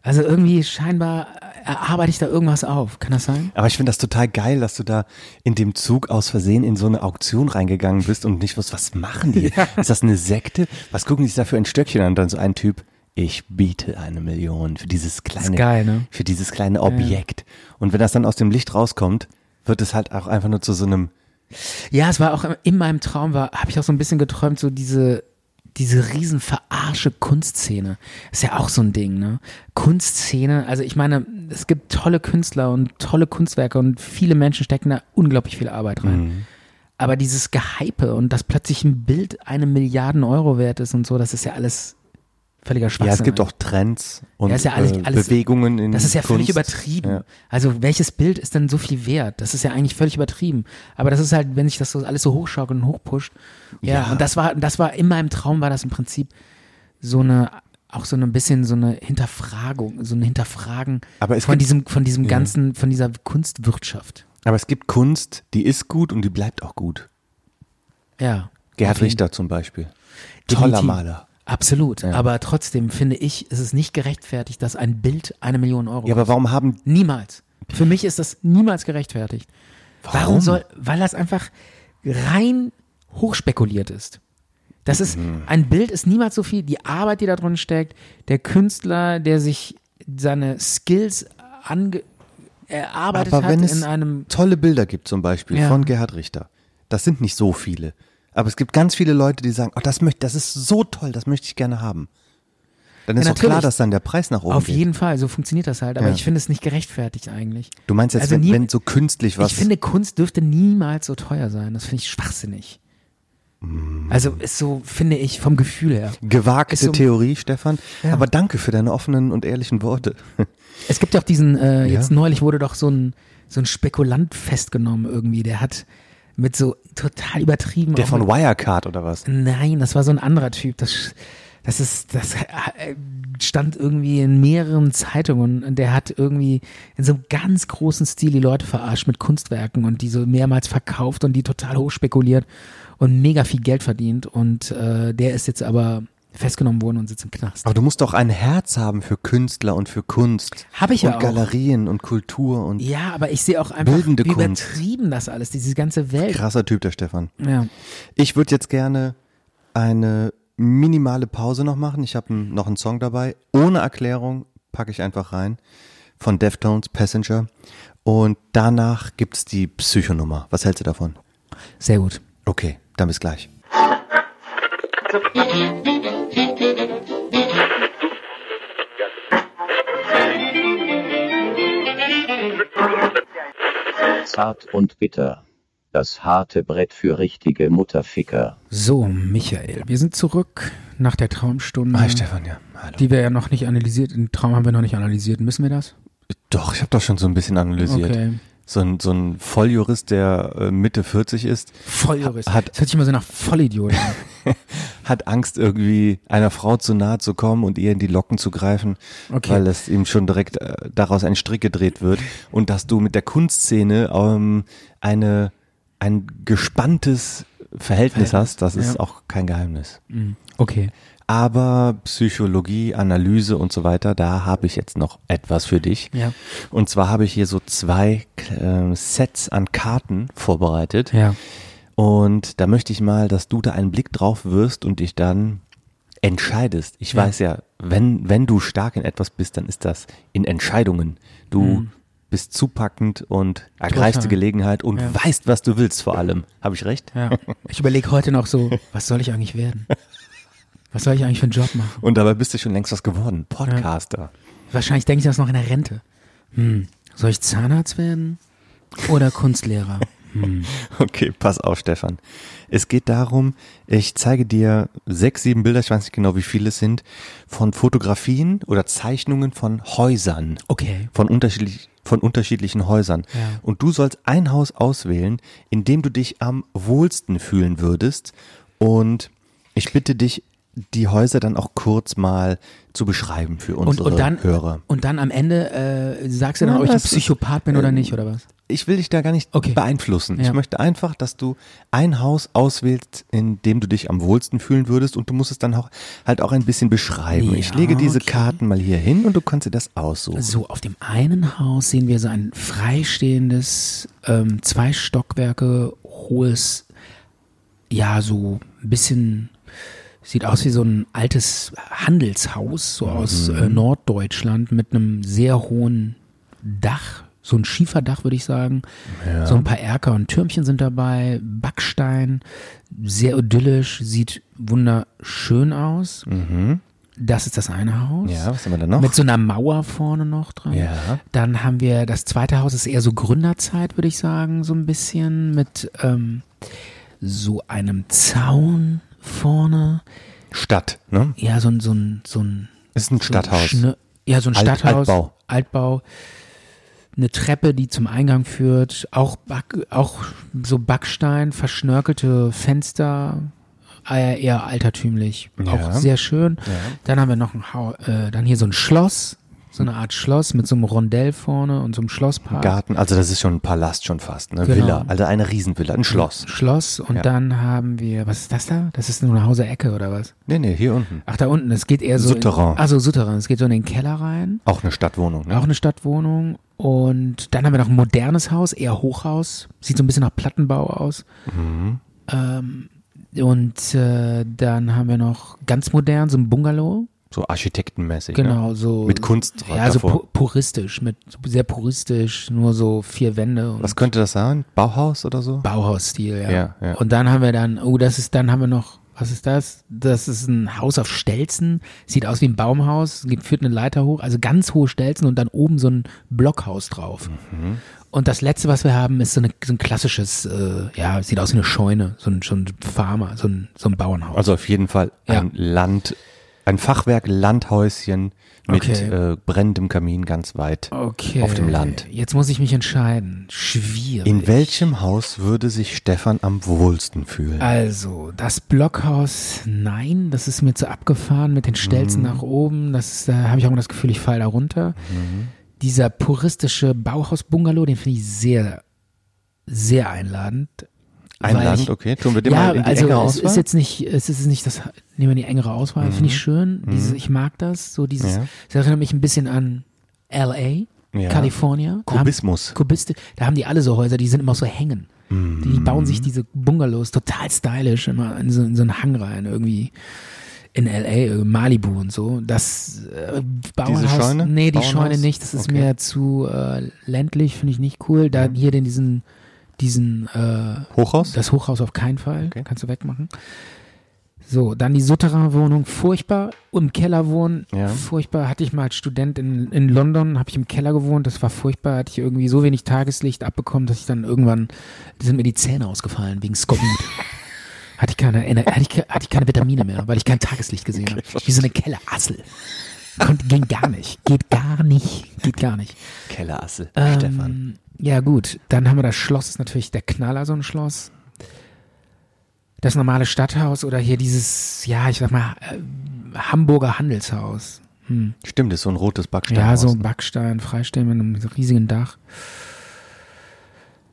S1: Also irgendwie scheinbar äh, arbeite ich da irgendwas auf. Kann das sein?
S2: Aber ich finde das total geil, dass du da in dem Zug aus Versehen in so eine Auktion reingegangen bist und nicht wusst, was machen die? Ist das eine Sekte? Was gucken die sich da für ein Stöckchen an? Dann so ein Typ, ich biete eine Million für dieses kleine,
S1: geil, ne?
S2: für dieses kleine Objekt. Und wenn das dann aus dem Licht rauskommt, wird es halt auch einfach nur zu so einem,
S1: Ja, es war auch in meinem Traum, war, habe ich auch so ein bisschen geträumt, so diese, diese riesen verarsche Kunstszene. Ist ja auch so ein Ding, ne? Kunstszene, also ich meine, es gibt tolle Künstler und tolle Kunstwerke und viele Menschen stecken da unglaublich viel Arbeit rein.
S2: Mhm.
S1: Aber dieses Gehype und dass plötzlich ein Bild eine Milliarden Euro wert ist und so, das ist ja alles völliger Schwachsinn.
S2: ja, es gibt
S1: eigentlich.
S2: auch Trends und
S1: ne? Ja, ist ja alles-
S2: äh,
S1: alles-
S2: Bewegungen in
S1: Das ist ja völlig
S2: Kunst.
S1: übertrieben.
S2: Ja.
S1: Also welches Bild ist denn so viel wert? Das ist ja eigentlich völlig übertrieben. Aber das ist halt, wenn sich das so alles so hochschaukelt und hochpusht. Ja,
S2: Ja.
S1: Und das war, das war in meinem Traum war das im Prinzip so eine, auch so ein bisschen so eine Hinterfragung, so ein Hinterfragen
S2: Aber es
S1: von
S2: gibt-
S1: diesem, von diesem ganzen, von dieser Kunstwirtschaft.
S2: Aber es gibt Kunst, die ist gut und die bleibt auch gut.
S1: Ja.
S2: Gerhard Richter zum Beispiel. Toller
S1: Definitiv.
S2: Maler.
S1: Absolut.
S2: Ja.
S1: Aber trotzdem finde ich, ist es nicht gerechtfertigt, dass ein Bild eine Million Euro
S2: Ja, aber warum haben
S1: Niemals. Für mich ist das niemals gerechtfertigt. Warum, soll, weil das einfach rein hochspekuliert ist. Das ist,
S2: Mhm.
S1: ein Bild ist niemals so viel, die Arbeit, die da drin steckt, der Künstler, der sich seine Skills ange, erarbeitet
S2: Aber wenn
S1: hat
S2: es
S1: in einem,
S2: tolle Bilder gibt zum Beispiel
S1: Ja.
S2: von Gerhard Richter, das sind nicht so viele. Aber es gibt ganz viele Leute, die sagen, oh, das, möchte, das ist so toll, das möchte ich gerne haben. Dann ist doch
S1: natürlich.
S2: klar, dass dann der Preis nach oben
S1: auf
S2: geht.
S1: jeden Fall, so funktioniert das halt, aber
S2: Ja.
S1: ich finde es nicht gerechtfertigt eigentlich.
S2: Du meinst jetzt,
S1: Also
S2: wenn,
S1: nie-
S2: wenn so künstlich was...
S1: Ich finde, Kunst dürfte niemals so teuer sein, das finde ich schwachsinnig.
S2: Mhm.
S1: Also ist so, finde ich, vom Gefühl her.
S2: Gewagte
S1: ist so-
S2: Theorie, Stefan.
S1: Ja.
S2: Aber danke für deine offenen und ehrlichen Worte.
S1: Es gibt ja auch diesen, äh, jetzt neulich wurde doch so ein, so ein Spekulant festgenommen irgendwie, der hat mit so total übertrieben.
S2: Der
S1: auch
S2: von
S1: mit,
S2: Wirecard oder was?
S1: Nein, das war so ein anderer Typ. Das, sch- das ist, das äh, stand irgendwie in mehreren Zeitungen und der hat irgendwie in so einem ganz großen Stil die Leute verarscht mit Kunstwerken und die so mehrmals verkauft und die total hoch spekuliert und mega viel Geld verdient und äh, der ist jetzt aber festgenommen worden und sitzt im Knast.
S2: Aber du musst doch ein Herz haben für Künstler und für Kunst.
S1: Hab ich ja
S2: Und
S1: auch.
S2: Galerien und Kultur und
S1: Ja, aber ich sehe auch einfach,
S2: Bildende
S1: wie
S2: Kunst.
S1: übertrieben das alles, diese ganze Welt.
S2: krasser Typ, der Stefan.
S1: Ja.
S2: Ich würde jetzt gerne eine minimale Pause noch machen. Ich habe noch einen Song dabei. Ohne Erklärung packe ich einfach rein. Von Deftones, Passenger. Und danach gibt's die Psychonummer. Was hältst du davon?
S1: Sehr gut.
S2: Okay, dann bis gleich.
S3: Zart und bitter. Das harte Brett für richtige Mutterficker.
S1: So, Michael, wir sind zurück nach der Traumstunde,
S2: Ah, Stefan, ja. Hallo.
S1: die wir ja noch nicht analysiert, den Traum haben wir noch nicht analysiert. Müssen wir das?
S2: Doch, ich habe doch schon so ein bisschen analysiert.
S1: Okay.
S2: So, ein, so ein Volljurist, der äh, Mitte 40 ist,
S1: Volljurist.
S2: Hat-
S1: das hört sich immer so nach Vollidiot an.
S2: hat Angst, irgendwie einer Frau zu nahe zu kommen und ihr in die Locken zu greifen,
S1: Okay.
S2: weil es ihm schon direkt äh, daraus ein Strick gedreht wird. Und dass du mit der Kunstszene ähm, eine, ein gespanntes Verhältnis,
S1: Verhältnis,
S2: hast, das ist
S1: ja.
S2: auch kein Geheimnis.
S1: Okay.
S2: Aber Psychologie, Analyse und so weiter, da habe ich jetzt noch etwas für dich.
S1: Ja.
S2: Und zwar habe ich hier so zwei äh, Sets an Karten vorbereitet.
S1: Ja.
S2: Und da möchte ich mal, dass du da einen Blick drauf wirst und dich dann entscheidest. Ich weiß ja, wenn, wenn du stark in etwas bist, dann ist das in Entscheidungen. Du bist zupackend und ergreifst die
S1: Mhm. Total.
S2: Gelegenheit und
S1: Ja.
S2: weißt, was du willst vor allem. Habe ich recht?
S1: Ja. Ich überlege heute noch so, was soll ich eigentlich werden? Was soll ich eigentlich für einen Job machen?
S2: Und dabei bist du schon längst was geworden. Podcaster.
S1: Wahrscheinlich denke ich das noch in der Rente. Hm. Soll ich Zahnarzt werden? Oder Kunstlehrer?
S2: Okay, pass auf, Stefan. Es geht darum, ich zeige dir sechs, sieben Bilder, ich weiß nicht genau, wie viele es sind, von Fotografien oder Zeichnungen von Häusern.
S1: Okay.
S2: von, unterschiedlich, von unterschiedlichen Häusern.
S1: Ja.
S2: Und du sollst ein Haus auswählen, in dem du dich am wohlsten fühlen würdest. Und ich bitte dich, die Häuser dann auch kurz mal zu beschreiben für unsere
S1: und dann,
S2: Hörer.
S1: Und dann am Ende äh, sagst du dann,
S2: Ja,
S1: ob ich ein
S2: das ist-
S1: Psychopath bin oder nicht, oder was?
S2: Äh, Ich will dich da gar nicht
S1: Okay.
S2: beeinflussen. Ich
S1: Ja.
S2: möchte einfach, dass du ein Haus auswählst, in dem du dich am wohlsten fühlen würdest und du musst es dann auch, halt auch ein bisschen beschreiben. ich
S1: Ja,
S2: lege diese
S1: okay.
S2: Karten mal hier hin und du kannst dir das aussuchen.
S1: So, auf dem einen Haus sehen wir so ein freistehendes, ähm, zwei Stockwerke hohes, ja, so ein bisschen, sieht aus wie so ein altes Handelshaus, so aus äh,
S2: Mhm.
S1: Norddeutschland mit einem sehr hohen Dach. So ein Schieferdach, würde ich sagen. So ein paar Erker und Türmchen sind dabei, Backstein, sehr idyllisch, sieht wunderschön aus. Das ist das eine Haus.
S2: Mhm. Ja, was haben wir da noch?
S1: Mit so einer Mauer vorne noch dran.
S2: Ja.
S1: Dann haben wir das zweite Haus, ist eher so Gründerzeit, würde ich sagen, so ein bisschen. Mit ähm, so einem Zaun vorne.
S2: Stadt, ne?
S1: Ja, so ein, so ein, so ein
S2: Ist ein Stadthaus.
S1: so ein Schnö- ja, so ein
S2: Alt-
S1: Stadthaus.
S2: Altbau.
S1: Altbau. Eine Treppe, die zum Eingang führt. Auch, Back, auch so Backstein, verschnörkelte Fenster. Eher, eher altertümlich. Auch sehr schön. Dann haben wir noch ein Haus, äh, dann hier so ein Schloss. So eine Art Schloss mit so einem Rondell vorne und so einem Schlosspark.
S2: Garten, also das ist schon ein Palast schon fast, ne?
S1: Genau.
S2: Villa, also eine Riesenvilla, ein Schloss.
S1: Schloss und
S2: Ja.
S1: dann haben wir, was ist das da? Das ist nur eine Hauser Ecke oder was?
S2: Nee, nee, hier unten.
S1: Ach, da unten, es geht eher so.
S2: Souterrain.
S1: Also Souterrain, es geht so in den Keller rein.
S2: Auch eine Stadtwohnung, ne?
S1: Auch eine Stadtwohnung. Und dann haben wir noch ein modernes Haus, eher Hochhaus. Sieht so ein bisschen nach Plattenbau aus.
S2: Mhm.
S1: Ähm, und äh, dann haben wir noch ganz modern, so ein Bungalow.
S2: So architektenmäßig.
S1: Genau,
S2: ne?
S1: so.
S2: Mit Kunst
S1: Ja, so
S2: davor.
S1: pu puristisch, mit sehr puristisch, nur so vier Wände und
S2: Was könnte das sein? Bauhaus oder so?
S1: Bauhausstil, ja.
S2: Ja, ja.
S1: Und dann haben wir dann, oh, das ist, dann haben wir noch, was ist das? Das ist ein Haus auf Stelzen, sieht aus wie ein Baumhaus, geht, führt eine Leiter hoch, also ganz hohe Stelzen und dann oben so ein Blockhaus drauf.
S2: Mhm.
S1: Und das letzte, was wir haben, ist so, eine, so ein klassisches, äh, ja, sieht aus wie eine Scheune, so ein, so ein Farmer, so ein, so ein Bauernhaus.
S2: Also auf jeden Fall
S1: Ja.
S2: ein Land, ein Fachwerk Landhäuschen mit
S1: Okay.
S2: äh, brennendem Kamin ganz weit
S1: okay.
S2: auf dem Land.
S1: Jetzt muss ich mich entscheiden. Schwierig.
S2: In welchem Haus würde sich Stefan am wohlsten fühlen?
S1: Also, das Blockhaus, nein, das ist mir zu abgefahren mit den Stelzen
S2: Mhm.
S1: nach oben. Das ist, da habe ich auch immer das Gefühl, ich falle da runter.
S2: Mhm.
S1: Dieser puristische Bauhaus-Bungalow, den finde ich sehr, sehr einladend.
S2: Ein
S1: weil
S2: Land,
S1: ich-
S2: okay. Tun wir den
S1: Ja,
S2: mal in die
S1: also
S2: enge
S1: es
S2: Auswahl? Mhm.
S1: ist jetzt nicht, es ist nicht das, nehmen wir die engere Auswahl, finde ich schön. Dieses, ich mag das, so dieses,
S2: Ja.
S1: das erinnert mich ein bisschen an L.A.,
S2: Ja.
S1: California. Da haben-
S2: Kubismus.
S1: Kubiste, da haben die alle so Häuser, die sind immer so hängen.
S2: Mhm.
S1: Die bauen sich diese Bungalows total stylisch immer in so, in so einen Hang rein, irgendwie in L.A., Malibu und so. Das äh, Bauernhaus,
S2: Scheune?
S1: Nee, die
S2: Bauernhaus?
S1: Scheune nicht, das ist
S2: Okay.
S1: mir zu äh, ländlich, finde ich nicht cool. Da hier den, diesen, diesen, äh,
S2: Hochhaus?
S1: das Hochhaus auf keinen Fall.
S2: Okay.
S1: Kannst du wegmachen. So, dann die Souterrain-Wohnung, furchtbar. Im Keller wohnen,
S2: Ja.
S1: furchtbar. Hatte ich mal als Student in, in London, habe ich im Keller gewohnt, das war furchtbar. Hatte ich irgendwie so wenig Tageslicht abbekommen, dass ich dann irgendwann, sind mir die Zähne ausgefallen wegen Skorbut. hatte, ich keine, Ener- hatte, ich, ke- hatte ich keine Vitamine mehr, weil ich kein Tageslicht gesehen habe. Wie so eine Kellerassel. Konnt, ging gar nicht. Geht gar nicht. Geht gar nicht.
S2: Kellerassel,
S1: Ähm,
S2: Stefan.
S1: Ja, gut. Dann haben wir das Schloss, ist natürlich der Knaller, so ein Schloss. Das normale Stadthaus oder hier dieses, ja, ich sag mal, äh, Hamburger Handelshaus.
S2: Stimmt, das ist so ein rotes Backsteinhaus.
S1: Ja, so ein
S2: ne?
S1: Backstein, freistehen mit einem riesigen Dach.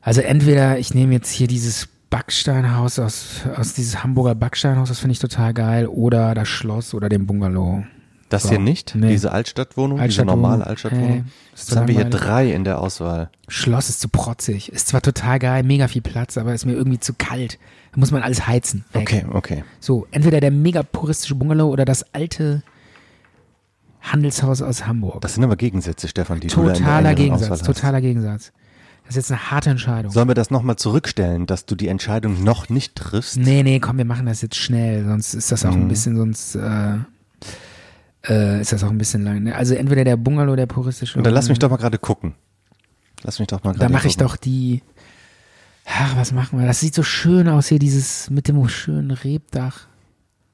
S1: Also entweder ich nehme jetzt hier dieses Backsteinhaus aus, aus dieses Hamburger Backsteinhaus, das finde ich total geil, oder das Schloss oder den Bungalow.
S2: Das
S1: So.
S2: hier nicht?
S1: Nee.
S2: Diese Altstadtwohnung?
S1: Altstadtwohnung.
S2: Diese normale Altstadtwohnung?
S1: Hey, ist
S2: Jetzt
S1: so
S2: haben wir hier
S1: langweilig.
S2: drei in der Auswahl.
S1: Schloss ist zu protzig. Ist zwar total geil, mega viel Platz, aber ist mir irgendwie zu kalt. Da muss man alles heizen. Weg.
S2: Okay, okay.
S1: So, entweder der mega puristische Bungalow oder das alte Handelshaus aus Hamburg.
S2: Das sind aber Gegensätze, Stefan, die du da in der
S1: totaler
S2: engeren
S1: Gegensatz,
S2: Auswahl hast.
S1: totaler Gegensatz. Das ist jetzt eine harte Entscheidung.
S2: Sollen wir das nochmal zurückstellen, dass du die Entscheidung noch nicht triffst?
S1: Nee, nee, komm, wir machen das jetzt schnell, sonst ist das auch
S2: Mhm.
S1: ein bisschen, sonst äh, äh, ist das auch ein bisschen lang. ne? Also entweder der Bungalow, der puristische.
S2: Und dann lass mich doch mal gerade gucken. Lass mich doch mal gerade
S1: Da mache ich
S2: gucken.
S1: doch die. Ach, was machen wir? Das sieht so schön aus hier, dieses mit dem schönen Rebdach.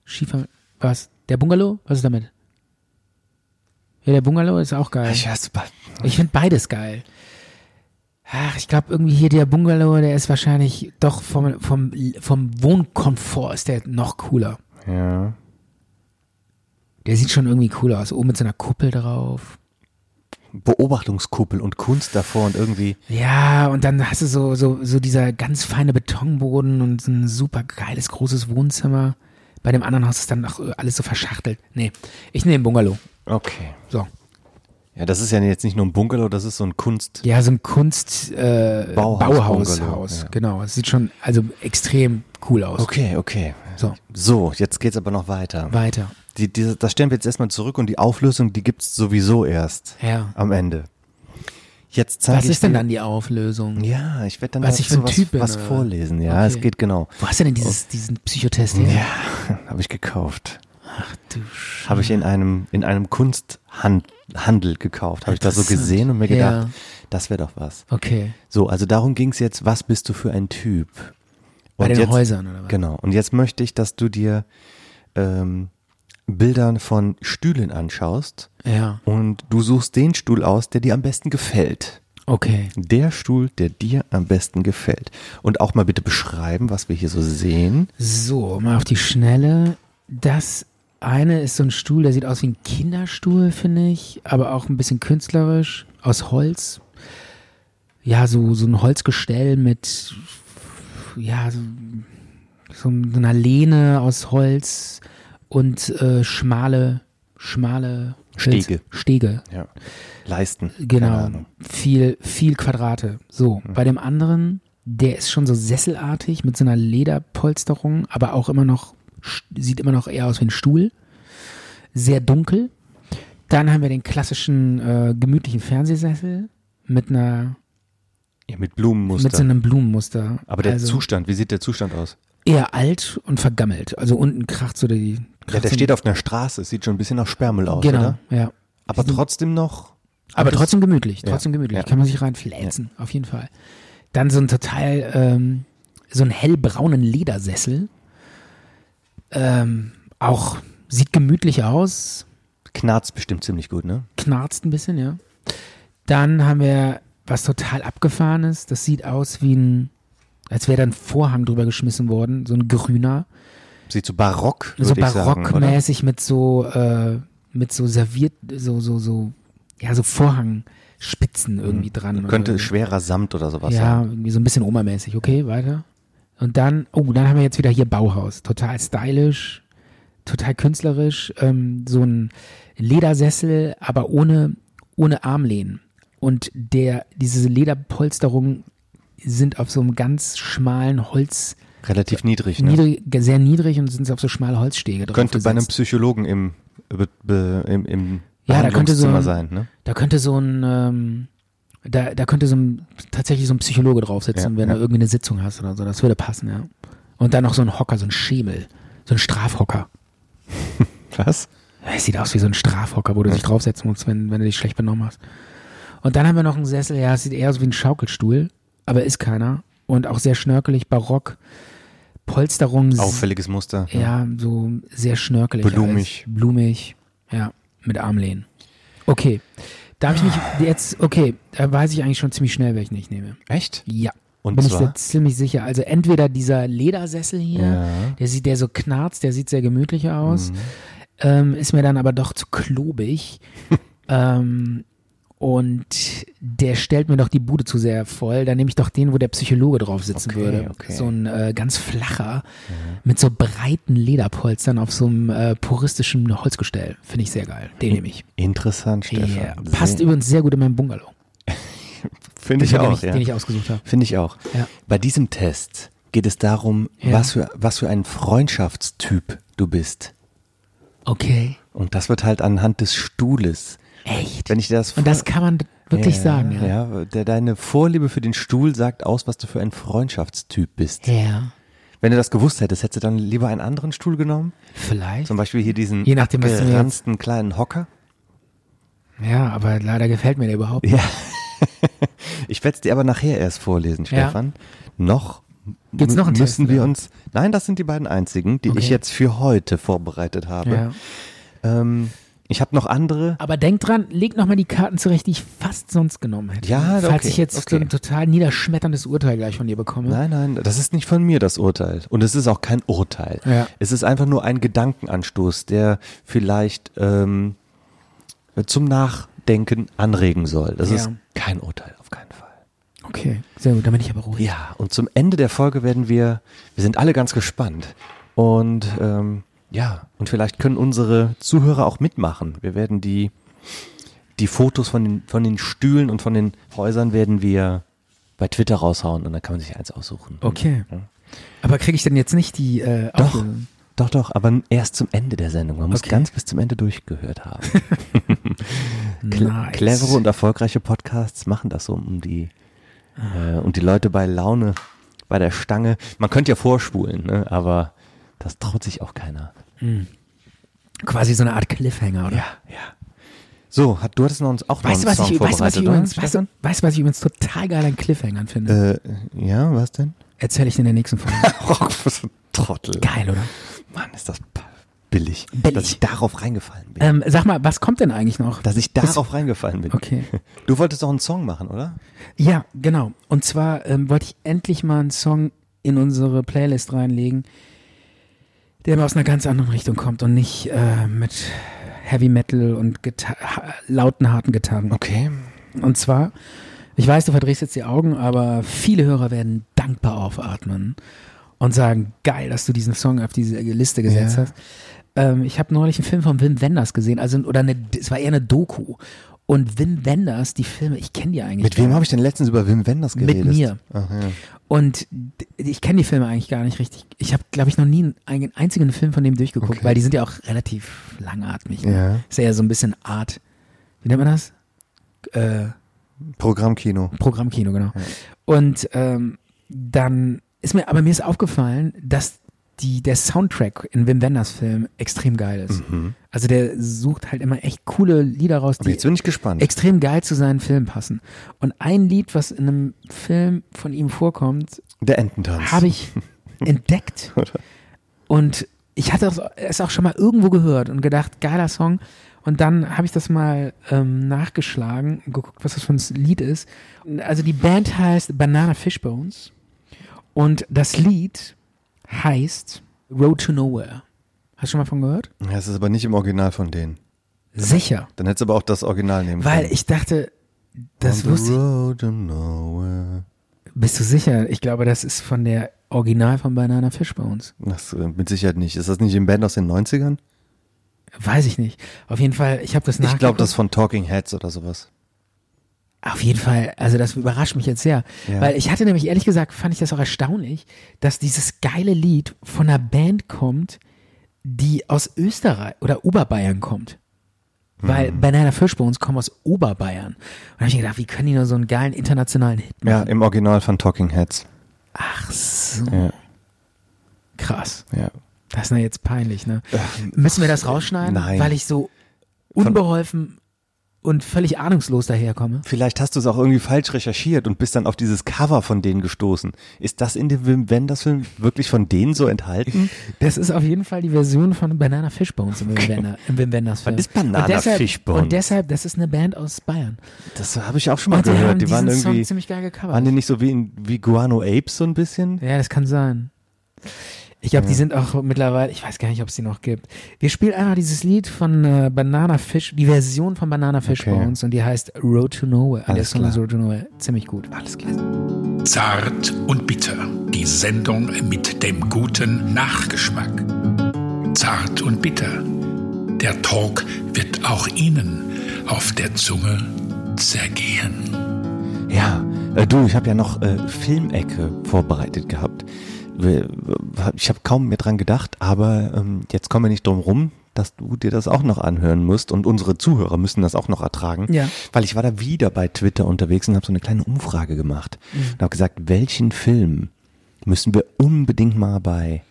S1: Schiefer. Was? Der Bungalow? Was ist damit? Ja, der Bungalow ist auch geil.
S2: Ich hasse Bad.
S1: Ich finde beides geil. Ach, ich glaube irgendwie hier der Bungalow, der ist wahrscheinlich doch vom, vom, vom Wohnkomfort ist der noch cooler.
S2: Ja.
S1: Der sieht schon irgendwie cool aus. Oben mit so einer Kuppel drauf.
S2: Beobachtungskuppel und Kunst davor und irgendwie.
S1: Ja, und dann hast du so, so, so dieser ganz feine Betonboden und so ein super geiles, großes Wohnzimmer. Bei dem anderen Haus ist dann auch äh, alles so verschachtelt. Nee, ich nehme Bungalow.
S2: Okay.
S1: So.
S2: Ja, das ist ja jetzt nicht nur ein Bungalow, das ist so ein Kunst.
S1: Ja, so ein Kunst äh,
S2: Bauhaus-
S1: Bauhaushaus.
S2: Bungalow, ja.
S1: Genau. Es sieht schon also extrem cool aus.
S2: Okay, okay.
S1: So,
S2: So, jetzt geht's aber noch weiter.
S1: weiter.
S2: Die, die, das stellen wir jetzt erstmal zurück und die Auflösung, die gibt's sowieso erst
S1: Ja.
S2: am Ende. Jetzt zeige
S1: Was
S2: ich
S1: ist denn
S2: dir-
S1: dann die Auflösung?
S2: Ja, ich werde dann
S1: Was ich
S2: dazu
S1: für ein
S2: was,
S1: Typ bin,
S2: was
S1: oder?
S2: vorlesen. Ja,
S1: Okay.
S2: es geht genau.
S1: Wo hast du denn dieses, diesen Psychotest her?
S2: Ja, habe ich gekauft.
S1: Du Sch-
S2: Habe ich in einem, in einem Kunsthandel gekauft. Habe ich da so
S1: Interessant.
S2: gesehen und mir gedacht,
S1: Ja.
S2: das wäre doch was.
S1: Okay.
S2: So, also darum ging's jetzt, was bist du für ein Typ?
S1: Bei
S2: Und
S1: den
S2: jetzt-
S1: Häusern oder was?
S2: Genau. Und jetzt möchte ich, dass du dir ähm, Bildern von Stühlen anschaust
S1: Ja.
S2: und du suchst den Stuhl aus, der dir am besten gefällt.
S1: Okay.
S2: Der Stuhl, der dir am besten gefällt. Und auch mal bitte beschreiben, was wir hier so sehen.
S1: So, mal auf die Schnelle. Das eine ist so ein Stuhl, der sieht aus wie ein Kinderstuhl, finde ich, aber auch ein bisschen künstlerisch, aus Holz. Ja, so, so ein Holzgestell mit, ja, so, so einer Lehne aus Holz und äh, schmale, schmale Hölz-
S2: Stege.
S1: Stege,
S2: Ja. Leisten. Keine
S1: Genau.
S2: Ahnung.
S1: Viel, viel Quadrate. So, bei dem anderen, der ist schon so sesselartig mit so einer Lederpolsterung, aber auch immer noch, sch- sieht immer noch eher aus wie ein Stuhl. Sehr dunkel. Dann haben wir den klassischen äh, gemütlichen Fernsehsessel mit einer,
S2: Ja, mit Blumenmuster.
S1: mit so einem Blumenmuster.
S2: Aber der
S1: also
S2: Zustand, wie sieht der Zustand aus?
S1: eher alt und vergammelt. Also unten kracht so die.
S2: Ja,
S1: kracht
S2: der
S1: so-
S2: steht auf einer Straße, es sieht schon ein bisschen nach Sperrmüll aus,
S1: Genau,
S2: oder?
S1: ja.
S2: Aber trotzdem noch.
S1: Aber
S2: Das-
S1: trotzdem gemütlich,
S2: Ja.
S1: trotzdem gemütlich.
S2: Ja.
S1: Kann man sich reinfläzen, auf jeden Fall. Dann so ein total, ähm, so einen hellbraunen Ledersessel. Ähm, auch sieht gemütlich aus,
S2: Knarzt bestimmt ziemlich gut, ne?
S1: knarzt ein bisschen, ja. Dann haben wir was total abgefahrenes. Das sieht aus wie ein, als wäre da ein Vorhang drüber geschmissen worden, so ein grüner.
S2: Sieht so barock, würde
S1: so
S2: ich sagen, oder?
S1: barockmäßig mit so äh, mit so serviert so so so ja so Vorhangspitzen irgendwie dran oder
S2: Mhm. Könnte
S1: irgendwie.
S2: schwerer Samt oder sowas
S1: also- ja
S2: sein.
S1: irgendwie so ein bisschen Oma-mäßig okay weiter und dann oh dann haben wir jetzt wieder hier Bauhaus total stylisch total künstlerisch ähm, so ein Ledersessel aber ohne ohne Armlehnen und der diese Lederpolsterungen sind auf so einem ganz schmalen Holz
S2: Relativ niedrig, ne?
S1: niedrig, sehr niedrig und sind auf so schmale Holzstege drauf
S2: Könnte bei einem
S1: gesetzt.
S2: Psychologen im, be, be, im, im
S1: Ja, da könnte so
S2: Behandlungszimmer
S1: ein-
S2: sein, ne?
S1: Da könnte so ein, ähm, da, da könnte so ein, tatsächlich so ein Psychologe drauf sitzen,
S2: Ja,
S1: wenn
S2: ja.
S1: du irgendwie eine Sitzung hast oder so. Das würde passen, ja. Und dann noch so ein Hocker, so ein Schemel, so ein Strafhocker.
S2: Was?
S1: Es sieht aus wie so ein Strafhocker, wo du dich draufsetzen musst, wenn, wenn du dich schlecht benommen hast. Und dann haben wir noch einen Sessel, ja, es sieht eher so wie ein Schaukelstuhl, aber ist keiner. Und auch sehr schnörkelig, barock, Polsterung, s-
S2: Auffälliges Muster.
S1: ja, so sehr schnörkelig. alles.
S2: Blumig.
S1: Blumig, ja, mit Armlehnen. Okay, da habe ich mich jetzt, okay, da weiß ich eigentlich schon ziemlich schnell, welchen ich nehme.
S2: Echt?
S1: Ja,
S2: Und
S1: bin ich
S2: zwar?
S1: mir ziemlich sicher. Also entweder dieser Ledersessel hier,
S2: Ja. Mhm.
S1: der sieht, der so knarzt, der sieht sehr gemütlich aus, ähm, ist mir dann aber doch zu klobig. ähm, und der stellt mir doch die Bude zu sehr voll. Dann nehme ich doch den, wo der Psychologe drauf sitzen
S2: Okay,
S1: würde.
S2: okay.
S1: So ein äh, ganz flacher, mit so breiten Lederpolstern auf so einem äh, puristischen Holzgestell. Finde ich sehr geil. Den nehme ich.
S2: Interessant, Stefan.
S1: Yeah. Passt
S2: Sehr-
S1: übrigens sehr gut in meinem Bungalow,
S2: Finde ich
S1: den,
S2: auch,
S1: ich,
S2: ja.
S1: den ich ausgesucht habe.
S2: Finde ich auch.
S1: Ja.
S2: Bei diesem Test geht es darum,
S1: Ja.
S2: was, für, was für ein Freundschaftstyp du bist.
S1: Okay.
S2: Und das wird halt anhand des Stuhles.
S1: Echt?
S2: Wenn ich dir das
S1: Und das kann man d- wirklich sagen, ja.
S2: ja. Der, deine Vorliebe für den Stuhl sagt aus, was du für ein Freundschaftstyp bist.
S1: Ja,
S2: Wenn du das gewusst hättest, hättest du dann lieber einen anderen Stuhl genommen?
S1: vielleicht.
S2: Zum Beispiel hier diesen
S1: Je nachdem, was du mir jetzt-
S2: geranzten kleinen Hocker?
S1: ja, aber leider gefällt mir der überhaupt nicht.
S2: Ja. ich werde es dir aber nachher erst vorlesen,
S1: Ja.
S2: Stefan. Noch
S1: Gibt's noch einen
S2: mü- müssen
S1: Test,
S2: wir
S1: oder?
S2: uns. Nein, das sind die beiden einzigen, die
S1: Okay.
S2: ich jetzt für heute vorbereitet habe.
S1: Ja.
S2: Ähm, Ich habe noch andere.
S1: Aber denk dran, leg nochmal die Karten zurecht, die ich fast sonst genommen hätte.
S2: Ja,
S1: Falls
S2: okay,
S1: ich jetzt so
S2: okay.
S1: ein total niederschmetterndes Urteil gleich von dir bekomme.
S2: Nein, nein, das ist nicht von mir das Urteil. Und es ist auch kein Urteil.
S1: Ja.
S2: Es ist einfach nur ein Gedankenanstoß, der vielleicht ähm, zum Nachdenken anregen soll. Das
S1: Ja.
S2: ist kein Urteil, auf keinen Fall.
S1: Okay, sehr gut, dann bin ich aber ruhig.
S2: Ja, und zum Ende der Folge werden wir, wir sind alle ganz gespannt. Und ähm, ja, und vielleicht können unsere Zuhörer auch mitmachen. Wir werden die, die Fotos von den, von den Stühlen und von den Häusern werden wir bei Twitter raushauen und dann kann man sich eins aussuchen.
S1: Okay. Aber kriege ich denn jetzt nicht die äh,
S2: Doch,
S1: Auflösung?
S2: doch, doch, aber erst zum Ende der Sendung. Man muss
S1: Okay.
S2: ganz bis zum Ende durchgehört haben. Cl
S1: Nice.
S2: Clevere und erfolgreiche Podcasts machen das so, um die, äh, und die Leute bei Laune, bei der Stange. Man könnte ja vorspulen, ne? aber das traut sich auch keiner.
S1: Quasi so eine Art Cliffhanger, oder?
S2: ja. So, hat, du hattest noch uns auch
S1: Weißt du,
S2: noch einen
S1: was
S2: Song
S1: ich, weißt, du, was
S2: vorbereitet,
S1: ich
S2: oder,
S1: übrigens, weißt, du,
S2: Stefan?
S1: weißt, du, was ich übrigens total geil an Cliffhangern finde?
S2: äh, ja, was denn?
S1: Erzähle ich dir in der nächsten Folge.
S2: Oh, was für ein Trottel.
S1: geil, oder?
S2: Mann, ist das pa- billig,
S1: Billig.
S2: dass ich darauf reingefallen bin.
S1: Ähm, sag mal, was kommt denn eigentlich noch?
S2: dass ich darauf reingefallen bin.
S1: Okay.
S2: Du wolltest doch einen Song machen, oder?
S1: Ja, genau. Und zwar ähm, wollte ich endlich mal einen Song in unsere Playlist reinlegen, der mal aus einer ganz anderen Richtung kommt und nicht äh, mit Heavy Metal und Gita ha- lauten, harten Gitarren.
S2: Okay.
S1: Und zwar, ich weiß, du verdrehst jetzt die Augen, aber viele Hörer werden dankbar aufatmen und sagen, geil, dass du diesen Song auf diese Liste gesetzt
S2: Ja.
S1: hast. Ähm, ich habe neulich einen Film von Wim Wenders gesehen, also oder eine, es war eher eine Doku. Und Wim Wenders, die Filme, ich kenne die eigentlich.
S2: Mit
S1: gar
S2: wem
S1: nicht.
S2: habe ich denn letztens über Wim Wenders
S1: Mit
S2: geredet?
S1: mir.
S2: Ach, ja.
S1: Und d- ich kenne die Filme eigentlich gar nicht richtig. Ich habe, glaube ich, noch nie einen einzigen Film von dem durchgeguckt,
S2: Okay.
S1: weil die sind ja auch relativ langatmig. Ne?
S2: Ja.
S1: Ist ja eher so ein bisschen Art, wie nennt man das? Äh,
S2: Programmkino.
S1: Programmkino, genau. Und ähm, dann ist mir, aber mir ist aufgefallen, dass die, der Soundtrack in Wim Wenders Film extrem geil ist. Also der sucht halt immer echt coole Lieder raus,
S2: Mhm. Aber
S1: die
S2: jetzt bin ich gespannt.
S1: extrem geil zu seinen Filmen passen. Und ein Lied, was in einem Film von ihm vorkommt,
S2: Der Ententanz.
S1: habe ich entdeckt. Und ich hatte das- es auch schon mal irgendwo gehört und gedacht, geiler Song. Und dann habe ich das mal ähm, nachgeschlagen, geguckt, was das für ein Lied ist. Also die Band heißt Banana Fishbones und das Lied heißt Road to Nowhere. Hast du schon mal von gehört?
S2: Ja, es ist aber nicht im Original von denen.
S1: Sicher.
S2: Dann hättest du aber auch das Original nehmen
S1: Weil
S2: können.
S1: ich dachte, das
S2: On the
S1: wusste ich.
S2: road to nowhere.
S1: Bist du sicher? Ich glaube, das ist von der Original von Banana Fishbones.
S2: Das äh, mit Sicherheit nicht. Ist das nicht im Band aus den 90ern?
S1: Weiß ich nicht. Auf jeden Fall, ich habe das
S2: Ich glaube,
S1: nachgeguckt.
S2: das ist von Talking Heads oder sowas.
S1: Auf jeden Fall, also das überrascht mich jetzt sehr.
S2: Ja.
S1: Weil ich hatte nämlich, ehrlich gesagt, fand ich das auch erstaunlich, dass dieses geile Lied von einer Band kommt, die aus Österreich oder Oberbayern kommt. Weil
S2: Hm.
S1: Banana Fish bei uns kommen aus Oberbayern. Und da habe ich mir gedacht, wie können die nur so einen geilen internationalen Hit
S2: Ja,
S1: machen?
S2: im Original von Talking Heads.
S1: Ach so,
S2: Ja,
S1: krass.
S2: ja.
S1: Das ist ja jetzt peinlich, ne? Müssen wir das rausschneiden?
S2: Äh, nein.
S1: Weil ich so unbeholfen und völlig ahnungslos daherkomme.
S2: Vielleicht hast du es auch irgendwie falsch recherchiert und bist dann auf dieses Cover von denen gestoßen. Ist das in dem Wim Wenders-Film wirklich von denen so enthalten?
S1: Das ist auf jeden Fall die Version von Banana Fishbones im Wim, Wender, im Wim Wenders Film.
S2: Was ist Banana
S1: und deshalb,
S2: Fishbones?
S1: Und deshalb, das ist eine Band aus Bayern.
S2: Das habe ich auch schon mal
S1: Und die
S2: gehört.
S1: haben
S2: die waren
S1: diesen Song
S2: irgendwie.
S1: ziemlich geil gecovert.
S2: Waren die nicht so wie, in, wie Guano Apes so ein bisschen?
S1: Ja, das kann sein. Ich glaube, die sind auch mittlerweile, ich weiß gar nicht, ob es die noch gibt. Wir spielen einfach dieses Lied von äh, Banana Fish, die Version von Banana Fishbones und die heißt Road to Nowhere. Und der
S2: Alles
S1: Song
S2: klar.
S1: ist Road to Nowhere. Ziemlich gut. Alles klar.
S4: Zart und bitter. Die Sendung mit dem guten Nachgeschmack. Zart und bitter. Der Talk wird auch Ihnen auf der Zunge zergehen.
S2: Ja, äh, du, ich habe ja noch äh, Filmecke vorbereitet gehabt. Wir- äh, Ich habe kaum mehr dran gedacht, aber ähm, jetzt kommen wir nicht drum rum, dass du dir das auch noch anhören musst und unsere Zuhörer müssen das auch noch ertragen.
S1: Ja.
S2: Weil ich war da wieder bei Twitter unterwegs und habe so eine kleine Umfrage gemacht
S1: Mhm.
S2: und habe gesagt, welchen Film müssen wir unbedingt mal bei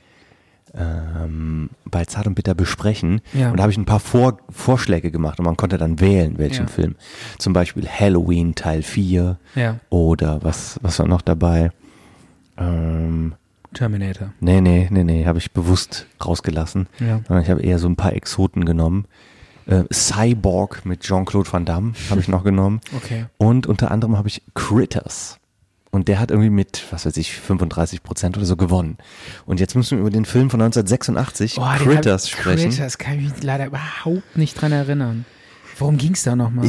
S2: ähm, bei Zart und Bitter besprechen.
S1: Ja.
S2: Und da habe ich ein paar Vor Vorschläge gemacht und man konnte dann wählen, welchen
S1: Ja.
S2: Film. Zum Beispiel Halloween Teil 4
S1: Ja.
S2: oder was, was war noch dabei? Ähm,
S1: Terminator.
S2: nee, nee, nee, nee, habe ich bewusst rausgelassen.
S1: Ja.
S2: Sondern ich habe eher so ein paar Exoten genommen. Äh, Cyborg mit Jean-Claude Van Damme habe ich noch genommen.
S1: Okay.
S2: Und unter anderem habe ich Critters. Und der hat irgendwie mit, was weiß ich, 35 Prozent oder so gewonnen. Und jetzt müssen wir über den Film von 1986,
S1: Boah, Oh, den hab-
S2: Critters, sprechen.
S1: Critters kann ich mich leider überhaupt nicht dran erinnern. Worum ging's da nochmal?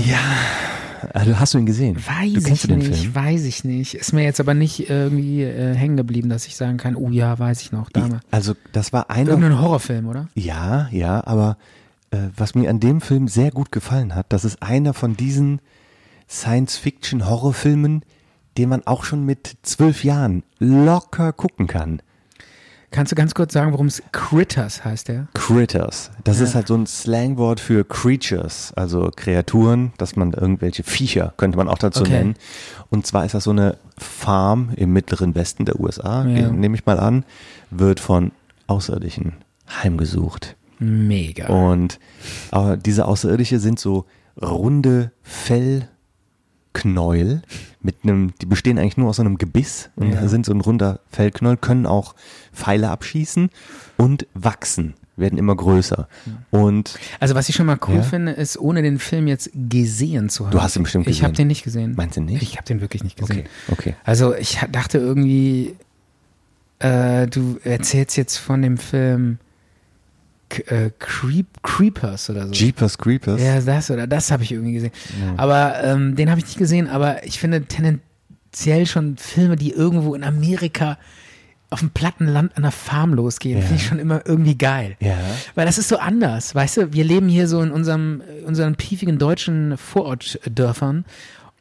S2: Also hast du ihn gesehen?
S1: Weiß
S2: du kennst
S1: ich
S2: du den
S1: nicht,
S2: Film?
S1: weiß ich nicht. Ist mir jetzt aber nicht irgendwie äh, hängen geblieben, dass ich sagen kann, oh ja, weiß ich noch, damals.
S2: Also das war einer.
S1: Irgendein Horrorfilm, oder?
S2: Ja, ja, aber äh, was mir an dem Film sehr gut gefallen hat, das ist einer von diesen Science-Fiction-Horrorfilmen, den man auch schon mit zwölf Jahren locker gucken kann.
S1: Kannst du ganz kurz sagen, worum es Critters heißt der?
S2: Critters. Das ist halt so ein Slangwort für Creatures, also Kreaturen, dass man irgendwelche Viecher könnte man auch dazu
S1: Okay.
S2: nennen. Und zwar ist das so eine Farm im mittleren Westen der USA,
S1: Ja.
S2: die, nehme ich mal an, wird von Außerirdischen heimgesucht.
S1: Mega.
S2: Und aber diese Außerirdische sind so runde Fellknäuel mit einem, die bestehen eigentlich nur aus einem Gebiss und
S1: Ja.
S2: sind so ein runder Fellknäuel, können auch Pfeile abschießen und wachsen, werden immer größer. Und
S1: Also was ich schon mal cool
S2: Ja?
S1: finde, ist, ohne den Film jetzt gesehen zu haben.
S2: Du hast ihn bestimmt
S1: Ich habe
S2: gesehen.
S1: den nicht gesehen.
S2: Meinst du nicht?
S1: Ich habe den wirklich nicht gesehen.
S2: Okay, okay.
S1: Also ich ha- dachte irgendwie, äh, du erzählst jetzt von dem Film K äh, Creep Creepers oder so.
S2: Jeepers Creepers.
S1: Ja, das oder das habe ich irgendwie gesehen. Aber ähm, den habe ich nicht gesehen, aber ich finde tendenziell schon Filme, die irgendwo in Amerika auf dem platten Land an der Farm losgehen,
S2: Ja.
S1: finde ich schon immer irgendwie geil.
S2: Ja.
S1: Weil das ist so anders, weißt du? Wir leben hier so in unserem, unseren piefigen deutschen Vorortdörfern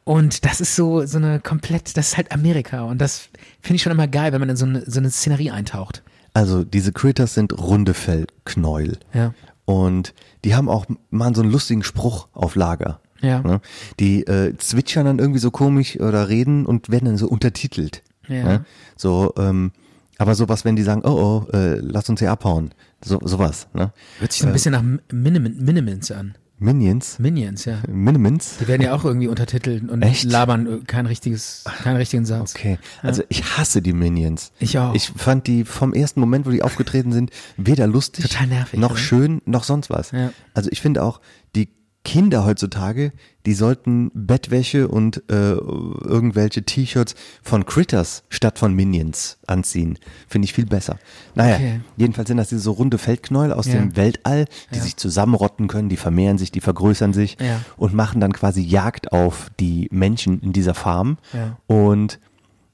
S1: und das ist so, so eine komplett, das ist halt Amerika und das finde ich schon immer geil, wenn man in so eine, so eine Szenerie eintaucht.
S2: Also diese Critters sind runde Fellknäuel.
S1: Ja.
S2: Und die haben auch mal so einen lustigen Spruch auf Lager.
S1: Ja.
S2: Ne? Die äh, zwitschern dann irgendwie so komisch oder reden und werden dann so untertitelt.
S1: Ja.
S2: Ne? So, ähm, aber sowas, wenn die sagen, oh oh, äh, lass uns hier abhauen. So, sowas. Ne? Äh,
S1: Hört sich so ein bisschen nach Minimin, Minimins an.
S2: Minions.
S1: Minions, ja.
S2: Minimins.
S1: Die werden ja auch irgendwie untertitelt und
S2: Echt?
S1: labern äh, kein richtiges, keinen richtigen Satz.
S2: Okay. Also ich hasse die Minions.
S1: Ich auch.
S2: Ich fand die vom ersten Moment, wo die aufgetreten sind, weder lustig,
S1: Total nervig,
S2: noch
S1: ne?
S2: schön, noch sonst was.
S1: Ja.
S2: Also ich finde auch, die Kinder heutzutage, die sollten Bettwäsche und äh, irgendwelche T-Shirts von Critters statt von Minions anziehen. Finde ich viel besser. Naja,
S1: Okay.
S2: jedenfalls sind das diese so runde Feldknäuel aus
S1: Ja.
S2: dem Weltall, die
S1: Ja.
S2: sich zusammenrotten können, die vermehren sich, die vergrößern sich
S1: Ja.
S2: und machen dann quasi Jagd auf die Menschen in dieser Farm.
S1: Ja.
S2: Und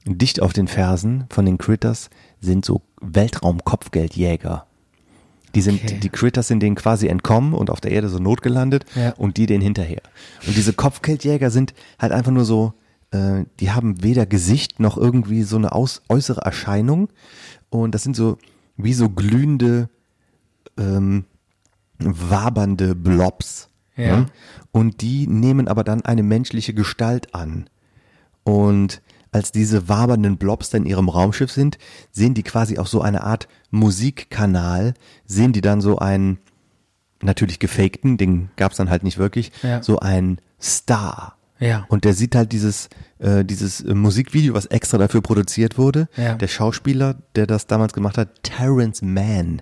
S2: dicht auf den Fersen von den Critters sind so Weltraum-Kopfgeldjäger. Die, sind,
S1: Okay.
S2: die Critters sind denen quasi entkommen und auf der Erde so notgelandet
S1: Ja.
S2: und die denen hinterher. Und diese Kopfgeldjäger sind halt einfach nur so, äh, die haben weder Gesicht noch irgendwie so eine aus, äußere Erscheinung. Und das sind so wie so glühende, ähm, wabernde Blobs.
S1: Ja.
S2: Ne? Und die nehmen aber dann eine menschliche Gestalt an. Und als diese wabernden Blobs dann in ihrem Raumschiff sind, sehen die quasi auch so eine Art Musikkanal, sehen die dann so einen, natürlich gefakten, den gab's dann halt nicht wirklich,
S1: Ja.
S2: so einen Star.
S1: Ja.
S2: Und der sieht halt dieses, äh, dieses äh, Musikvideo, was extra dafür produziert wurde.
S1: Ja.
S2: Der Schauspieler, der das damals gemacht hat, Terrence Mann,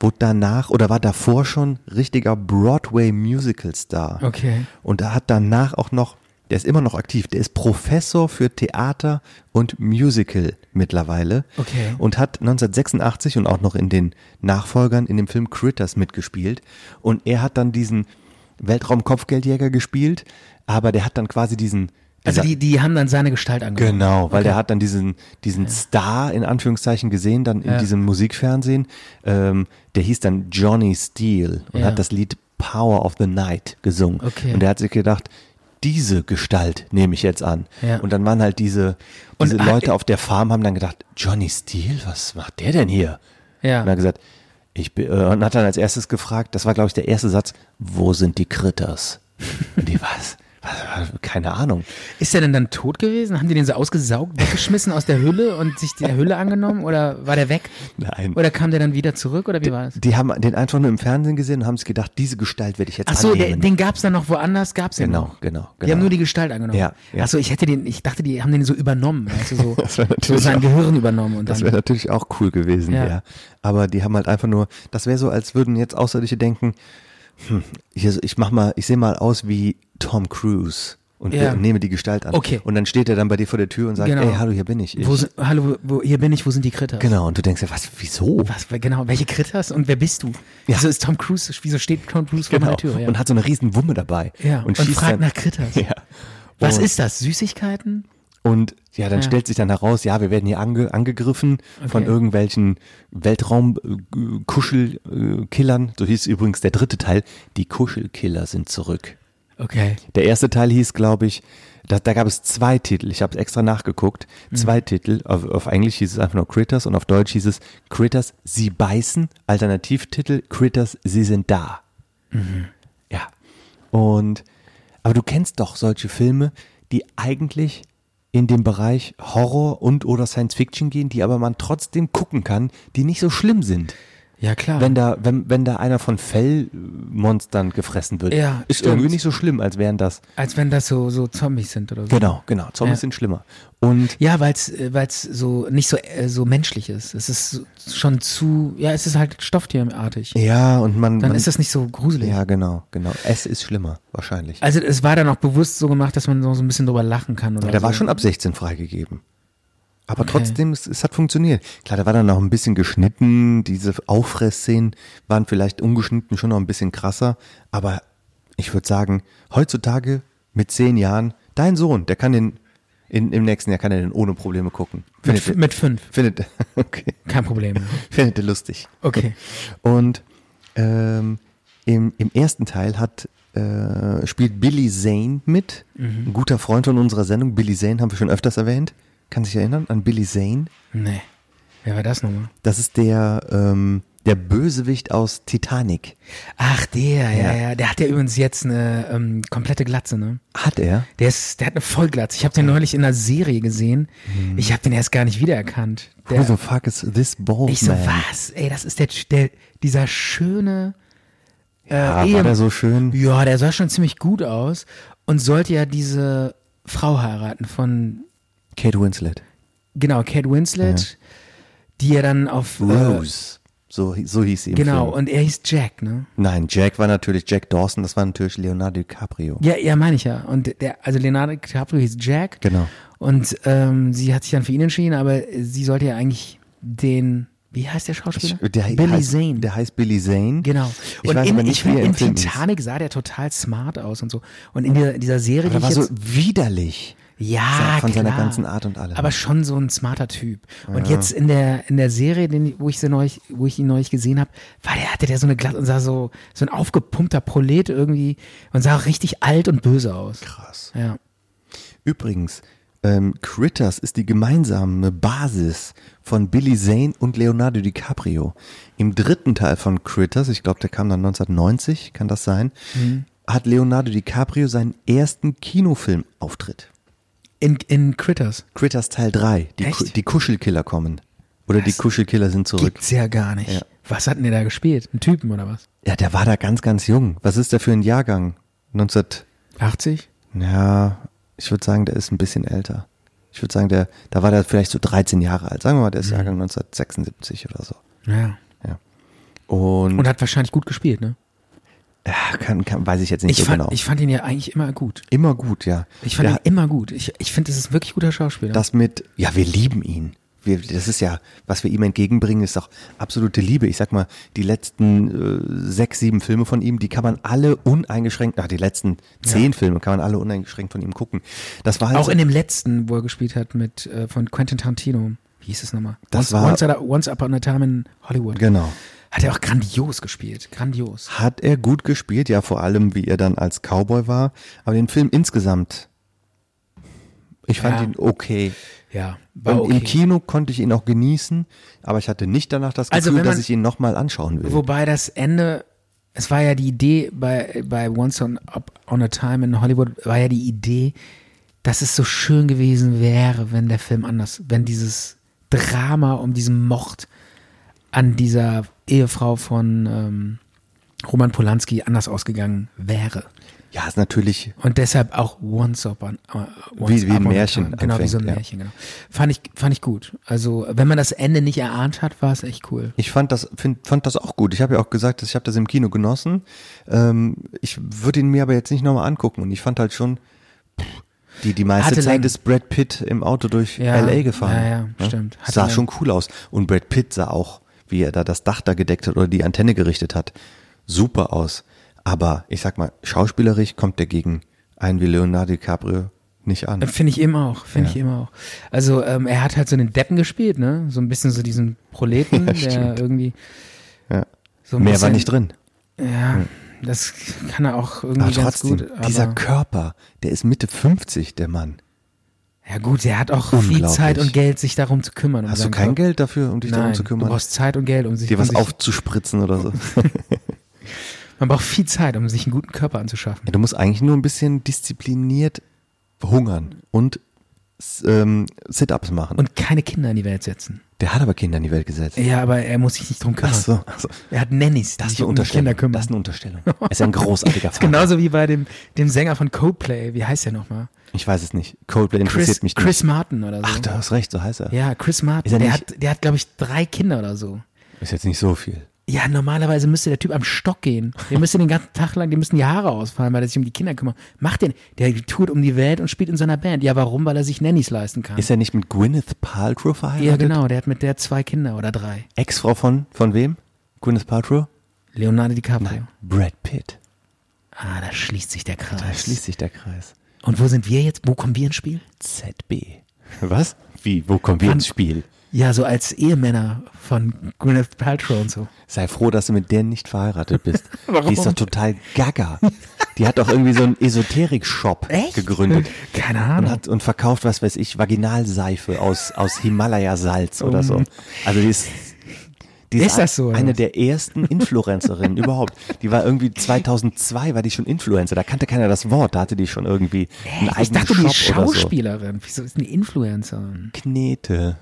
S2: wurde danach oder war davor schon richtiger Broadway-Musical-Star.
S1: Okay.
S2: Und er hat danach auch noch, der ist immer noch aktiv, der ist Professor für Theater und Musical mittlerweile.
S1: Okay.
S2: Und hat 1986 und auch noch in den Nachfolgern in dem Film Critters mitgespielt. Und er hat dann diesen Weltraum-Kopfgeldjäger gespielt, aber der hat dann quasi diesen.
S1: Also
S2: dieser-
S1: die, die haben dann seine Gestalt angenommen.
S2: Genau, weil
S1: okay.
S2: der hat dann diesen, diesen Star in Anführungszeichen gesehen, dann in
S1: Ja.
S2: diesem Musikfernsehen. Ähm, der hieß dann Johnny Steele und
S1: Ja.
S2: hat das Lied Power of the Night gesungen.
S1: Okay.
S2: Und der hat sich gedacht, diese Gestalt nehme ich jetzt an.
S1: Ja.
S2: Und dann waren halt diese,
S1: Und
S2: diese
S1: ah,
S2: Leute
S1: äh,
S2: auf der Farm haben dann gedacht, Johnny Steele, was macht der denn hier?
S1: Ja.
S2: Und hat gesagt, ich bin, äh, und hat dann als erstes gefragt, das war glaube ich der erste Satz, wo sind die Critters? Und die was? was? Keine Ahnung.
S1: Ist der denn dann tot gewesen? Haben die den so ausgesaugt, weggeschmissen aus der Hülle und sich der Hülle angenommen? Oder war der weg?
S2: Nein.
S1: Oder kam der dann wieder zurück? Oder wie war es?
S2: Die haben den einfach nur im Fernsehen gesehen und haben sich gedacht, diese Gestalt werde ich jetzt
S1: Achso,
S2: annehmen.
S1: den gab es dann noch woanders, gab es den
S2: Genau,
S1: noch.
S2: genau,
S1: Die
S2: genau.
S1: haben nur die Gestalt angenommen.
S2: Ja, ja.
S1: Achso, ich hätte den, ich dachte, die haben den so übernommen, weißt du, so,
S2: Das wär
S1: so
S2: natürlich
S1: sein
S2: auch-
S1: Gehirn übernommen und
S2: das wäre
S1: dann.
S2: natürlich auch cool gewesen,
S1: Ja.
S2: ja. Aber die haben halt einfach nur, das wäre so, als würden jetzt Außerirdische denken, ich, ich mach mal, ich sehe mal aus wie Tom Cruise und
S1: Ja.
S2: nehme die Gestalt an.
S1: Okay.
S2: Und dann steht er dann bei dir vor der Tür und sagt,
S1: Genau.
S2: ey, hallo, hier bin ich. ich
S1: Wo, sind- hallo, wo, hier bin ich, wo sind die Kritter?
S2: genau, und du denkst ja, was, wieso?
S1: Was, wer- genau, welche Kritters und wer bist du?
S2: Ja.
S1: Wieso ist Tom Cruise, wieso steht Tom Cruise vor meiner Tür? Ja.
S2: Genau. Und hat so eine riesen Wumme dabei.
S1: Ja, und
S2: schießt
S1: fragt
S2: dann-
S1: nach Kritters.
S2: Ja.
S1: Was
S2: Und-
S1: ist das? Süßigkeiten?
S2: Und ja, dann
S1: Ja.
S2: stellt sich dann heraus, ja, wir werden hier ange, angegriffen von
S1: Okay.
S2: irgendwelchen Weltraum-Kuschelkillern. So hieß übrigens der dritte Teil. Die Kuschelkiller sind zurück.
S1: Okay.
S2: Der erste Teil hieß, glaube ich, da, da gab es zwei Titel. Ich habe es extra nachgeguckt.
S1: Mhm.
S2: Zwei Titel. Auf, auf Englisch hieß es einfach nur Critters und auf Deutsch hieß es Critters, sie beißen. Alternativtitel Critters, sie sind da.
S1: Mhm.
S2: Ja. Und, aber du kennst doch solche Filme, die eigentlich in den Bereich Horror und oder Science Fiction gehen, die aber man trotzdem gucken kann, die nicht so schlimm sind.
S1: Ja, klar.
S2: Wenn da, wenn, wenn da einer von Fellmonstern gefressen wird,
S1: Ja,
S2: ist
S1: stimmt.
S2: irgendwie nicht so schlimm, als wären das
S1: Als wenn das so, so Zombies sind oder so.
S2: Genau, genau. Zombies
S1: Ja.
S2: sind schlimmer. Und
S1: Ja, weil es so nicht so, äh, so menschlich ist. Es ist so- schon zu, ja, es ist halt stofftierartig.
S2: ja, und man.
S1: Dann
S2: man,
S1: ist das nicht so gruselig.
S2: Ja, genau, genau. Es ist schlimmer, wahrscheinlich.
S1: Also es war dann auch bewusst so gemacht, dass man so so ein bisschen drüber lachen kann. Oder
S2: der
S1: so.
S2: war schon ab 16 freigegeben. Aber trotzdem, es, es hat funktioniert. Klar, da war dann noch ein bisschen geschnitten. Diese Auffressszenen waren vielleicht ungeschnitten schon noch ein bisschen krasser. Aber ich würde sagen, heutzutage mit zehn Jahren, dein Sohn, der kann den. In, Im nächsten Jahr kann er den ohne Probleme gucken.
S1: mit, f- mit fünf.
S2: findet, okay,
S1: Kein Problem.
S2: findet er lustig.
S1: Okay.
S2: Und ähm, im, im ersten Teil hat, äh, spielt Billy Zane mit,
S1: Mhm.
S2: ein guter Freund von unserer Sendung. Billy Zane haben wir schon öfters erwähnt. Kann sich erinnern an Billy Zane?
S1: Nee. Wer war das nochmal?
S2: Das ist der, ähm, der Bösewicht aus Titanic.
S1: Ach, der, ja,
S2: Ja.
S1: ja. Der hat ja übrigens jetzt eine ähm, komplette Glatze, ne?
S2: Hat er?
S1: Der, ist, der hat eine Vollglatze. Ich habe den neulich in einer Serie gesehen.
S2: Mhm.
S1: Ich habe den erst gar nicht wiedererkannt. Der,
S2: Who the fuck is this bald
S1: ich so,
S2: man?
S1: was? Ey, das ist der, der dieser schöne äh,
S2: Ja, war
S1: Ehem-
S2: der so schön?
S1: Ja, der sah schon ziemlich gut aus und sollte ja diese Frau heiraten von,
S2: Kate Winslet.
S1: genau, Kate Winslet, die ja dann auf...
S2: Rose. So, so hieß sie
S1: Äh,
S2: im
S1: genau,
S2: Film.
S1: und er hieß Jack, ne?
S2: Nein, Jack war natürlich Jack Dawson, das war natürlich Leonardo DiCaprio.
S1: Ja, ja, meine ich ja. Und der, also Leonardo DiCaprio hieß Jack.
S2: Genau.
S1: Und ähm, sie hat sich dann für ihn entschieden, aber sie sollte ja eigentlich den, wie heißt der Schauspieler?
S2: Ich- Der
S1: genau. Billy
S2: heißt,
S1: Zane.
S2: Der heißt Billy Zane.
S1: Genau.
S2: Ich
S1: und
S2: weiß
S1: in,
S2: aber nicht,
S1: ich
S2: wie
S1: fand,
S2: er
S1: in
S2: im Film hieß.
S1: Titanic sah der total smart aus und so. Und in dieser, dieser Serie, die
S2: Aber der war
S1: ich
S2: so
S1: jetzt,
S2: widerlich.
S1: ja,
S2: von
S1: klar,
S2: seiner ganzen Art und ne? allem.
S1: Aber schon so ein smarter Typ. Und jetzt in der in der Serie, den, wo ich sie neulich, wo ich ihn neulich gesehen habe, war der hatte der so eine glatte und sah so so ein aufgepumpter Prolet irgendwie und sah richtig alt und böse aus.
S2: Krass.
S1: Ja.
S2: Übrigens, ähm, Critters ist die gemeinsame Basis von Billy Zane und Leonardo DiCaprio. Im dritten Teil von Critters, ich glaube, der kam dann 1990, kann das sein,
S1: Mhm.
S2: hat Leonardo DiCaprio seinen ersten Kinofilmauftritt.
S1: In in Critters
S2: Critters Teil 3, die,
S1: Echt?
S2: Ku- die Kuschelkiller kommen. Oder die Kuschelkiller sind zurück.
S1: gibt's ja gar nicht.
S2: Ja.
S1: Was hatten die da gespielt? Ein Typen oder was?
S2: Ja, der war da ganz, ganz jung. Was ist der für ein Jahrgang? 19...
S1: 80?
S2: Ja, ich würde sagen, der ist ein bisschen älter. Ich würde sagen, der, da war der vielleicht so 13 Jahre alt. Sagen wir mal,
S1: Mhm.
S2: der ist Jahrgang 1976 oder so.
S1: Ja.
S2: Ja. Und,
S1: Und hat wahrscheinlich gut gespielt, ne?
S2: ja, kann, kann, weiß ich jetzt nicht
S1: Ich
S2: so
S1: fand,
S2: genau.
S1: ich fand ihn ja eigentlich immer gut.
S2: immer gut, ja.
S1: Ich fand
S2: der,
S1: ihn immer gut. Ich, ich finde, das ist ein wirklich guter Schauspieler.
S2: das mit, ja, wir lieben ihn. Wir, das ist ja, was wir ihm entgegenbringen, ist doch absolute Liebe. Ich sag mal, die letzten äh, sechs, sieben Filme von ihm, die kann man alle uneingeschränkt, ach, die letzten zehn Filme kann man alle uneingeschränkt von ihm gucken. Das war halt
S1: Auch
S2: so-
S1: in dem letzten, wo er gespielt hat, mit äh, von Quentin Tarantino. Wie hieß es nochmal? once,
S2: Das war-
S1: once, Ada- once Upon a Time in Hollywood.
S2: Genau.
S1: Hat er auch grandios gespielt. Grandios.
S2: Hat er gut gespielt, ja, vor allem, wie er dann als Cowboy war. Aber den Film insgesamt, ich fand
S1: Ja.
S2: ihn okay.
S1: Ja, war
S2: Und
S1: okay.
S2: im Kino konnte ich ihn auch genießen, aber ich hatte nicht danach das
S1: Also,
S2: Gefühl,
S1: wenn man-
S2: dass ich ihn nochmal anschauen will.
S1: Wobei das Ende, es war ja die Idee bei, bei Once on, Up on a Time in Hollywood, war ja die Idee, dass es so schön gewesen wäre, wenn der Film anders, wenn dieses Drama um diesen Mord an dieser Ehefrau von ähm, Roman Polanski anders ausgegangen wäre.
S2: Ja, ist natürlich
S1: Und deshalb auch Once Upon äh, once
S2: Wie- wie ein
S1: upon a
S2: Märchen
S1: Time. Genau, wie so ein
S2: anfängt, ja.
S1: Märchen, genau. Fand ich, fand ich gut. Also, wenn man das Ende nicht erahnt hat, war es echt cool.
S2: Ich fand das, find, fand das auch gut. Ich habe ja auch gesagt, dass ich habe das im Kino genossen. Ähm, ich würde ihn mir aber jetzt nicht nochmal angucken. Und ich fand halt schon, pff, die, die meiste
S1: Hatte
S2: Zeit
S1: Längen.
S2: ist Brad Pitt im Auto durch
S1: Ja,
S2: L.A. gefahren.
S1: ja, ja, stimmt. Hatte
S2: sah
S1: Längen.
S2: schon cool aus. Und Brad Pitt sah auch, wie er da das Dach da gedeckt hat oder die Antenne gerichtet hat, super aus. Aber ich sag mal, schauspielerisch kommt der gegen einen wie Leonardo DiCaprio nicht an.
S1: Finde Äh, ich eben auch, finde ich eben auch. Also ähm, er hat halt so den Deppen gespielt, ne? So ein bisschen so diesen Proleten,
S2: Ja,
S1: der
S2: stimmt.
S1: irgendwie.
S2: Ja.
S1: So ein
S2: Mehr war
S1: bisschen-
S2: nicht drin.
S1: Ja, das kann er auch irgendwie
S2: Aber
S1: ganz
S2: trotzdem,
S1: gut. Aber,
S2: dieser Körper, der ist Mitte 50, der Mann.
S1: ja gut, er hat auch viel
S2: Unglaublich.
S1: Zeit und Geld, sich darum zu kümmern. um
S2: Hast du
S1: seinen
S2: kein
S1: Körper.
S2: Geld dafür, um dich
S1: Nein,
S2: darum zu
S1: du
S2: kümmern?
S1: brauchst Zeit und Geld, um sich,
S2: Dir
S1: um
S2: was
S1: sich
S2: aufzuspritzen oder so?
S1: Man braucht viel Zeit, um sich einen guten Körper anzuschaffen.
S2: du musst eigentlich nur ein bisschen diszipliniert hungern und s- ähm, Sit-Ups machen.
S1: Und keine Kinder in die Welt setzen.
S2: der hat aber Kinder in die Welt gesetzt.
S1: Ja, aber er muss sich nicht drum kümmern.
S2: Ach so, ach so.
S1: Er hat Nannies, die
S2: Das ist
S1: sich
S2: eine
S1: um die Kinder
S2: Unterstellung.
S1: kümmern.
S2: Das ist eine Unterstellung. Er ist ein großartiger
S1: Ist
S2: Vater.
S1: genauso wie bei dem, dem Sänger von Coldplay. Wie heißt der nochmal?
S2: Ich weiß es nicht. Coldplay interessiert
S1: Chris,
S2: mich
S1: Chris
S2: nicht.
S1: Martin oder so.
S2: Ach, du hast recht, so heißt er.
S1: Ja, Chris
S2: Ist
S1: Martin.
S2: er
S1: Der
S2: nicht-
S1: hat, der hat glaube ich, drei Kinder oder so.
S2: Ist jetzt nicht so viel.
S1: Ja, normalerweise müsste der Typ am Stock gehen. Der müsste den ganzen Tag lang, dem müssen die Haare ausfallen, weil er sich um die Kinder kümmert. Macht den. Der tourt um die Welt und spielt in seiner Band. Ja, warum? Weil er sich Nannies leisten kann.
S2: Ist er nicht mit Gwyneth Paltrow verheiratet?
S1: ja, genau. Der hat mit der zwei Kinder oder drei.
S2: Ex-Frau von, von wem? Gwyneth Paltrow?
S1: Leonardo DiCaprio.
S2: Brad Pitt.
S1: Ah, da schließt sich der Kreis.
S2: Da schließt sich der Kreis.
S1: Und wo sind wir jetzt? Wo kommen wir ins Spiel?
S2: ZB. Was? Wie? Wo kommen wir ins Spiel?
S1: Ja, so als Ehemänner von Gwyneth Paltrow und so.
S2: Sei froh, dass du mit der nicht verheiratet bist.
S1: Warum?
S2: Die ist doch total gaga. Die hat doch irgendwie so einen Esoterik-Shop gegründet.
S1: Keine
S2: Und,
S1: Ahnung.
S2: hat, und verkauft, was weiß ich, Vaginalseife aus, aus Himalaya-Salz oder so. Also die ist, die
S1: Mhm. Ist das so, oder
S2: eine
S1: was?
S2: der ersten Influencerinnen überhaupt. Die war irgendwie 2002, war die schon Influencer. Da kannte keiner das Wort. Da hatte die schon irgendwie einen
S1: ich
S2: eigenen
S1: dachte, die
S2: Shop
S1: ist
S2: oder so.
S1: Schauspielerin. Wieso ist eine Influencerin?
S2: Knete.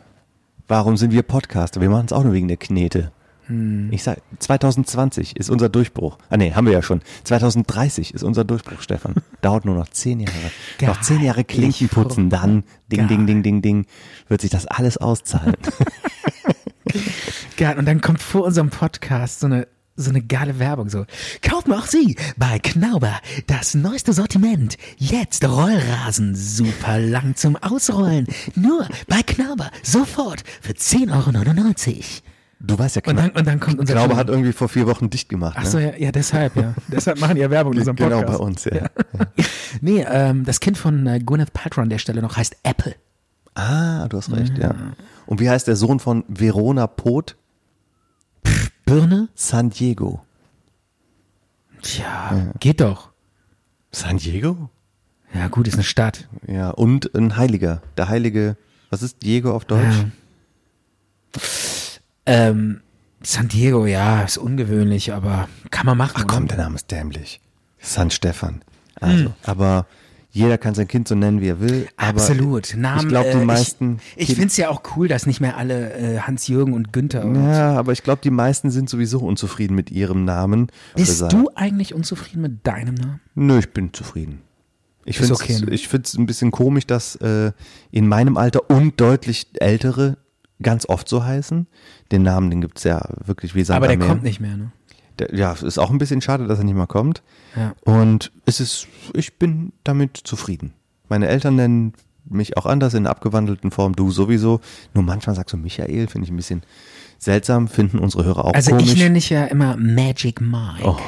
S2: Warum sind wir Podcaster? Wir machen es auch nur wegen der Knete.
S1: Hm.
S2: Ich sag, 2020 ist unser Durchbruch. Ah nee, haben wir ja schon. 2030 ist unser Durchbruch, Stefan. Dauert nur noch zehn Jahre.
S1: Geil.
S2: Noch zehn Jahre Klinken
S1: Ich
S2: putzen, dann ding,
S1: Geil.
S2: ding, ding, ding, ding, wird sich das alles auszahlen.
S1: Geil. Und dann kommt vor unserem Podcast so eine, so eine geile Werbung. So, kaufen auch Sie bei Knauber das neueste Sortiment. Jetzt Rollrasen super lang zum Ausrollen. Nur bei Knauber sofort für 10,99 Euro.
S2: Du weißt ja,
S1: Und dann- und dann kommt unser
S2: Glaube
S1: Film.
S2: hat irgendwie vor vier Wochen dicht gemacht.
S1: Ach so,
S2: ne?
S1: ja, ja, deshalb, ja. deshalb machen die ja Werbung in unserem
S2: Genau
S1: Podcast.
S2: bei uns, ja.
S1: Nee, ähm, das Kind von äh, Gwyneth Paltrow an der Stelle noch heißt Apple.
S2: Ah, du hast recht, ja.
S1: Mhm.
S2: Und wie heißt der Sohn von Verona Pot?
S1: Birne?
S2: San Diego.
S1: Tja, geht doch.
S2: San Diego?
S1: Ja, gut, ist eine Stadt.
S2: Ja, und ein Heiliger. Der Heilige, was ist Diego auf Deutsch?
S1: Ja. Ähm, San Diego, ja, ist ungewöhnlich, aber kann man machen.
S2: Ach komm,
S1: oder?
S2: der Name ist dämlich. San Stefan. Also,
S1: Hm.
S2: aber jeder kann sein Kind so nennen, wie er will. Aber
S1: Absolut. Namen,
S2: ich glaube, die
S1: äh,
S2: meisten.
S1: Ich, ich
S2: Kinder-
S1: finde es ja auch cool, dass nicht mehr alle äh, Hans-Jürgen und Günther. und-
S2: Ja, aber ich glaube, die meisten sind sowieso unzufrieden mit ihrem Namen.
S1: Bist
S2: Also,
S1: du eigentlich unzufrieden mit deinem Namen?
S2: Nö, ich bin zufrieden. Ich
S1: Ist
S2: finde es
S1: okay, ne?
S2: ich find's ein bisschen komisch, dass äh, in meinem Alter und deutlich ältere ganz oft so heißen. Den Namen, den gibt's ja wirklich wie Sand
S1: aber der
S2: am Meer.
S1: kommt nicht mehr, ne?
S2: Der, ja, ist auch ein bisschen schade, dass er nicht mal kommt.
S1: Ja.
S2: Und es ist, ich bin damit zufrieden. Meine Eltern nennen mich auch anders in abgewandelten Form, du sowieso. Nur manchmal sagst du Michael, finde ich ein bisschen seltsam, finden unsere Hörer auch
S1: Also
S2: komisch.
S1: ich nenne dich ja immer Magic Mike.
S2: oh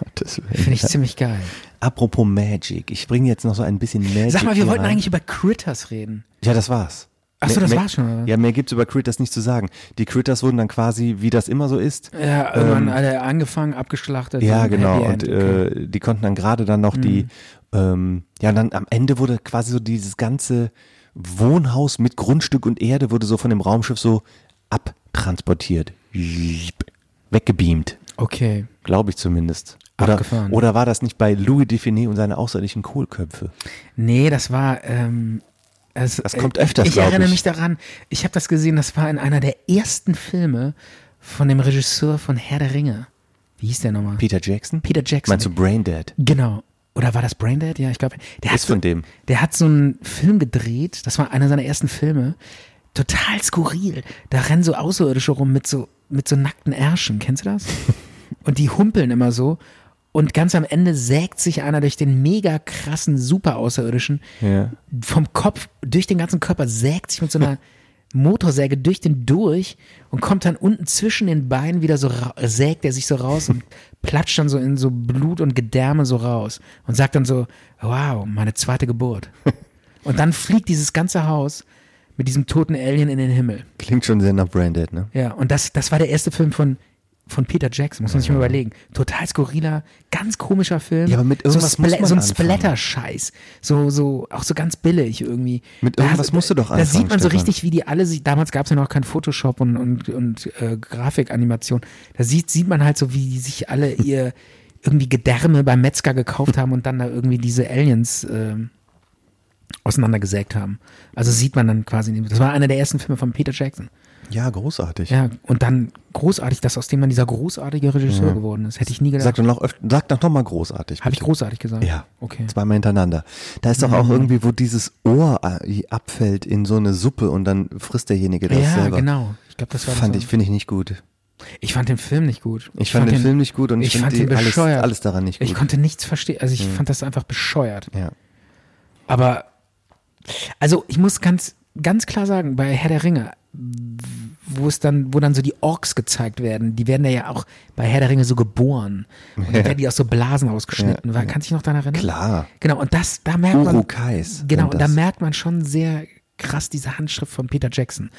S2: Gottes
S1: Finde
S2: Willen.
S1: ich ziemlich geil.
S2: Apropos Magic, ich bringe jetzt noch so ein bisschen Magic.
S1: Sag mal, wir
S2: hier
S1: wollten
S2: rein.
S1: eigentlich über Critters reden.
S2: Ja, das war's.
S1: Ach so,
S2: Mehr-
S1: das
S2: mehr-
S1: war's schon, oder?
S2: Ja, mehr gibt's über Critters nicht zu sagen. Die Critters wurden dann quasi, wie das immer so ist,
S1: Ja, irgendwann alle angefangen, abgeschlachtet.
S2: ähm, Ja,
S1: und
S2: genau.
S1: Happy
S2: Und
S1: End, okay. Mhm.
S2: äh, die konnten dann gerade dann noch die, ähm, ja, und dann am Ende wurde quasi so dieses ganze Wohnhaus mit Grundstück und Erde wurde so von dem Raumschiff so abtransportiert. Weggebeamt,
S1: okay.
S2: glaube ich zumindest. Oder,
S1: Abgefahren.
S2: oder war das nicht bei Louis Define und seine außerirdischen Kohlköpfe?
S1: Nee, das war. Ähm, es,
S2: Das kommt öfters,
S1: Ich
S2: glaub
S1: erinnere
S2: ich.
S1: mich daran, ich habe das gesehen, das war in einer der ersten Filme von dem Regisseur von Herr der Ringe. Wie hieß der nochmal?
S2: Peter Jackson?
S1: Peter Jackson.
S2: Meinst du Braindead?
S1: Genau. Oder war das Braindead? Ja, ich glaube. Der
S2: Ist
S1: hat so,
S2: von dem.
S1: Der hat so einen Film gedreht, das war einer seiner ersten Filme. Total skurril. Da rennen so Außerirdische rum mit so, mit so nackten Ärschen. Kennst du das? Und die humpeln immer so. Und ganz am Ende sägt sich einer durch den mega krassen Super-Außerirdischen
S2: Ja.
S1: vom Kopf, durch den ganzen Körper, sägt sich mit so einer Motorsäge durch den durch und kommt dann unten zwischen den Beinen wieder so, ra- sägt er sich so raus und platscht dann so in so Blut und Gedärme so raus und sagt dann so, wow, meine zweite Geburt. Und dann fliegt dieses ganze Haus mit diesem toten Alien in den Himmel.
S2: Klingt schon sehr nach Braindead, ne?
S1: Ja, und das, das war der erste Film von, von Peter Jackson, muss man sich mal überlegen. Total skurriler, ganz komischer Film.
S2: Ja, aber mit irgendwas
S1: so,
S2: muss man
S1: so ein
S2: anfangen.
S1: Splatter-Scheiß. So, so, auch so ganz billig irgendwie.
S2: Mit
S1: Da
S2: irgendwas
S1: hast-
S2: musst du doch
S1: Da
S2: anfangen,
S1: sieht man so
S2: Stefan.
S1: richtig, wie die alle sich, damals gab es ja noch kein Photoshop und, und, und äh, Grafikanimation. Da sieht, sieht man halt so, wie die sich alle ihr irgendwie Gedärme beim Metzger gekauft haben und dann da irgendwie diese Aliens ähm, auseinandergesägt haben. Also sieht man dann quasi, in dem- das war einer der ersten Filme von Peter Jackson.
S2: Ja, großartig.
S1: Ja, und dann großartig, dass aus dem dann dieser großartige Regisseur geworden ist. Hätte ich nie
S2: Sag
S1: gedacht.
S2: doch noch, öfter- sag doch noch mal großartig.
S1: Habe ich
S2: bitte.
S1: großartig gesagt?
S2: Ja,
S1: Okay. Mhm.
S2: zweimal hintereinander. Da ist doch auch irgendwie, wo dieses Ohr äh, abfällt in so eine Suppe und dann frisst derjenige das
S1: ja,
S2: selber.
S1: genau. Ich glaube, das war
S2: Fand
S1: das
S2: ich, finde ich nicht gut.
S1: Ich fand den Film nicht gut.
S2: Ich fand den Film nicht gut und ich find
S1: fand
S2: die-
S1: ihn
S2: alles-
S1: bescheuert.
S2: alles daran nicht
S1: Ich
S2: gut. Mhm.
S1: konnte nichts verstehen. Also ich fand das einfach bescheuert.
S2: Ja.
S1: Aber also ich muss ganz ganz klar sagen, bei Herr der Ringe, wo es dann wo dann so die Orks gezeigt werden, die werden ja auch bei Herr der Ringe so geboren und dann werden die aus so Blasen rausgeschnitten.
S2: Ja,
S1: War, kannst du dich noch daran erinnern?
S2: Klar.
S1: Genau und das da merkt man
S2: Urukais
S1: Genau
S2: sind
S1: und da
S2: das.
S1: merkt man schon sehr krass diese Handschrift von Peter Jackson.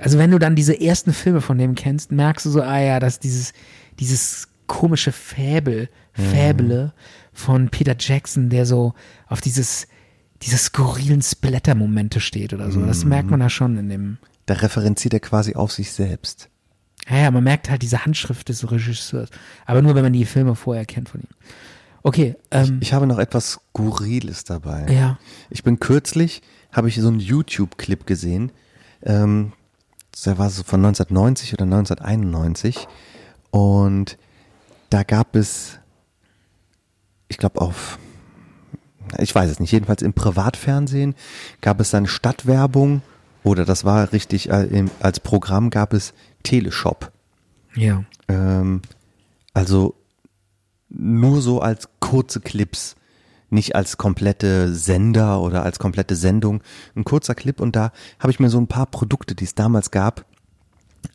S1: Also wenn du dann diese ersten Filme von dem kennst, merkst du so, ah ja, dass dieses dieses komische Fäbel,
S2: Mhm.
S1: Fäble von Peter Jackson, der so auf dieses diese skurrilen Splatter-Momente steht oder so. Das
S2: Mhm.
S1: merkt man da schon in dem.
S2: Da referenziert er quasi auf sich selbst.
S1: Ja, ja, man merkt halt diese Handschrift des Regisseurs. Aber nur, wenn man die Filme vorher kennt von ihm. Okay, ähm,
S2: Ich habe noch etwas Skurriles dabei.
S1: Ja.
S2: Ich bin kürzlich, habe ich so einen YouTube-Clip gesehen. Ähm, der war so von 1990 oder 1991. Und da gab es, ich glaube auf, ich weiß es nicht, jedenfalls im Privatfernsehen gab es dann Stadtwerbung oder das war richtig, äh, im- als Programm gab es Teleshop.
S1: ja.
S2: Ähm, also nur so als kurze Clips, nicht als komplette Sender oder als komplette Sendung. Ein kurzer Clip und da habe ich mir so ein paar Produkte, die es damals gab,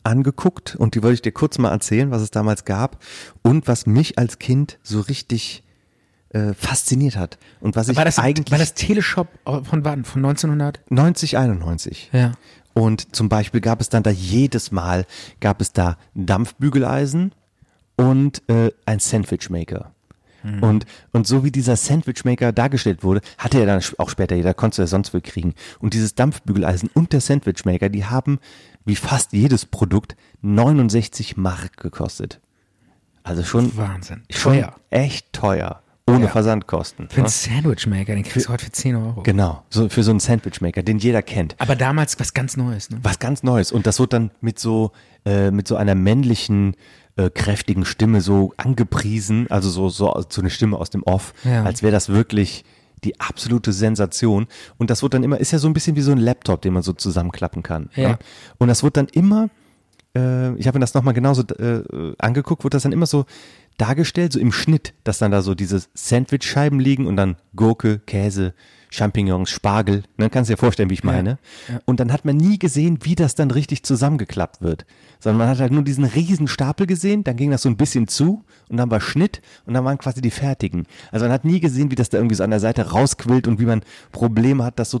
S2: angeguckt und die wollte ich dir kurz mal erzählen, was es damals gab und was mich als Kind so richtig äh, fasziniert hat und was ich
S1: War das,
S2: eigentlich
S1: war das Teleshop äh, von wann? Von 1900?
S2: 90 91
S1: Ja.
S2: und zum Beispiel gab es dann da jedes Mal gab es da Dampfbügeleisen und äh, ein Sandwichmaker.
S1: Mhm.
S2: Und, und so wie dieser Sandwichmaker dargestellt wurde, hatte er dann sch- auch später jeder, konntest du ja sonst wo kriegen. Und dieses Dampfbügeleisen und der Sandwichmaker, die haben, wie fast jedes Produkt, 69 Mark gekostet. Also schon,
S1: Wahnsinn.
S2: schon
S1: Teuer.
S2: echt teuer. Ohne
S1: Ja.
S2: Versandkosten.
S1: Für einen
S2: ne?
S1: Sandwichmaker, den kriegst du heute für 10 Euro.
S2: Genau, so, für so einen Sandwichmaker, den jeder kennt.
S1: Aber damals was ganz Neues, ne?
S2: Was ganz Neues. Und das wird dann mit so, äh, mit so einer männlichen, äh, kräftigen Stimme so angepriesen, also so, so, so eine Stimme aus dem Off,
S1: Ja.
S2: als wäre das wirklich die absolute Sensation. Und das wird dann immer, ist ja so ein bisschen wie so ein Laptop, den man so zusammenklappen kann.
S1: Ja.
S2: Ne? Und das wird dann immer, äh, ich habe mir das nochmal genauso äh, äh, angeguckt, wird das dann immer so dargestellt, so im Schnitt, dass dann da so diese Sandwichscheiben liegen und dann Gurke, Käse, Champignons, Spargel. Und dann kannst du dir vorstellen, wie ich meine. Und dann hat man nie gesehen, wie das dann richtig zusammengeklappt wird. Sondern man hat halt nur diesen riesen Stapel gesehen, dann ging das so ein bisschen zu und dann war Schnitt und dann waren quasi die fertigen. Also man hat nie gesehen, wie das da irgendwie so an der Seite rausquillt und wie man Probleme hat, das so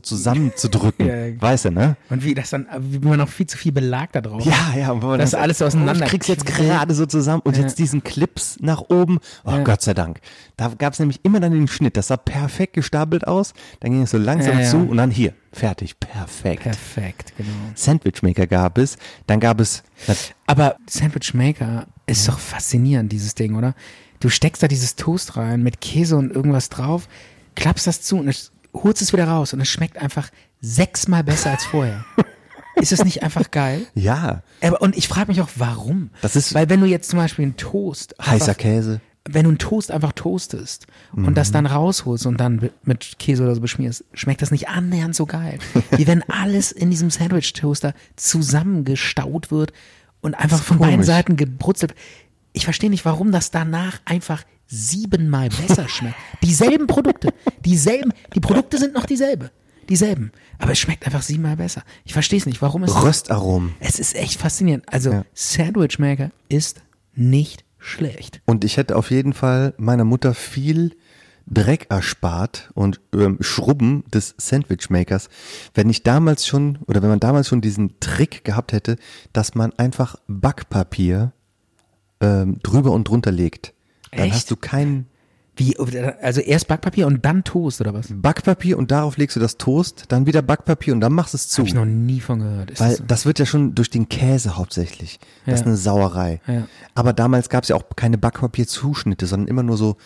S2: zusammenzudrücken.
S1: Ja, ja.
S2: Weißt du, ne?
S1: Und wie das dann, wie man noch viel zu viel Belag da drauf hat.
S2: Ja, ja, und wenn man
S1: Oh. Das
S2: dann- oh,
S1: alles so auseinander-
S2: Ich krieg's jetzt gerade so zusammen und jetzt diesen Clips nach oben. Oh Gott sei Dank. Da gab's nämlich immer dann den Schnitt. Das sah perfekt gestapelt aus. Dann ging es so langsam
S1: Ja, ja.
S2: zu und dann hier. Fertig. Perfekt.
S1: Perfekt, genau.
S2: Sandwichmaker gab es. Dann gab es. na,
S1: Aber Sandwichmaker ist doch faszinierend, dieses Ding, oder? Du steckst da dieses Toast rein mit Käse und irgendwas drauf, klappst das zu und es, holst es wieder raus und es schmeckt einfach sechsmal besser als vorher. Ist es nicht einfach geil?
S2: Ja,
S1: Aber, und ich frage mich auch, warum?
S2: Das ist-
S1: Weil wenn du jetzt zum Beispiel einen Toast.
S2: heißer
S1: einfach,
S2: Käse. Mhm.
S1: Wenn du einen Toast einfach toastest und das dann rausholst und dann mit Käse oder so beschmierst, schmeckt das nicht annähernd so geil. Wie wenn alles in diesem Sandwich-Toaster zusammengestaut wird und einfach von beiden
S2: komisch.
S1: Seiten gebrutzelt. Ich verstehe nicht, warum das danach einfach siebenmal besser schmeckt. Dieselben Produkte, dieselben, die Produkte sind noch dieselbe, dieselben, aber es schmeckt einfach siebenmal besser. Ich verstehe es nicht, warum es
S2: Röstaromen.
S1: es ist echt faszinierend. Also
S2: Ja.
S1: Sandwich Maker ist nicht schlecht.
S2: Und ich hätte auf jeden Fall meiner Mutter viel Dreck erspart und ähm, Schrubben des Sandwichmakers, wenn ich damals schon oder wenn man damals schon diesen Trick gehabt hätte, dass man einfach Backpapier ähm, drüber und drunter legt. Dann
S1: Echt?
S2: hast du kein
S1: Wie, also erst Backpapier und dann Toast oder was?
S2: Backpapier und darauf legst du das Toast, dann wieder Backpapier und dann machst du es zu.
S1: Habe ich noch nie von gehört. Ist
S2: Weil
S1: das so?
S2: das wird ja schon durch den Käse hauptsächlich. Das ist
S1: Ja.
S2: eine Sauerei.
S1: Ja.
S2: Aber damals gab es ja auch keine Backpapierzuschnitte, sondern immer nur so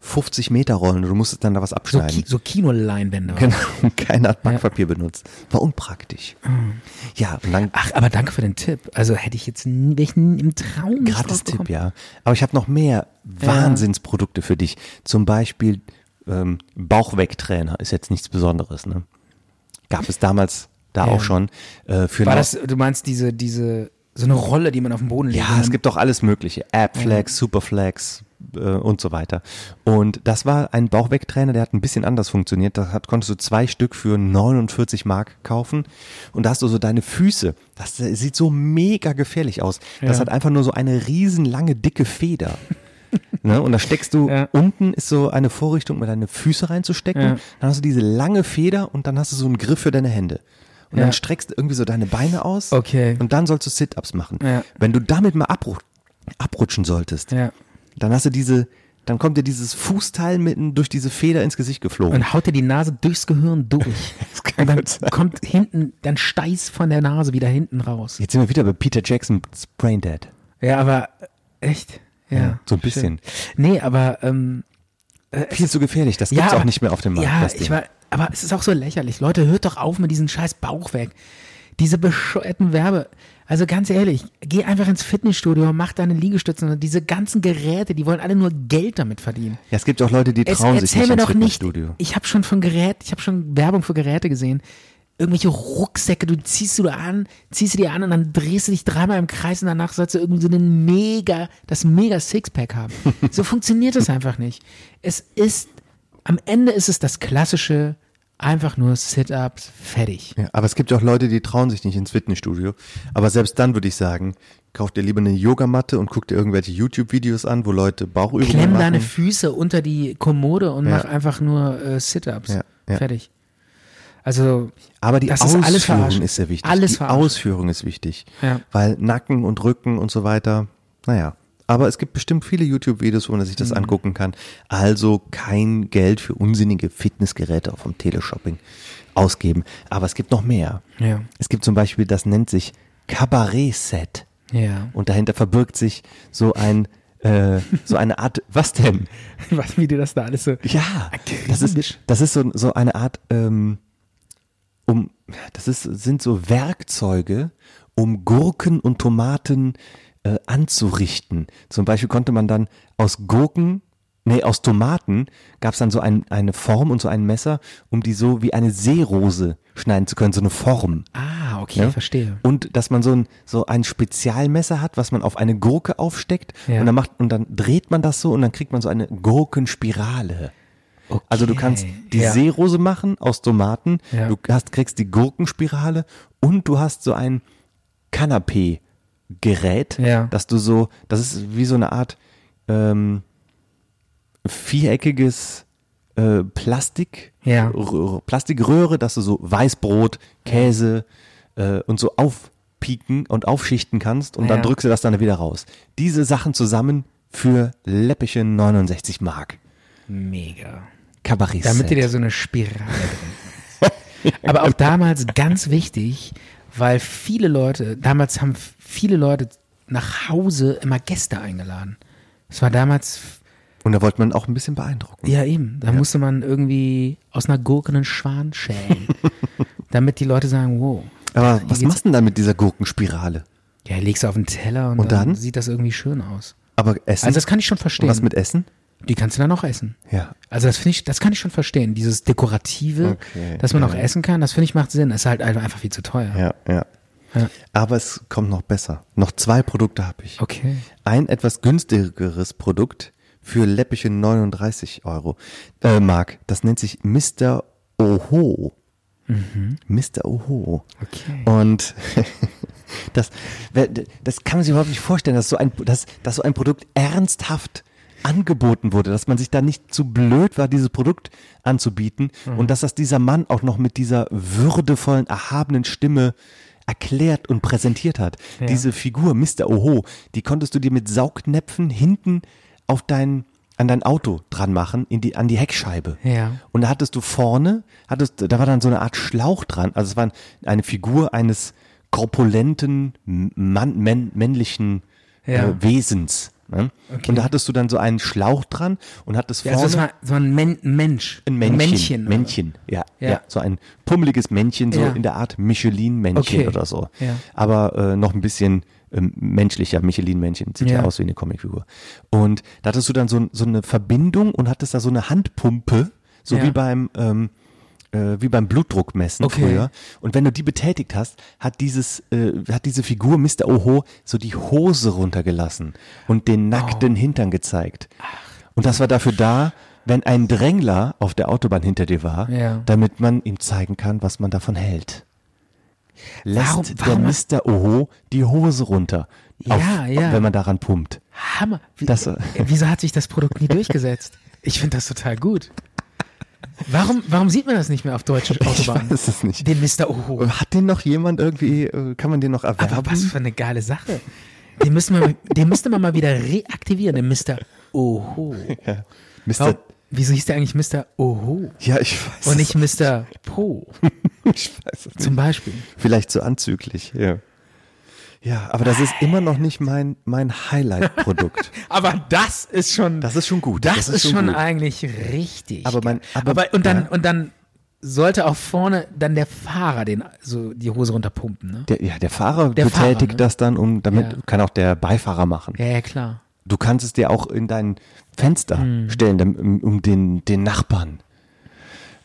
S2: 50 Meter Rollen. Du musstest dann da was
S1: so,
S2: abschneiden.
S1: Ki Ah. so Kinoleinwände.
S2: genau. Keiner hat Backpapier benutzt. War unpraktisch. Ja, und dann
S1: Mhm. Ach, aber danke für den Tipp. Also hätte ich jetzt nie, wäre ich nie im Traum nicht
S2: gratis
S1: drauf gekommen.
S2: Tipp, ja. Aber ich habe noch mehr Wahnsinnsprodukte für dich. Zum Beispiel ähm, Bauchwegtrainer ist jetzt nichts Besonderes. Ne? Gab es damals da
S1: Ja.
S2: auch schon. Äh, für
S1: War
S2: Nau-
S1: das, du meinst diese, diese, so eine Rolle, die man auf dem Boden legt?
S2: Ja, es gibt auch alles Mögliche. Appflex, Superflex äh, und so weiter. Und das war ein Bauchwegtrainer, der hat ein bisschen anders funktioniert. Da hat, konntest du zwei Stück für 49 Mark kaufen. Und da hast du so deine Füße. Das äh, sieht so mega gefährlich aus. Das
S1: Ja.
S2: hat einfach nur so eine riesenlange, dicke Feder. Ne? Und da steckst du,
S1: Ja.
S2: unten ist so eine Vorrichtung, um deine Füße reinzustecken.
S1: Ja.
S2: Dann hast du diese lange Feder und dann hast du so einen Griff für deine Hände. Und
S1: Ja.
S2: dann streckst du irgendwie so deine Beine aus.
S1: Okay.
S2: Und dann sollst du Sit-Ups machen.
S1: Ja.
S2: Wenn du damit mal abru abrutschen solltest,
S1: Ja.
S2: dann hast du diese, dann kommt dir dieses Fußteil mitten durch diese Feder ins Gesicht geflogen.
S1: Und haut dir die Nase durchs Gehirn durch. und dann kommt hinten, dann steiß von der Nase wieder hinten raus.
S2: Jetzt sind wir wieder bei Peter Jackson's Brain Dead.
S1: Ja, aber echt? Ja.
S2: so ein bisschen.
S1: Schön. Nee, aber ähm,
S2: Viel zu gefährlich, das gibt's auch
S1: aber-
S2: nicht mehr auf dem Markt.
S1: Ja,
S2: das
S1: ich
S2: Ding.
S1: war, aber es ist auch so lächerlich. Leute, hört doch auf mit diesem scheiß Bauch weg. Diese bescheuerten Werbe. Also ganz ehrlich, geh einfach ins Fitnessstudio, mach deine Liegestützen und diese ganzen Geräte, die wollen alle nur Geld damit verdienen.
S2: ja, es gibt auch Leute, die
S1: Es,
S2: trauen sich
S1: erzähl
S2: nicht
S1: mir
S2: ins
S1: doch nicht,
S2: Fitnessstudio.
S1: ich habe schon von Gerät, ich habe schon Werbung für Geräte gesehen. Irgendwelche Rucksäcke, du ziehst du da an, ziehst du dir an und dann drehst du dich dreimal im Kreis und danach sollst du irgendwie so den mega, das mega Sixpack haben. So funktioniert das einfach nicht. Es ist, am Ende ist es das klassische, einfach nur Sit-Ups, fertig.
S2: Ja, aber es gibt auch Leute, die trauen sich nicht ins Fitnessstudio. Aber selbst dann würde ich sagen, kauf dir lieber eine Yogamatte und guck dir irgendwelche YouTube-Videos an, wo Leute Bauchübungen
S1: Klemm
S2: machen.
S1: deine Füße unter die Kommode und
S2: Ja.
S1: mach einfach nur äh, Sit-Ups.
S2: Ja, ja.
S1: Fertig. Also,
S2: Aber die
S1: Das ist
S2: Ausführung
S1: alles
S2: ist,
S1: Verarsche.
S2: ja wichtig.
S1: Alles
S2: die
S1: Verarsche.
S2: Ausführung ist wichtig.
S1: Ja.
S2: Weil Nacken und Rücken und so weiter, naja. Aber es gibt bestimmt viele YouTube-Videos, wo man sich das
S1: Mhm.
S2: angucken kann. Also kein Geld für unsinnige Fitnessgeräte auf dem Teleshopping ausgeben. Aber es gibt noch mehr.
S1: Ja.
S2: Es gibt zum Beispiel, das nennt sich Kabarett-Set.
S1: ja.
S2: Und dahinter verbirgt sich so ein, äh, so eine Art, was denn?
S1: Was, wie du das da alles so.
S2: Ja, das
S1: Akribisch.
S2: ist, das ist so, so eine Art, ähm, um, das ist, sind so Werkzeuge, um Gurken und Tomaten äh, anzurichten. Zum Beispiel konnte man dann aus Gurken, nee, aus Tomaten gab es dann so ein, eine Form und so ein Messer, um die so wie eine Seerose schneiden zu können, so eine Form.
S1: Ah, okay,
S2: Ja?
S1: verstehe.
S2: Und dass man so ein, so ein Spezialmesser hat, was man auf eine Gurke aufsteckt
S1: Ja.
S2: und, dann macht, und dann dreht man das so und dann kriegt man so eine Gurkenspirale.
S1: Okay.
S2: Also du kannst die
S1: ja.
S2: Seerose machen aus Tomaten,
S1: Ja.
S2: du hast, kriegst die Gurkenspirale und du hast so ein Kanapee-Gerät,
S1: Ja.
S2: dass du so, das ist wie so eine Art ähm, viereckiges äh, Plastik,
S1: Ja.
S2: Röhre, Plastikröhre, dass du so Weißbrot, Käse äh, und so aufpieken und aufschichten kannst und dann
S1: Ja.
S2: drückst du das dann wieder raus. Diese Sachen zusammen für läppische 69 Mark.
S1: Mega.
S2: Kabarett.
S1: Damit du dir so eine Spirale drin hast. Aber auch damals ganz wichtig, weil viele Leute, damals haben viele Leute nach Hause immer Gäste eingeladen. Es war damals,
S2: Und da wollte man auch ein bisschen beeindrucken.
S1: ja eben, da musste man irgendwie aus einer Gurke einen Schwan schälen, damit die Leute sagen, wow.
S2: Aber was machst du denn dann mit dieser Gurkenspirale?
S1: Ja, legst du auf den Teller und,
S2: Und
S1: dann,
S2: dann?
S1: sieht das irgendwie schön aus.
S2: Aber Essen?
S1: Also das kann ich schon
S2: Und
S1: verstehen.
S2: was mit Essen?
S1: Die kannst du dann auch essen.
S2: Ja.
S1: Also das finde ich, das kann ich schon verstehen. Dieses Dekorative,
S2: Okay,
S1: dass man
S2: ja.
S1: auch essen kann, das finde ich macht Sinn. Das ist halt einfach viel zu teuer.
S2: Ja, ja.
S1: Ja.
S2: Aber es kommt noch besser. Noch zwei Produkte habe ich.
S1: Okay.
S2: Ein etwas günstigeres Produkt für läppische 39 Euro. Äh, Marc, das nennt sich Mr. Oho. Mr. Oho.
S1: Mhm. Okay.
S2: Und das, wer- das kann man sich überhaupt nicht vorstellen, dass so ein, dass, dass so ein Produkt ernsthaft angeboten wurde, dass man sich da nicht zu blöd war, dieses Produkt anzubieten und dass das dieser Mann auch noch mit dieser würdevollen, erhabenen Stimme erklärt und präsentiert hat. Diese Figur, Mr. Oho, die konntest du dir mit Saugnäpfen hinten auf dein, an dein Auto dran machen, in die, an die Heckscheibe.
S1: Ja.
S2: Und da hattest du vorne, hattest, da war dann so eine Art Schlauch dran. Also es war eine Figur eines korpulenten, Mann, män, männlichen
S1: Ja.
S2: äh, Wesens. Ne? Und da hattest du dann so einen Schlauch dran und hattest vorne
S1: Also es war, es war ein Men Mensch.
S2: ein Männchen.
S1: Männchen.
S2: Männchen, ja,
S1: Ja.
S2: ja. So ein pummeliges Männchen, so
S1: Ja.
S2: in der Art Michelin-Männchen
S1: Okay.
S2: oder so.
S1: Ja.
S2: Aber äh, noch ein bisschen ähm, menschlicher Michelin-Männchen. Sieht ja.
S1: Ja.
S2: aus wie eine Comicfigur. Und da hattest du dann so, so eine Verbindung und hattest da so eine Handpumpe, so
S1: Ja.
S2: wie beim. Ähm, äh, wie beim Blutdruckmessen
S1: Okay.
S2: früher. Und wenn du die betätigt hast, hat dieses, äh, hat diese Figur Mr. Oho so die Hose runtergelassen und den nackten Hintern gezeigt.
S1: Ah.
S2: Und das war dafür da, wenn ein Drängler auf der Autobahn hinter dir war,
S1: Ja.
S2: damit man ihm zeigen kann, was man davon hält. Lässt
S1: Warum- warum-
S2: der Mr. Oho die Hose runter,
S1: Ja, ja.
S2: wenn man daran pumpt.
S1: Hammer. Wie,
S2: Das,
S1: äh,
S2: äh,
S1: wieso hat sich das Produkt nie durchgesetzt? Ich finde das total gut. Warum, warum sieht man das nicht mehr auf deutschen Autobahnen?
S2: weiß es nicht.
S1: Den Mr. Oho.
S2: Hat den noch jemand irgendwie, äh, kann man den noch erwerben?
S1: Aber was für eine geile Sache. Den, müssen wir, den müsste man mal wieder reaktivieren, den Mr. Oho.
S2: Mr.
S1: Warum, wieso hieß der eigentlich Mr. Oho?
S2: Ja, ich weiß
S1: Und
S2: es
S1: nicht Mr. Po,
S2: Ich weiß es
S1: zum Beispiel.
S2: Vielleicht zu anzüglich, ja. Ja, aber das ist immer noch nicht mein, mein Highlight-Produkt.
S1: Aber das ist schon.
S2: Das ist schon gut.
S1: Das,
S2: Das
S1: ist,
S2: ist schon
S1: schon
S2: gut.
S1: eigentlich richtig.
S2: Aber man-
S1: aber,
S2: aber-
S1: und dann
S2: ja.
S1: und dann sollte auch vorne dann der Fahrer den so die Hose runterpumpen, ne?
S2: Der, ja, der Fahrer
S1: Der Fahrer,
S2: betätigt
S1: ne?
S2: das dann, um damit
S1: Ja.
S2: kann auch der Beifahrer machen.
S1: Ja, ja klar.
S2: Du kannst es dir auch in dein Fenster
S1: Hm.
S2: stellen, dam- um, um den, den Nachbarn,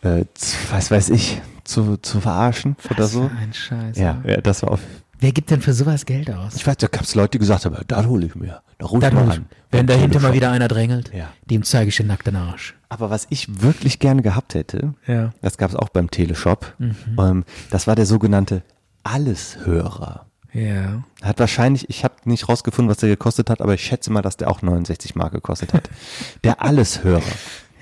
S2: äh, z- was weiß ich, zu, zu verarschen oder
S1: Was
S2: so.
S1: für ein Scheiß.
S2: Also- Ja,
S1: ne?
S2: ja, das war auf.
S1: Wer gibt denn für sowas Geld aus?
S2: Ich weiß, da gab es Leute, die gesagt haben, da hole ich mir, da ruf
S1: Dann
S2: mal
S1: hol ich-
S2: an.
S1: Wenn
S2: Beim
S1: dahinter mal
S2: Teleshop.
S1: wieder einer drängelt,
S2: Ja.
S1: dem zeige ich den nackten Arsch.
S2: Aber was ich wirklich gerne gehabt hätte,
S1: Ja. Mhm.
S2: das gab es auch beim Teleshop, ähm, das war der sogenannte Alleshörer.
S1: Ja.
S2: Hat wahrscheinlich, ich habe nicht rausgefunden, was der gekostet hat, aber ich schätze mal, dass der auch 69 Mark gekostet hat. Der Alleshörer.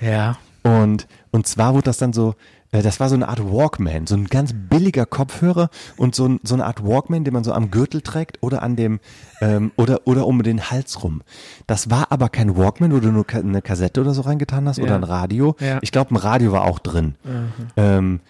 S1: Ja.
S2: Und, und zwar wurde das dann so, äh, das war so eine Art Walkman, so ein ganz billiger Kopfhörer und so, ein, so eine Art Walkman, den man so am Gürtel trägt oder an dem, ähm, oder, oder um den Hals rum. Das war aber kein Walkman, wo du nur ka eine Kassette oder so reingetan hast oder ein Radio.
S1: Ja. Mhm.
S2: Ich glaube, ein Radio war auch drin. Ähm,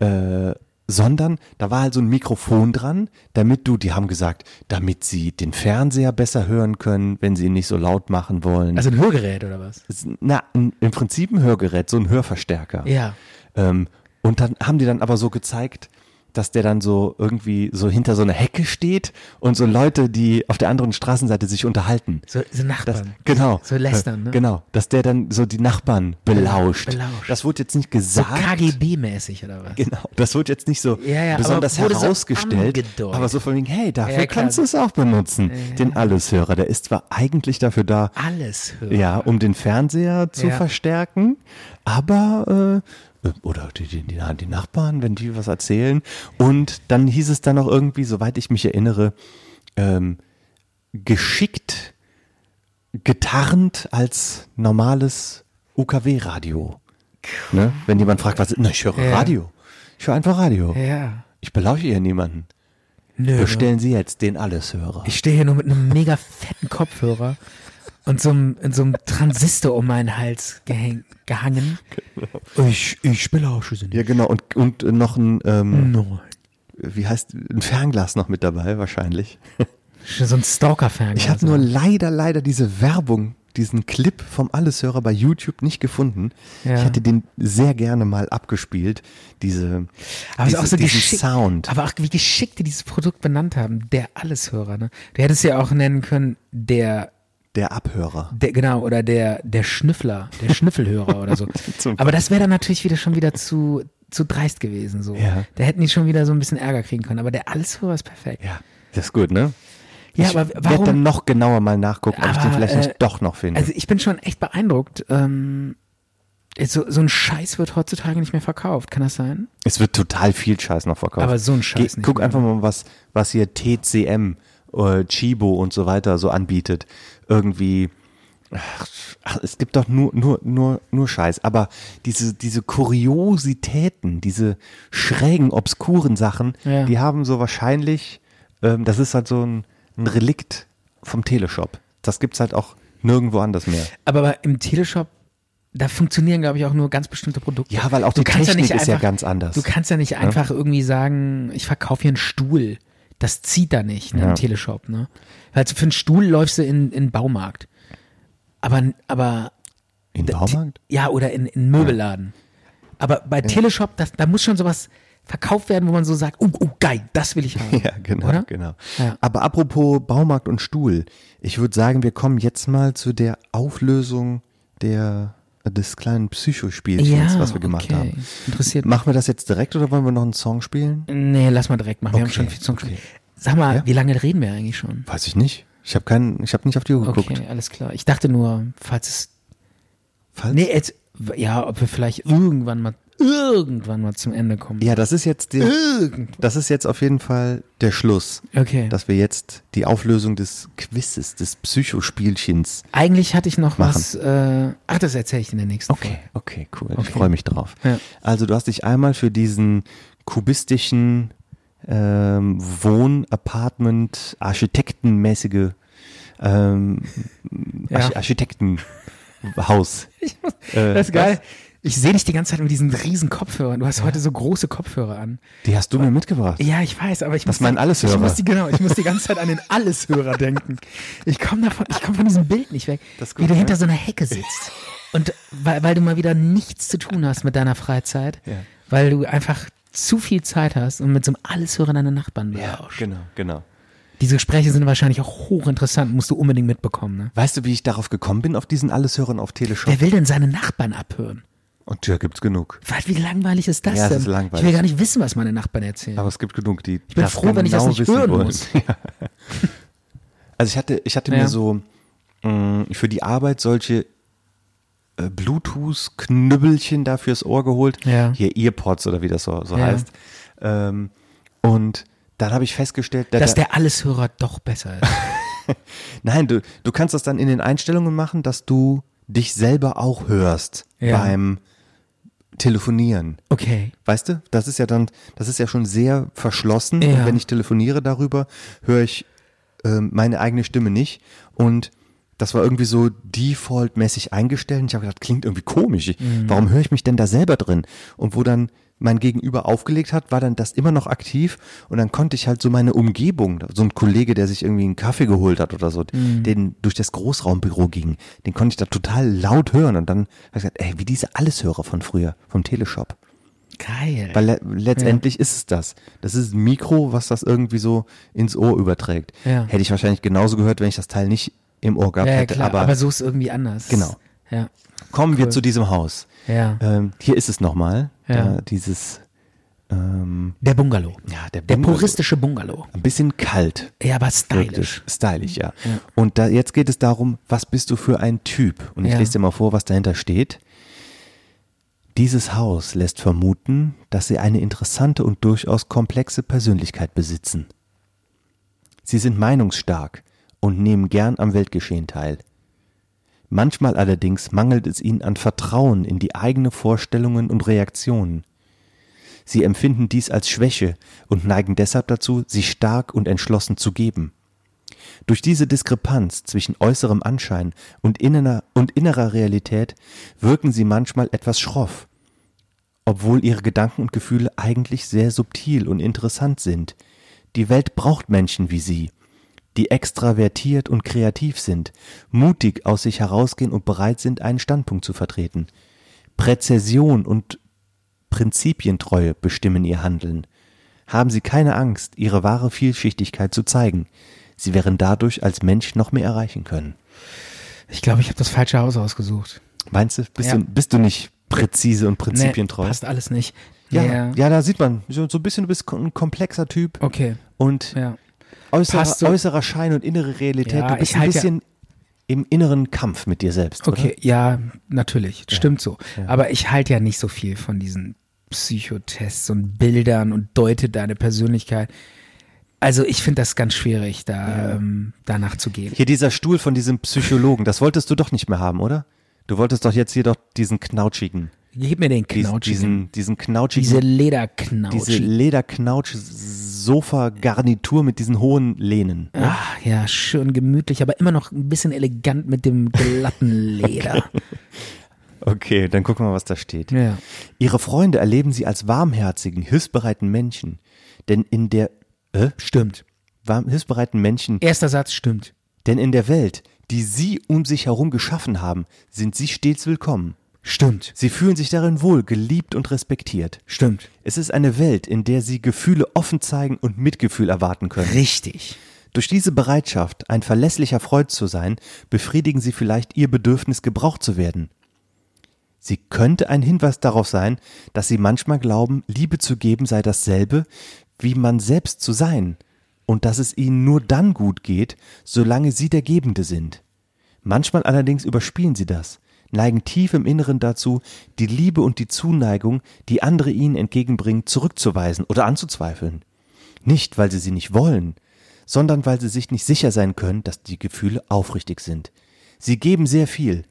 S2: äh, sondern da war halt so ein Mikrofon dran, damit du, die haben gesagt, damit sie den Fernseher besser hören können, wenn sie ihn nicht so laut machen wollen.
S1: Also ein Hörgerät oder was?
S2: Das ist- Na, ein- im Prinzip ein Hörgerät, so ein Hörverstärker.
S1: Ja.
S2: Ähm, und dann haben die dann aber so gezeigt, dass der dann so irgendwie so hinter so einer Hecke steht und so Leute, die auf der anderen Straßenseite sich unterhalten.
S1: So, so
S2: Das,
S1: Nachbarn.
S2: genau.
S1: So lästern, ne?
S2: Genau. Dass der dann so die Nachbarn belauscht.
S1: Belauscht.
S2: Das wurde jetzt nicht
S1: So
S2: gesagt.
S1: KGB-mäßig oder was?
S2: Genau, das wird jetzt nicht so
S1: Ja, ja,
S2: besonders
S1: aber wurde so
S2: herausgestellt,
S1: angedeutet.
S2: aber so von wegen, hey, dafür
S1: Ja, klar.
S2: kannst du es auch benutzen, den Alleshörer. Der ist zwar eigentlich dafür da,
S1: Alles hören.
S2: ja, um den Fernseher zu
S1: Ja.
S2: verstärken, aber äh, oder die, die, die, die Nachbarn, wenn die was erzählen. Und dann hieß es dann noch irgendwie, soweit ich mich erinnere, ähm, geschickt getarnt als normales UKW-Radio. Ne? Wenn jemand fragt, was ist, na, ich höre
S1: Ja.
S2: Radio. Ich höre einfach Radio.
S1: Ja.
S2: Ich belausche hier niemanden.
S1: Nö.
S2: Bestellen Sie jetzt den Alleshörer.
S1: Ich stehe hier nur mit einem mega fetten Kopfhörer und so einem, in so einem Transistor um meinen Hals gehäng, gehangen. Ich, ich belausche sie nicht.
S2: Ja, genau. Und, und noch ein, ähm,
S1: Nein.
S2: wie heißt, ein Fernglas noch mit dabei wahrscheinlich.
S1: So ein stalker fan
S2: Ich habe nur leider, leider diese Werbung diesen Clip vom Alleshörer bei YouTube nicht gefunden.
S1: Ja.
S2: Ich hätte den sehr gerne mal abgespielt, diese,
S1: Aber es ist
S2: diese,
S1: auch so
S2: diesen
S1: geschickt.
S2: Sound.
S1: Aber auch wie geschickt die dieses Produkt benannt haben. Der Alleshörer, ne? Du hättest ja auch nennen können, der,
S2: Der Abhörer.
S1: der genau, oder der, der Schnüffler, der Schnüffelhörer oder so.
S2: Zum-
S1: Aber das wäre dann natürlich wieder schon wieder zu, zu dreist gewesen, so.
S2: Ja.
S1: Da hätten die schon wieder so ein bisschen Ärger kriegen können. Aber der Alleshörer ist perfekt.
S2: Ja, das ist gut, ne?
S1: Ja,
S2: ich
S1: aber
S2: werde
S1: warum-
S2: dann noch genauer mal nachgucken, ob ich den
S1: Aber,
S2: vielleicht
S1: äh,
S2: nicht doch noch finde.
S1: Also ich bin schon echt beeindruckt. Ähm, so, so ein Scheiß wird heutzutage nicht mehr verkauft, kann das sein?
S2: Es wird total viel Scheiß noch verkauft.
S1: Aber so ein Scheiß nicht
S2: guck
S1: mehr. ne?
S2: einfach mal, was, was hier TCM, äh, Chibo und so weiter so anbietet. Irgendwie. Ach, ach, es gibt doch nur, nur, nur, nur Scheiß. Aber diese, diese Kuriositäten, diese schrägen, obskuren Sachen,
S1: Ja.
S2: die haben so wahrscheinlich, ähm, das ist halt so ein, ein Relikt vom Teleshop. Das gibt's halt auch nirgendwo anders mehr.
S1: Aber im Teleshop, da funktionieren, glaube ich, auch nur ganz bestimmte Produkte.
S2: Ja, weil auch die Technik ist ja ganz anders.
S1: Du kannst ja nicht einfach irgendwie sagen, ich verkaufe hier einen Stuhl. Das zieht da nicht ne,
S2: Ja.
S1: im Teleshop. Ne? Weil für einen Stuhl läufst du in, in den Baumarkt. Aber, aber
S2: In
S1: D-
S2: Baumarkt?
S1: die- Ja, oder in, in Möbelladen. Aber bei Teleshop, das, da muss schon sowas verkauft werden, wo man so sagt, oh, oh geil, das will ich haben.
S2: Ja, genau,
S1: Oder?
S2: genau.
S1: Ja.
S2: Aber apropos Baumarkt und Stuhl, ich würde sagen, wir kommen jetzt mal zu der Auflösung der, des kleinen Psychospielchens,
S1: Ja,
S2: was wir gemacht
S1: okay.
S2: haben.
S1: Interessiert mich.
S2: Machen wir das jetzt direkt oder wollen wir noch einen Song spielen?
S1: Nee, lass mal direkt machen. Wir haben
S2: Okay,
S1: schon viel zum
S2: okay.
S1: Sag mal,
S2: Ja?
S1: wie lange reden wir eigentlich schon?
S2: Weiß ich nicht. Ich habe keinen, ich habe nicht auf die Uhr geguckt.
S1: Okay, alles klar. Ich dachte nur, falls es.
S2: Falls-
S1: Nee, jetzt, ja, ob wir vielleicht irgendwann mal, irgendwann mal zum Ende kommen.
S2: Ja, das ist jetzt der, das ist jetzt auf jeden Fall der Schluss,
S1: Okay.
S2: dass wir jetzt die Auflösung des Quizzes, des Psychospielchens.
S1: Eigentlich hatte ich noch
S2: Machen.
S1: was. Äh, ach, das erzähle ich in der nächsten Folge.
S2: okay, cool. Ich
S1: Okay.
S2: freue mich drauf.
S1: Ja.
S2: Also du hast dich einmal für diesen kubistischen ähm, Wohn-Apartment architektenmäßige ähm,
S1: Ja.
S2: Arch Architektenhaus. Äh,
S1: Das ist geil.
S2: was?
S1: Ich sehe dich die ganze Zeit mit diesen riesen Kopfhörern. Du hast heute so große Kopfhörer an.
S2: Die hast du mir mitgebracht.
S1: Ja, ich weiß, aber ich
S2: Das
S1: muss
S2: meinen Alleshörer.
S1: Ich muss die, genau, ich muss die ganze Zeit an den Alleshörer denken. Ich komme davon, ich komme von diesem Bild nicht weg,
S2: Das ist
S1: wie
S2: gut,
S1: du
S2: ne?
S1: hinter so einer Hecke sitzt und weil, weil du mal wieder nichts zu tun hast mit deiner Freizeit,
S2: Ja.
S1: weil du einfach zu viel Zeit hast und mit so einem Alleshörer deine Nachbarn belauscht.
S2: genau, genau.
S1: Diese Gespräche sind wahrscheinlich auch hochinteressant, musst du unbedingt mitbekommen. Ne?
S2: Weißt du, wie ich darauf gekommen bin, auf diesen Alleshörern auf Teleshop?
S1: Wer will denn seine Nachbarn abhören?
S2: Und da gibt's genug.
S1: Was, Wie langweilig ist das
S2: Ja, es
S1: denn?
S2: ist langweilig.
S1: Ich will gar nicht wissen, was meine Nachbarn erzählen.
S2: Aber es gibt genug, die genau Ich
S1: bin froh, wenn ich das nicht hören muss.
S2: Also ich hatte, ich hatte
S1: Ja.
S2: mir so mh, für die Arbeit solche äh, Bluetooth-Knüppelchen da fürs Ohr geholt.
S1: Ja.
S2: Hier Earpods oder wie das so, so
S1: Ja.
S2: heißt. Ähm, und dann habe ich festgestellt, da-
S1: dass
S2: da-
S1: der Alleshörer doch besser ist.
S2: nein, du, du kannst das dann in den Einstellungen machen, dass du dich selber auch hörst
S1: Ja.
S2: beim Telefonieren.
S1: Okay.
S2: Weißt du, das ist ja dann, das ist ja schon sehr verschlossen.
S1: Ja.
S2: Und wenn ich telefoniere darüber, höre ich ähm, meine eigene Stimme nicht. Und das war irgendwie so defaultmäßig eingestellt. Und Ich habe gedacht, klingt irgendwie komisch. Ich- Warum höre ich mich denn da selber drin? Und wo dann mein Gegenüber aufgelegt hat, war dann das immer noch aktiv und dann konnte ich halt so meine Umgebung, so ein Kollege, der sich irgendwie einen Kaffee geholt hat oder so, den durch das Großraumbüro ging, den konnte ich da total laut hören und dann habe ich gesagt, ey, wie diese Alleshörer von früher, vom Teleshop.
S1: Geil.
S2: Weil le letztendlich ist es das. Das ist ein Mikro, was das irgendwie so ins Ohr überträgt.
S1: Ja.
S2: Hätte ich wahrscheinlich genauso gehört, wenn ich das Teil nicht im Ohr gehabt
S1: ja, ja,
S2: hätte.
S1: klar, aber,
S2: aber
S1: so ist irgendwie anders.
S2: Genau.
S1: Ja.
S2: kommen wir
S1: cool.
S2: zu diesem Haus.
S1: Ja.
S2: Ähm, hier ist es nochmal.
S1: Ja.
S2: Da Dieses, ähm,
S1: Der Bungalow.
S2: ja, der,
S1: Der
S2: Bungalow.
S1: puristische Bungalow.
S2: Ein bisschen kalt.
S1: Ja, aber
S2: Stylisch.
S1: stylisch.
S2: Stylisch, ja. Und da, jetzt geht es darum, was bist du für ein Typ? Und ich
S1: Ja.
S2: lese dir mal vor, was dahinter steht. Dieses Haus lässt vermuten, dass sie eine interessante und durchaus komplexe Persönlichkeit besitzen. Sie sind meinungsstark und nehmen gern am Weltgeschehen teil. Manchmal allerdings mangelt es ihnen an Vertrauen in die eigene Vorstellungen und Reaktionen. Sie empfinden dies als Schwäche und neigen deshalb dazu, sich stark und entschlossen zu geben. Durch diese Diskrepanz zwischen äußerem Anschein und innerer, und innerer Realität wirken sie manchmal etwas schroff, obwohl ihre Gedanken und Gefühle eigentlich sehr subtil und interessant sind. Die Welt braucht Menschen wie sie, die extravertiert und kreativ sind, mutig aus sich herausgehen und bereit sind, einen Standpunkt zu vertreten. Präzession und Prinzipientreue bestimmen ihr Handeln. Haben sie keine Angst, ihre wahre Vielschichtigkeit zu zeigen. Sie werden dadurch als Mensch noch mehr erreichen können.
S1: Ich glaube, ich habe das falsche Haus ausgesucht.
S2: Meinst du, bist,
S1: Ja.
S2: du, bist du nicht präzise und prinzipientreu?
S1: Nee, passt alles nicht.
S2: ja,
S1: Nee.
S2: ja, da sieht man, so, so ein bisschen, du bist ein komplexer Typ
S1: Okay.
S2: und
S1: Ja.
S2: äußerer,
S1: Passt so-
S2: äußerer Schein und innere Realität.
S1: Ja,
S2: du bist
S1: ich halt
S2: ein bisschen im inneren Kampf mit dir selbst.
S1: Okay, ja, natürlich. Stimmt so. Aber ich halte ja nicht so viel von diesen Psychotests und Bildern und deute deine Persönlichkeit. Also ich finde das ganz schwierig, da ähm, danach zu gehen.
S2: Oder? Hier dieser Stuhl von diesem Psychologen, das wolltest du doch nicht mehr haben, oder? Du wolltest doch jetzt hier doch diesen knautschigen,
S1: Gib mir den
S2: diesen,
S1: Knautsch.
S2: diesen,
S1: diese
S2: diesen knautschigen,
S1: Lederknautsch.
S2: diese Lederknautsch-Sofa-Garnitur mit diesen hohen Lehnen.
S1: ah, ja, schön gemütlich, aber immer noch ein bisschen elegant mit dem glatten Leder.
S2: Okay, dann gucken wir mal, was da steht.
S1: Ja.
S2: Ihre Freunde erleben sie als warmherzigen, hilfsbereiten Menschen. Denn in der, äh,
S1: Stimmt.
S2: warm, hilfsbereiten Menschen
S1: Erster Satz stimmt.
S2: Denn in der Welt, die Sie um sich herum geschaffen haben, sind Sie stets willkommen.
S1: Stimmt.
S2: Sie fühlen sich darin wohl, geliebt und respektiert.
S1: Stimmt.
S2: Es ist eine Welt, in der Sie Gefühle offen zeigen und Mitgefühl erwarten können.
S1: Richtig.
S2: Durch diese Bereitschaft, ein verlässlicher Freund zu sein, befriedigen Sie vielleicht Ihr Bedürfnis, gebraucht zu werden. Sie könnte ein Hinweis darauf sein, dass Sie manchmal glauben, Liebe zu geben sei dasselbe, wie man selbst zu sein, und dass es Ihnen nur dann gut geht, solange Sie der Gebende sind. Manchmal allerdings überspielen Sie das, neigen tief im Inneren dazu, die Liebe und die Zuneigung, die andere Ihnen entgegenbringen, zurückzuweisen oder anzuzweifeln. Nicht, weil sie sie nicht wollen, sondern weil sie sich nicht sicher sein können, dass die Gefühle aufrichtig sind. Sie geben sehr viel.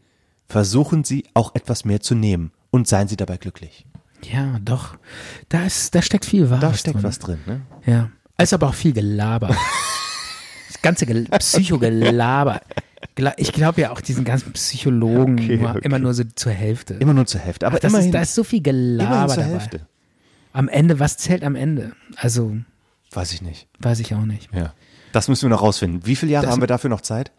S2: Versuchen Sie auch etwas mehr zu nehmen und seien Sie dabei glücklich.
S1: Ja, doch. Da, ist, da steckt viel Wahres
S2: Da steckt
S1: drin.
S2: was drin. Ne?
S1: Ja. Ist aber auch viel Gelaber. das ganze Gel Psychogelaber. Gla- Ich glaube ja auch diesen ganzen Psychologen nur, immer nur so zur Hälfte.
S2: Immer nur zur Hälfte. Aber
S1: das
S2: immerhin,
S1: ist, da ist so viel
S2: immerhin
S1: Gelaber
S2: zur
S1: dabei.
S2: Hälfte.
S1: Am Ende, was zählt am Ende? Also,
S2: Weiß ich nicht.
S1: weiß ich auch nicht.
S2: Ja. Das müssen wir noch rausfinden. Wie viele Jahre
S1: Das-
S2: haben wir dafür noch Zeit?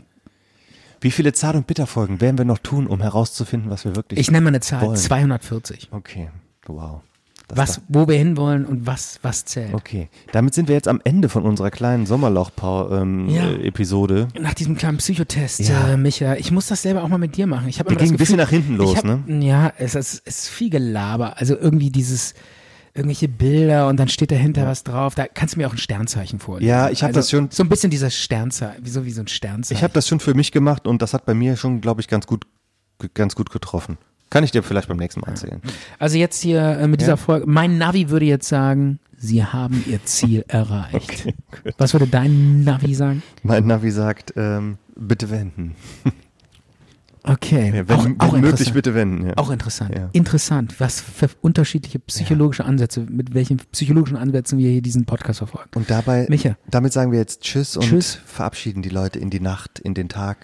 S2: Wie viele Zart- und Bitterfolgen werden wir noch tun, um herauszufinden, was wir wirklich
S1: Ich nenne mal eine Zahl,
S2: wollen?
S1: 240.
S2: Okay, wow. Das
S1: Was, wo wir hinwollen und was, was zählt.
S2: Okay, damit sind wir jetzt am Ende von unserer kleinen
S1: Ja.
S2: Sommerloch-Episode.
S1: Nach diesem kleinen Psychotest,
S2: Ja.
S1: äh, Micha, ich muss das selber auch mal mit dir machen. Ich habe
S2: Der
S1: immer das
S2: ging ein
S1: Gefühl,
S2: bisschen nach hinten
S1: ich
S2: los,
S1: hab,
S2: ne?
S1: Ja, es ist, es ist viel Gelaber. Also irgendwie dieses, irgendwelche Bilder und dann steht dahinter was drauf. Da kannst du mir auch ein Sternzeichen vorlesen.
S2: Ja, ich hab
S1: also,
S2: das schon-
S1: So ein bisschen dieser Sternzeichen, wie so wie so ein Sternzeichen.
S2: Ich habe das schon für mich gemacht und das hat bei mir schon, glaube ich, ganz gut, g- ganz gut getroffen. Kann ich dir vielleicht beim nächsten Mal erzählen.
S1: also jetzt hier äh, mit dieser Folge, mein Navi würde jetzt sagen, sie haben ihr Ziel erreicht. Was würde dein Navi sagen?
S2: Mein Navi sagt, ähm, bitte wenden.
S1: Okay,
S2: Ja, wenn, wenn möglich,
S1: interessant.
S2: bitte wenden. Ja.
S1: Auch interessant.
S2: Ja.
S1: Interessant, was für unterschiedliche psychologische Ansätze, mit welchen psychologischen Ansätzen wir hier diesen Podcast verfolgen.
S2: und dabei,
S1: Micha.
S2: damit sagen wir jetzt Tschüss und
S1: Tschüss.
S2: verabschieden die Leute in die Nacht, in den Tag,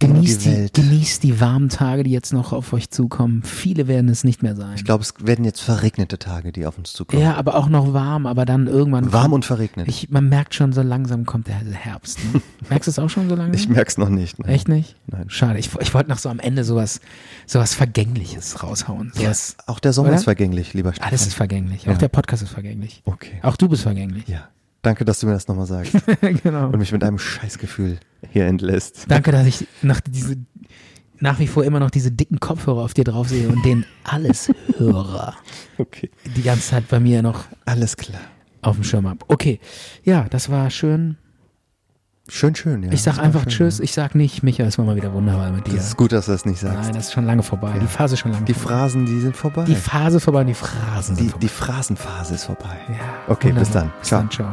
S2: in
S1: Genießt
S2: die
S1: die,
S2: Welt.
S1: genießt die warmen Tage, die jetzt noch auf euch zukommen. Viele werden es nicht mehr sein.
S2: ich glaube, es werden jetzt verregnete Tage, die auf uns zukommen.
S1: ja, aber auch noch warm, aber dann irgendwann.
S2: Warm
S1: kommt-
S2: und verregnet.
S1: Ich, man merkt schon, so langsam kommt der Herbst. Ne? Merkst du es auch schon so langsam?
S2: Ich merk's noch nicht. ne?
S1: Echt nicht?
S2: Nein.
S1: Schade. Ich, ich wollte noch so am Ende sowas, sowas Vergängliches raushauen. Sowas,
S2: Auch der Sommer
S1: Oder?
S2: ist vergänglich, lieber Stefan.
S1: Alles ist vergänglich. Auch der Podcast ist vergänglich.
S2: Okay.
S1: Auch du bist vergänglich.
S2: Ja. Danke, dass du mir das nochmal sagst
S1: genau.
S2: und mich mit einem Scheißgefühl hier entlässt.
S1: Danke, dass ich nach, diese, nach wie vor immer noch diese dicken Kopfhörer auf dir drauf sehe und den Alles-Hörer
S2: Okay.
S1: die ganze Zeit bei mir noch
S2: Alles klar.
S1: auf dem Schirm habe. Okay, ja, das war schön.
S2: Schön, schön, ja.
S1: Ich sag
S2: Das war
S1: einfach
S2: schön.
S1: Tschüss. Ich sag nicht, Micha, es war mal wieder wunderbar mit dir.
S2: Das ist gut, dass du das nicht sagst.
S1: Nein, das ist schon lange vorbei. Die Phase ist schon lange
S2: Die
S1: vorbei.
S2: Phrasen, die sind vorbei.
S1: Ah. Die Phase vorbei und die Phrasen sind
S2: die,
S1: vorbei.
S2: die Phrasenphase ist vorbei.
S1: Ja,
S2: okay, bis
S1: wunderbar.
S2: dann.
S1: Bis
S2: Ciao.
S1: dann, ciao.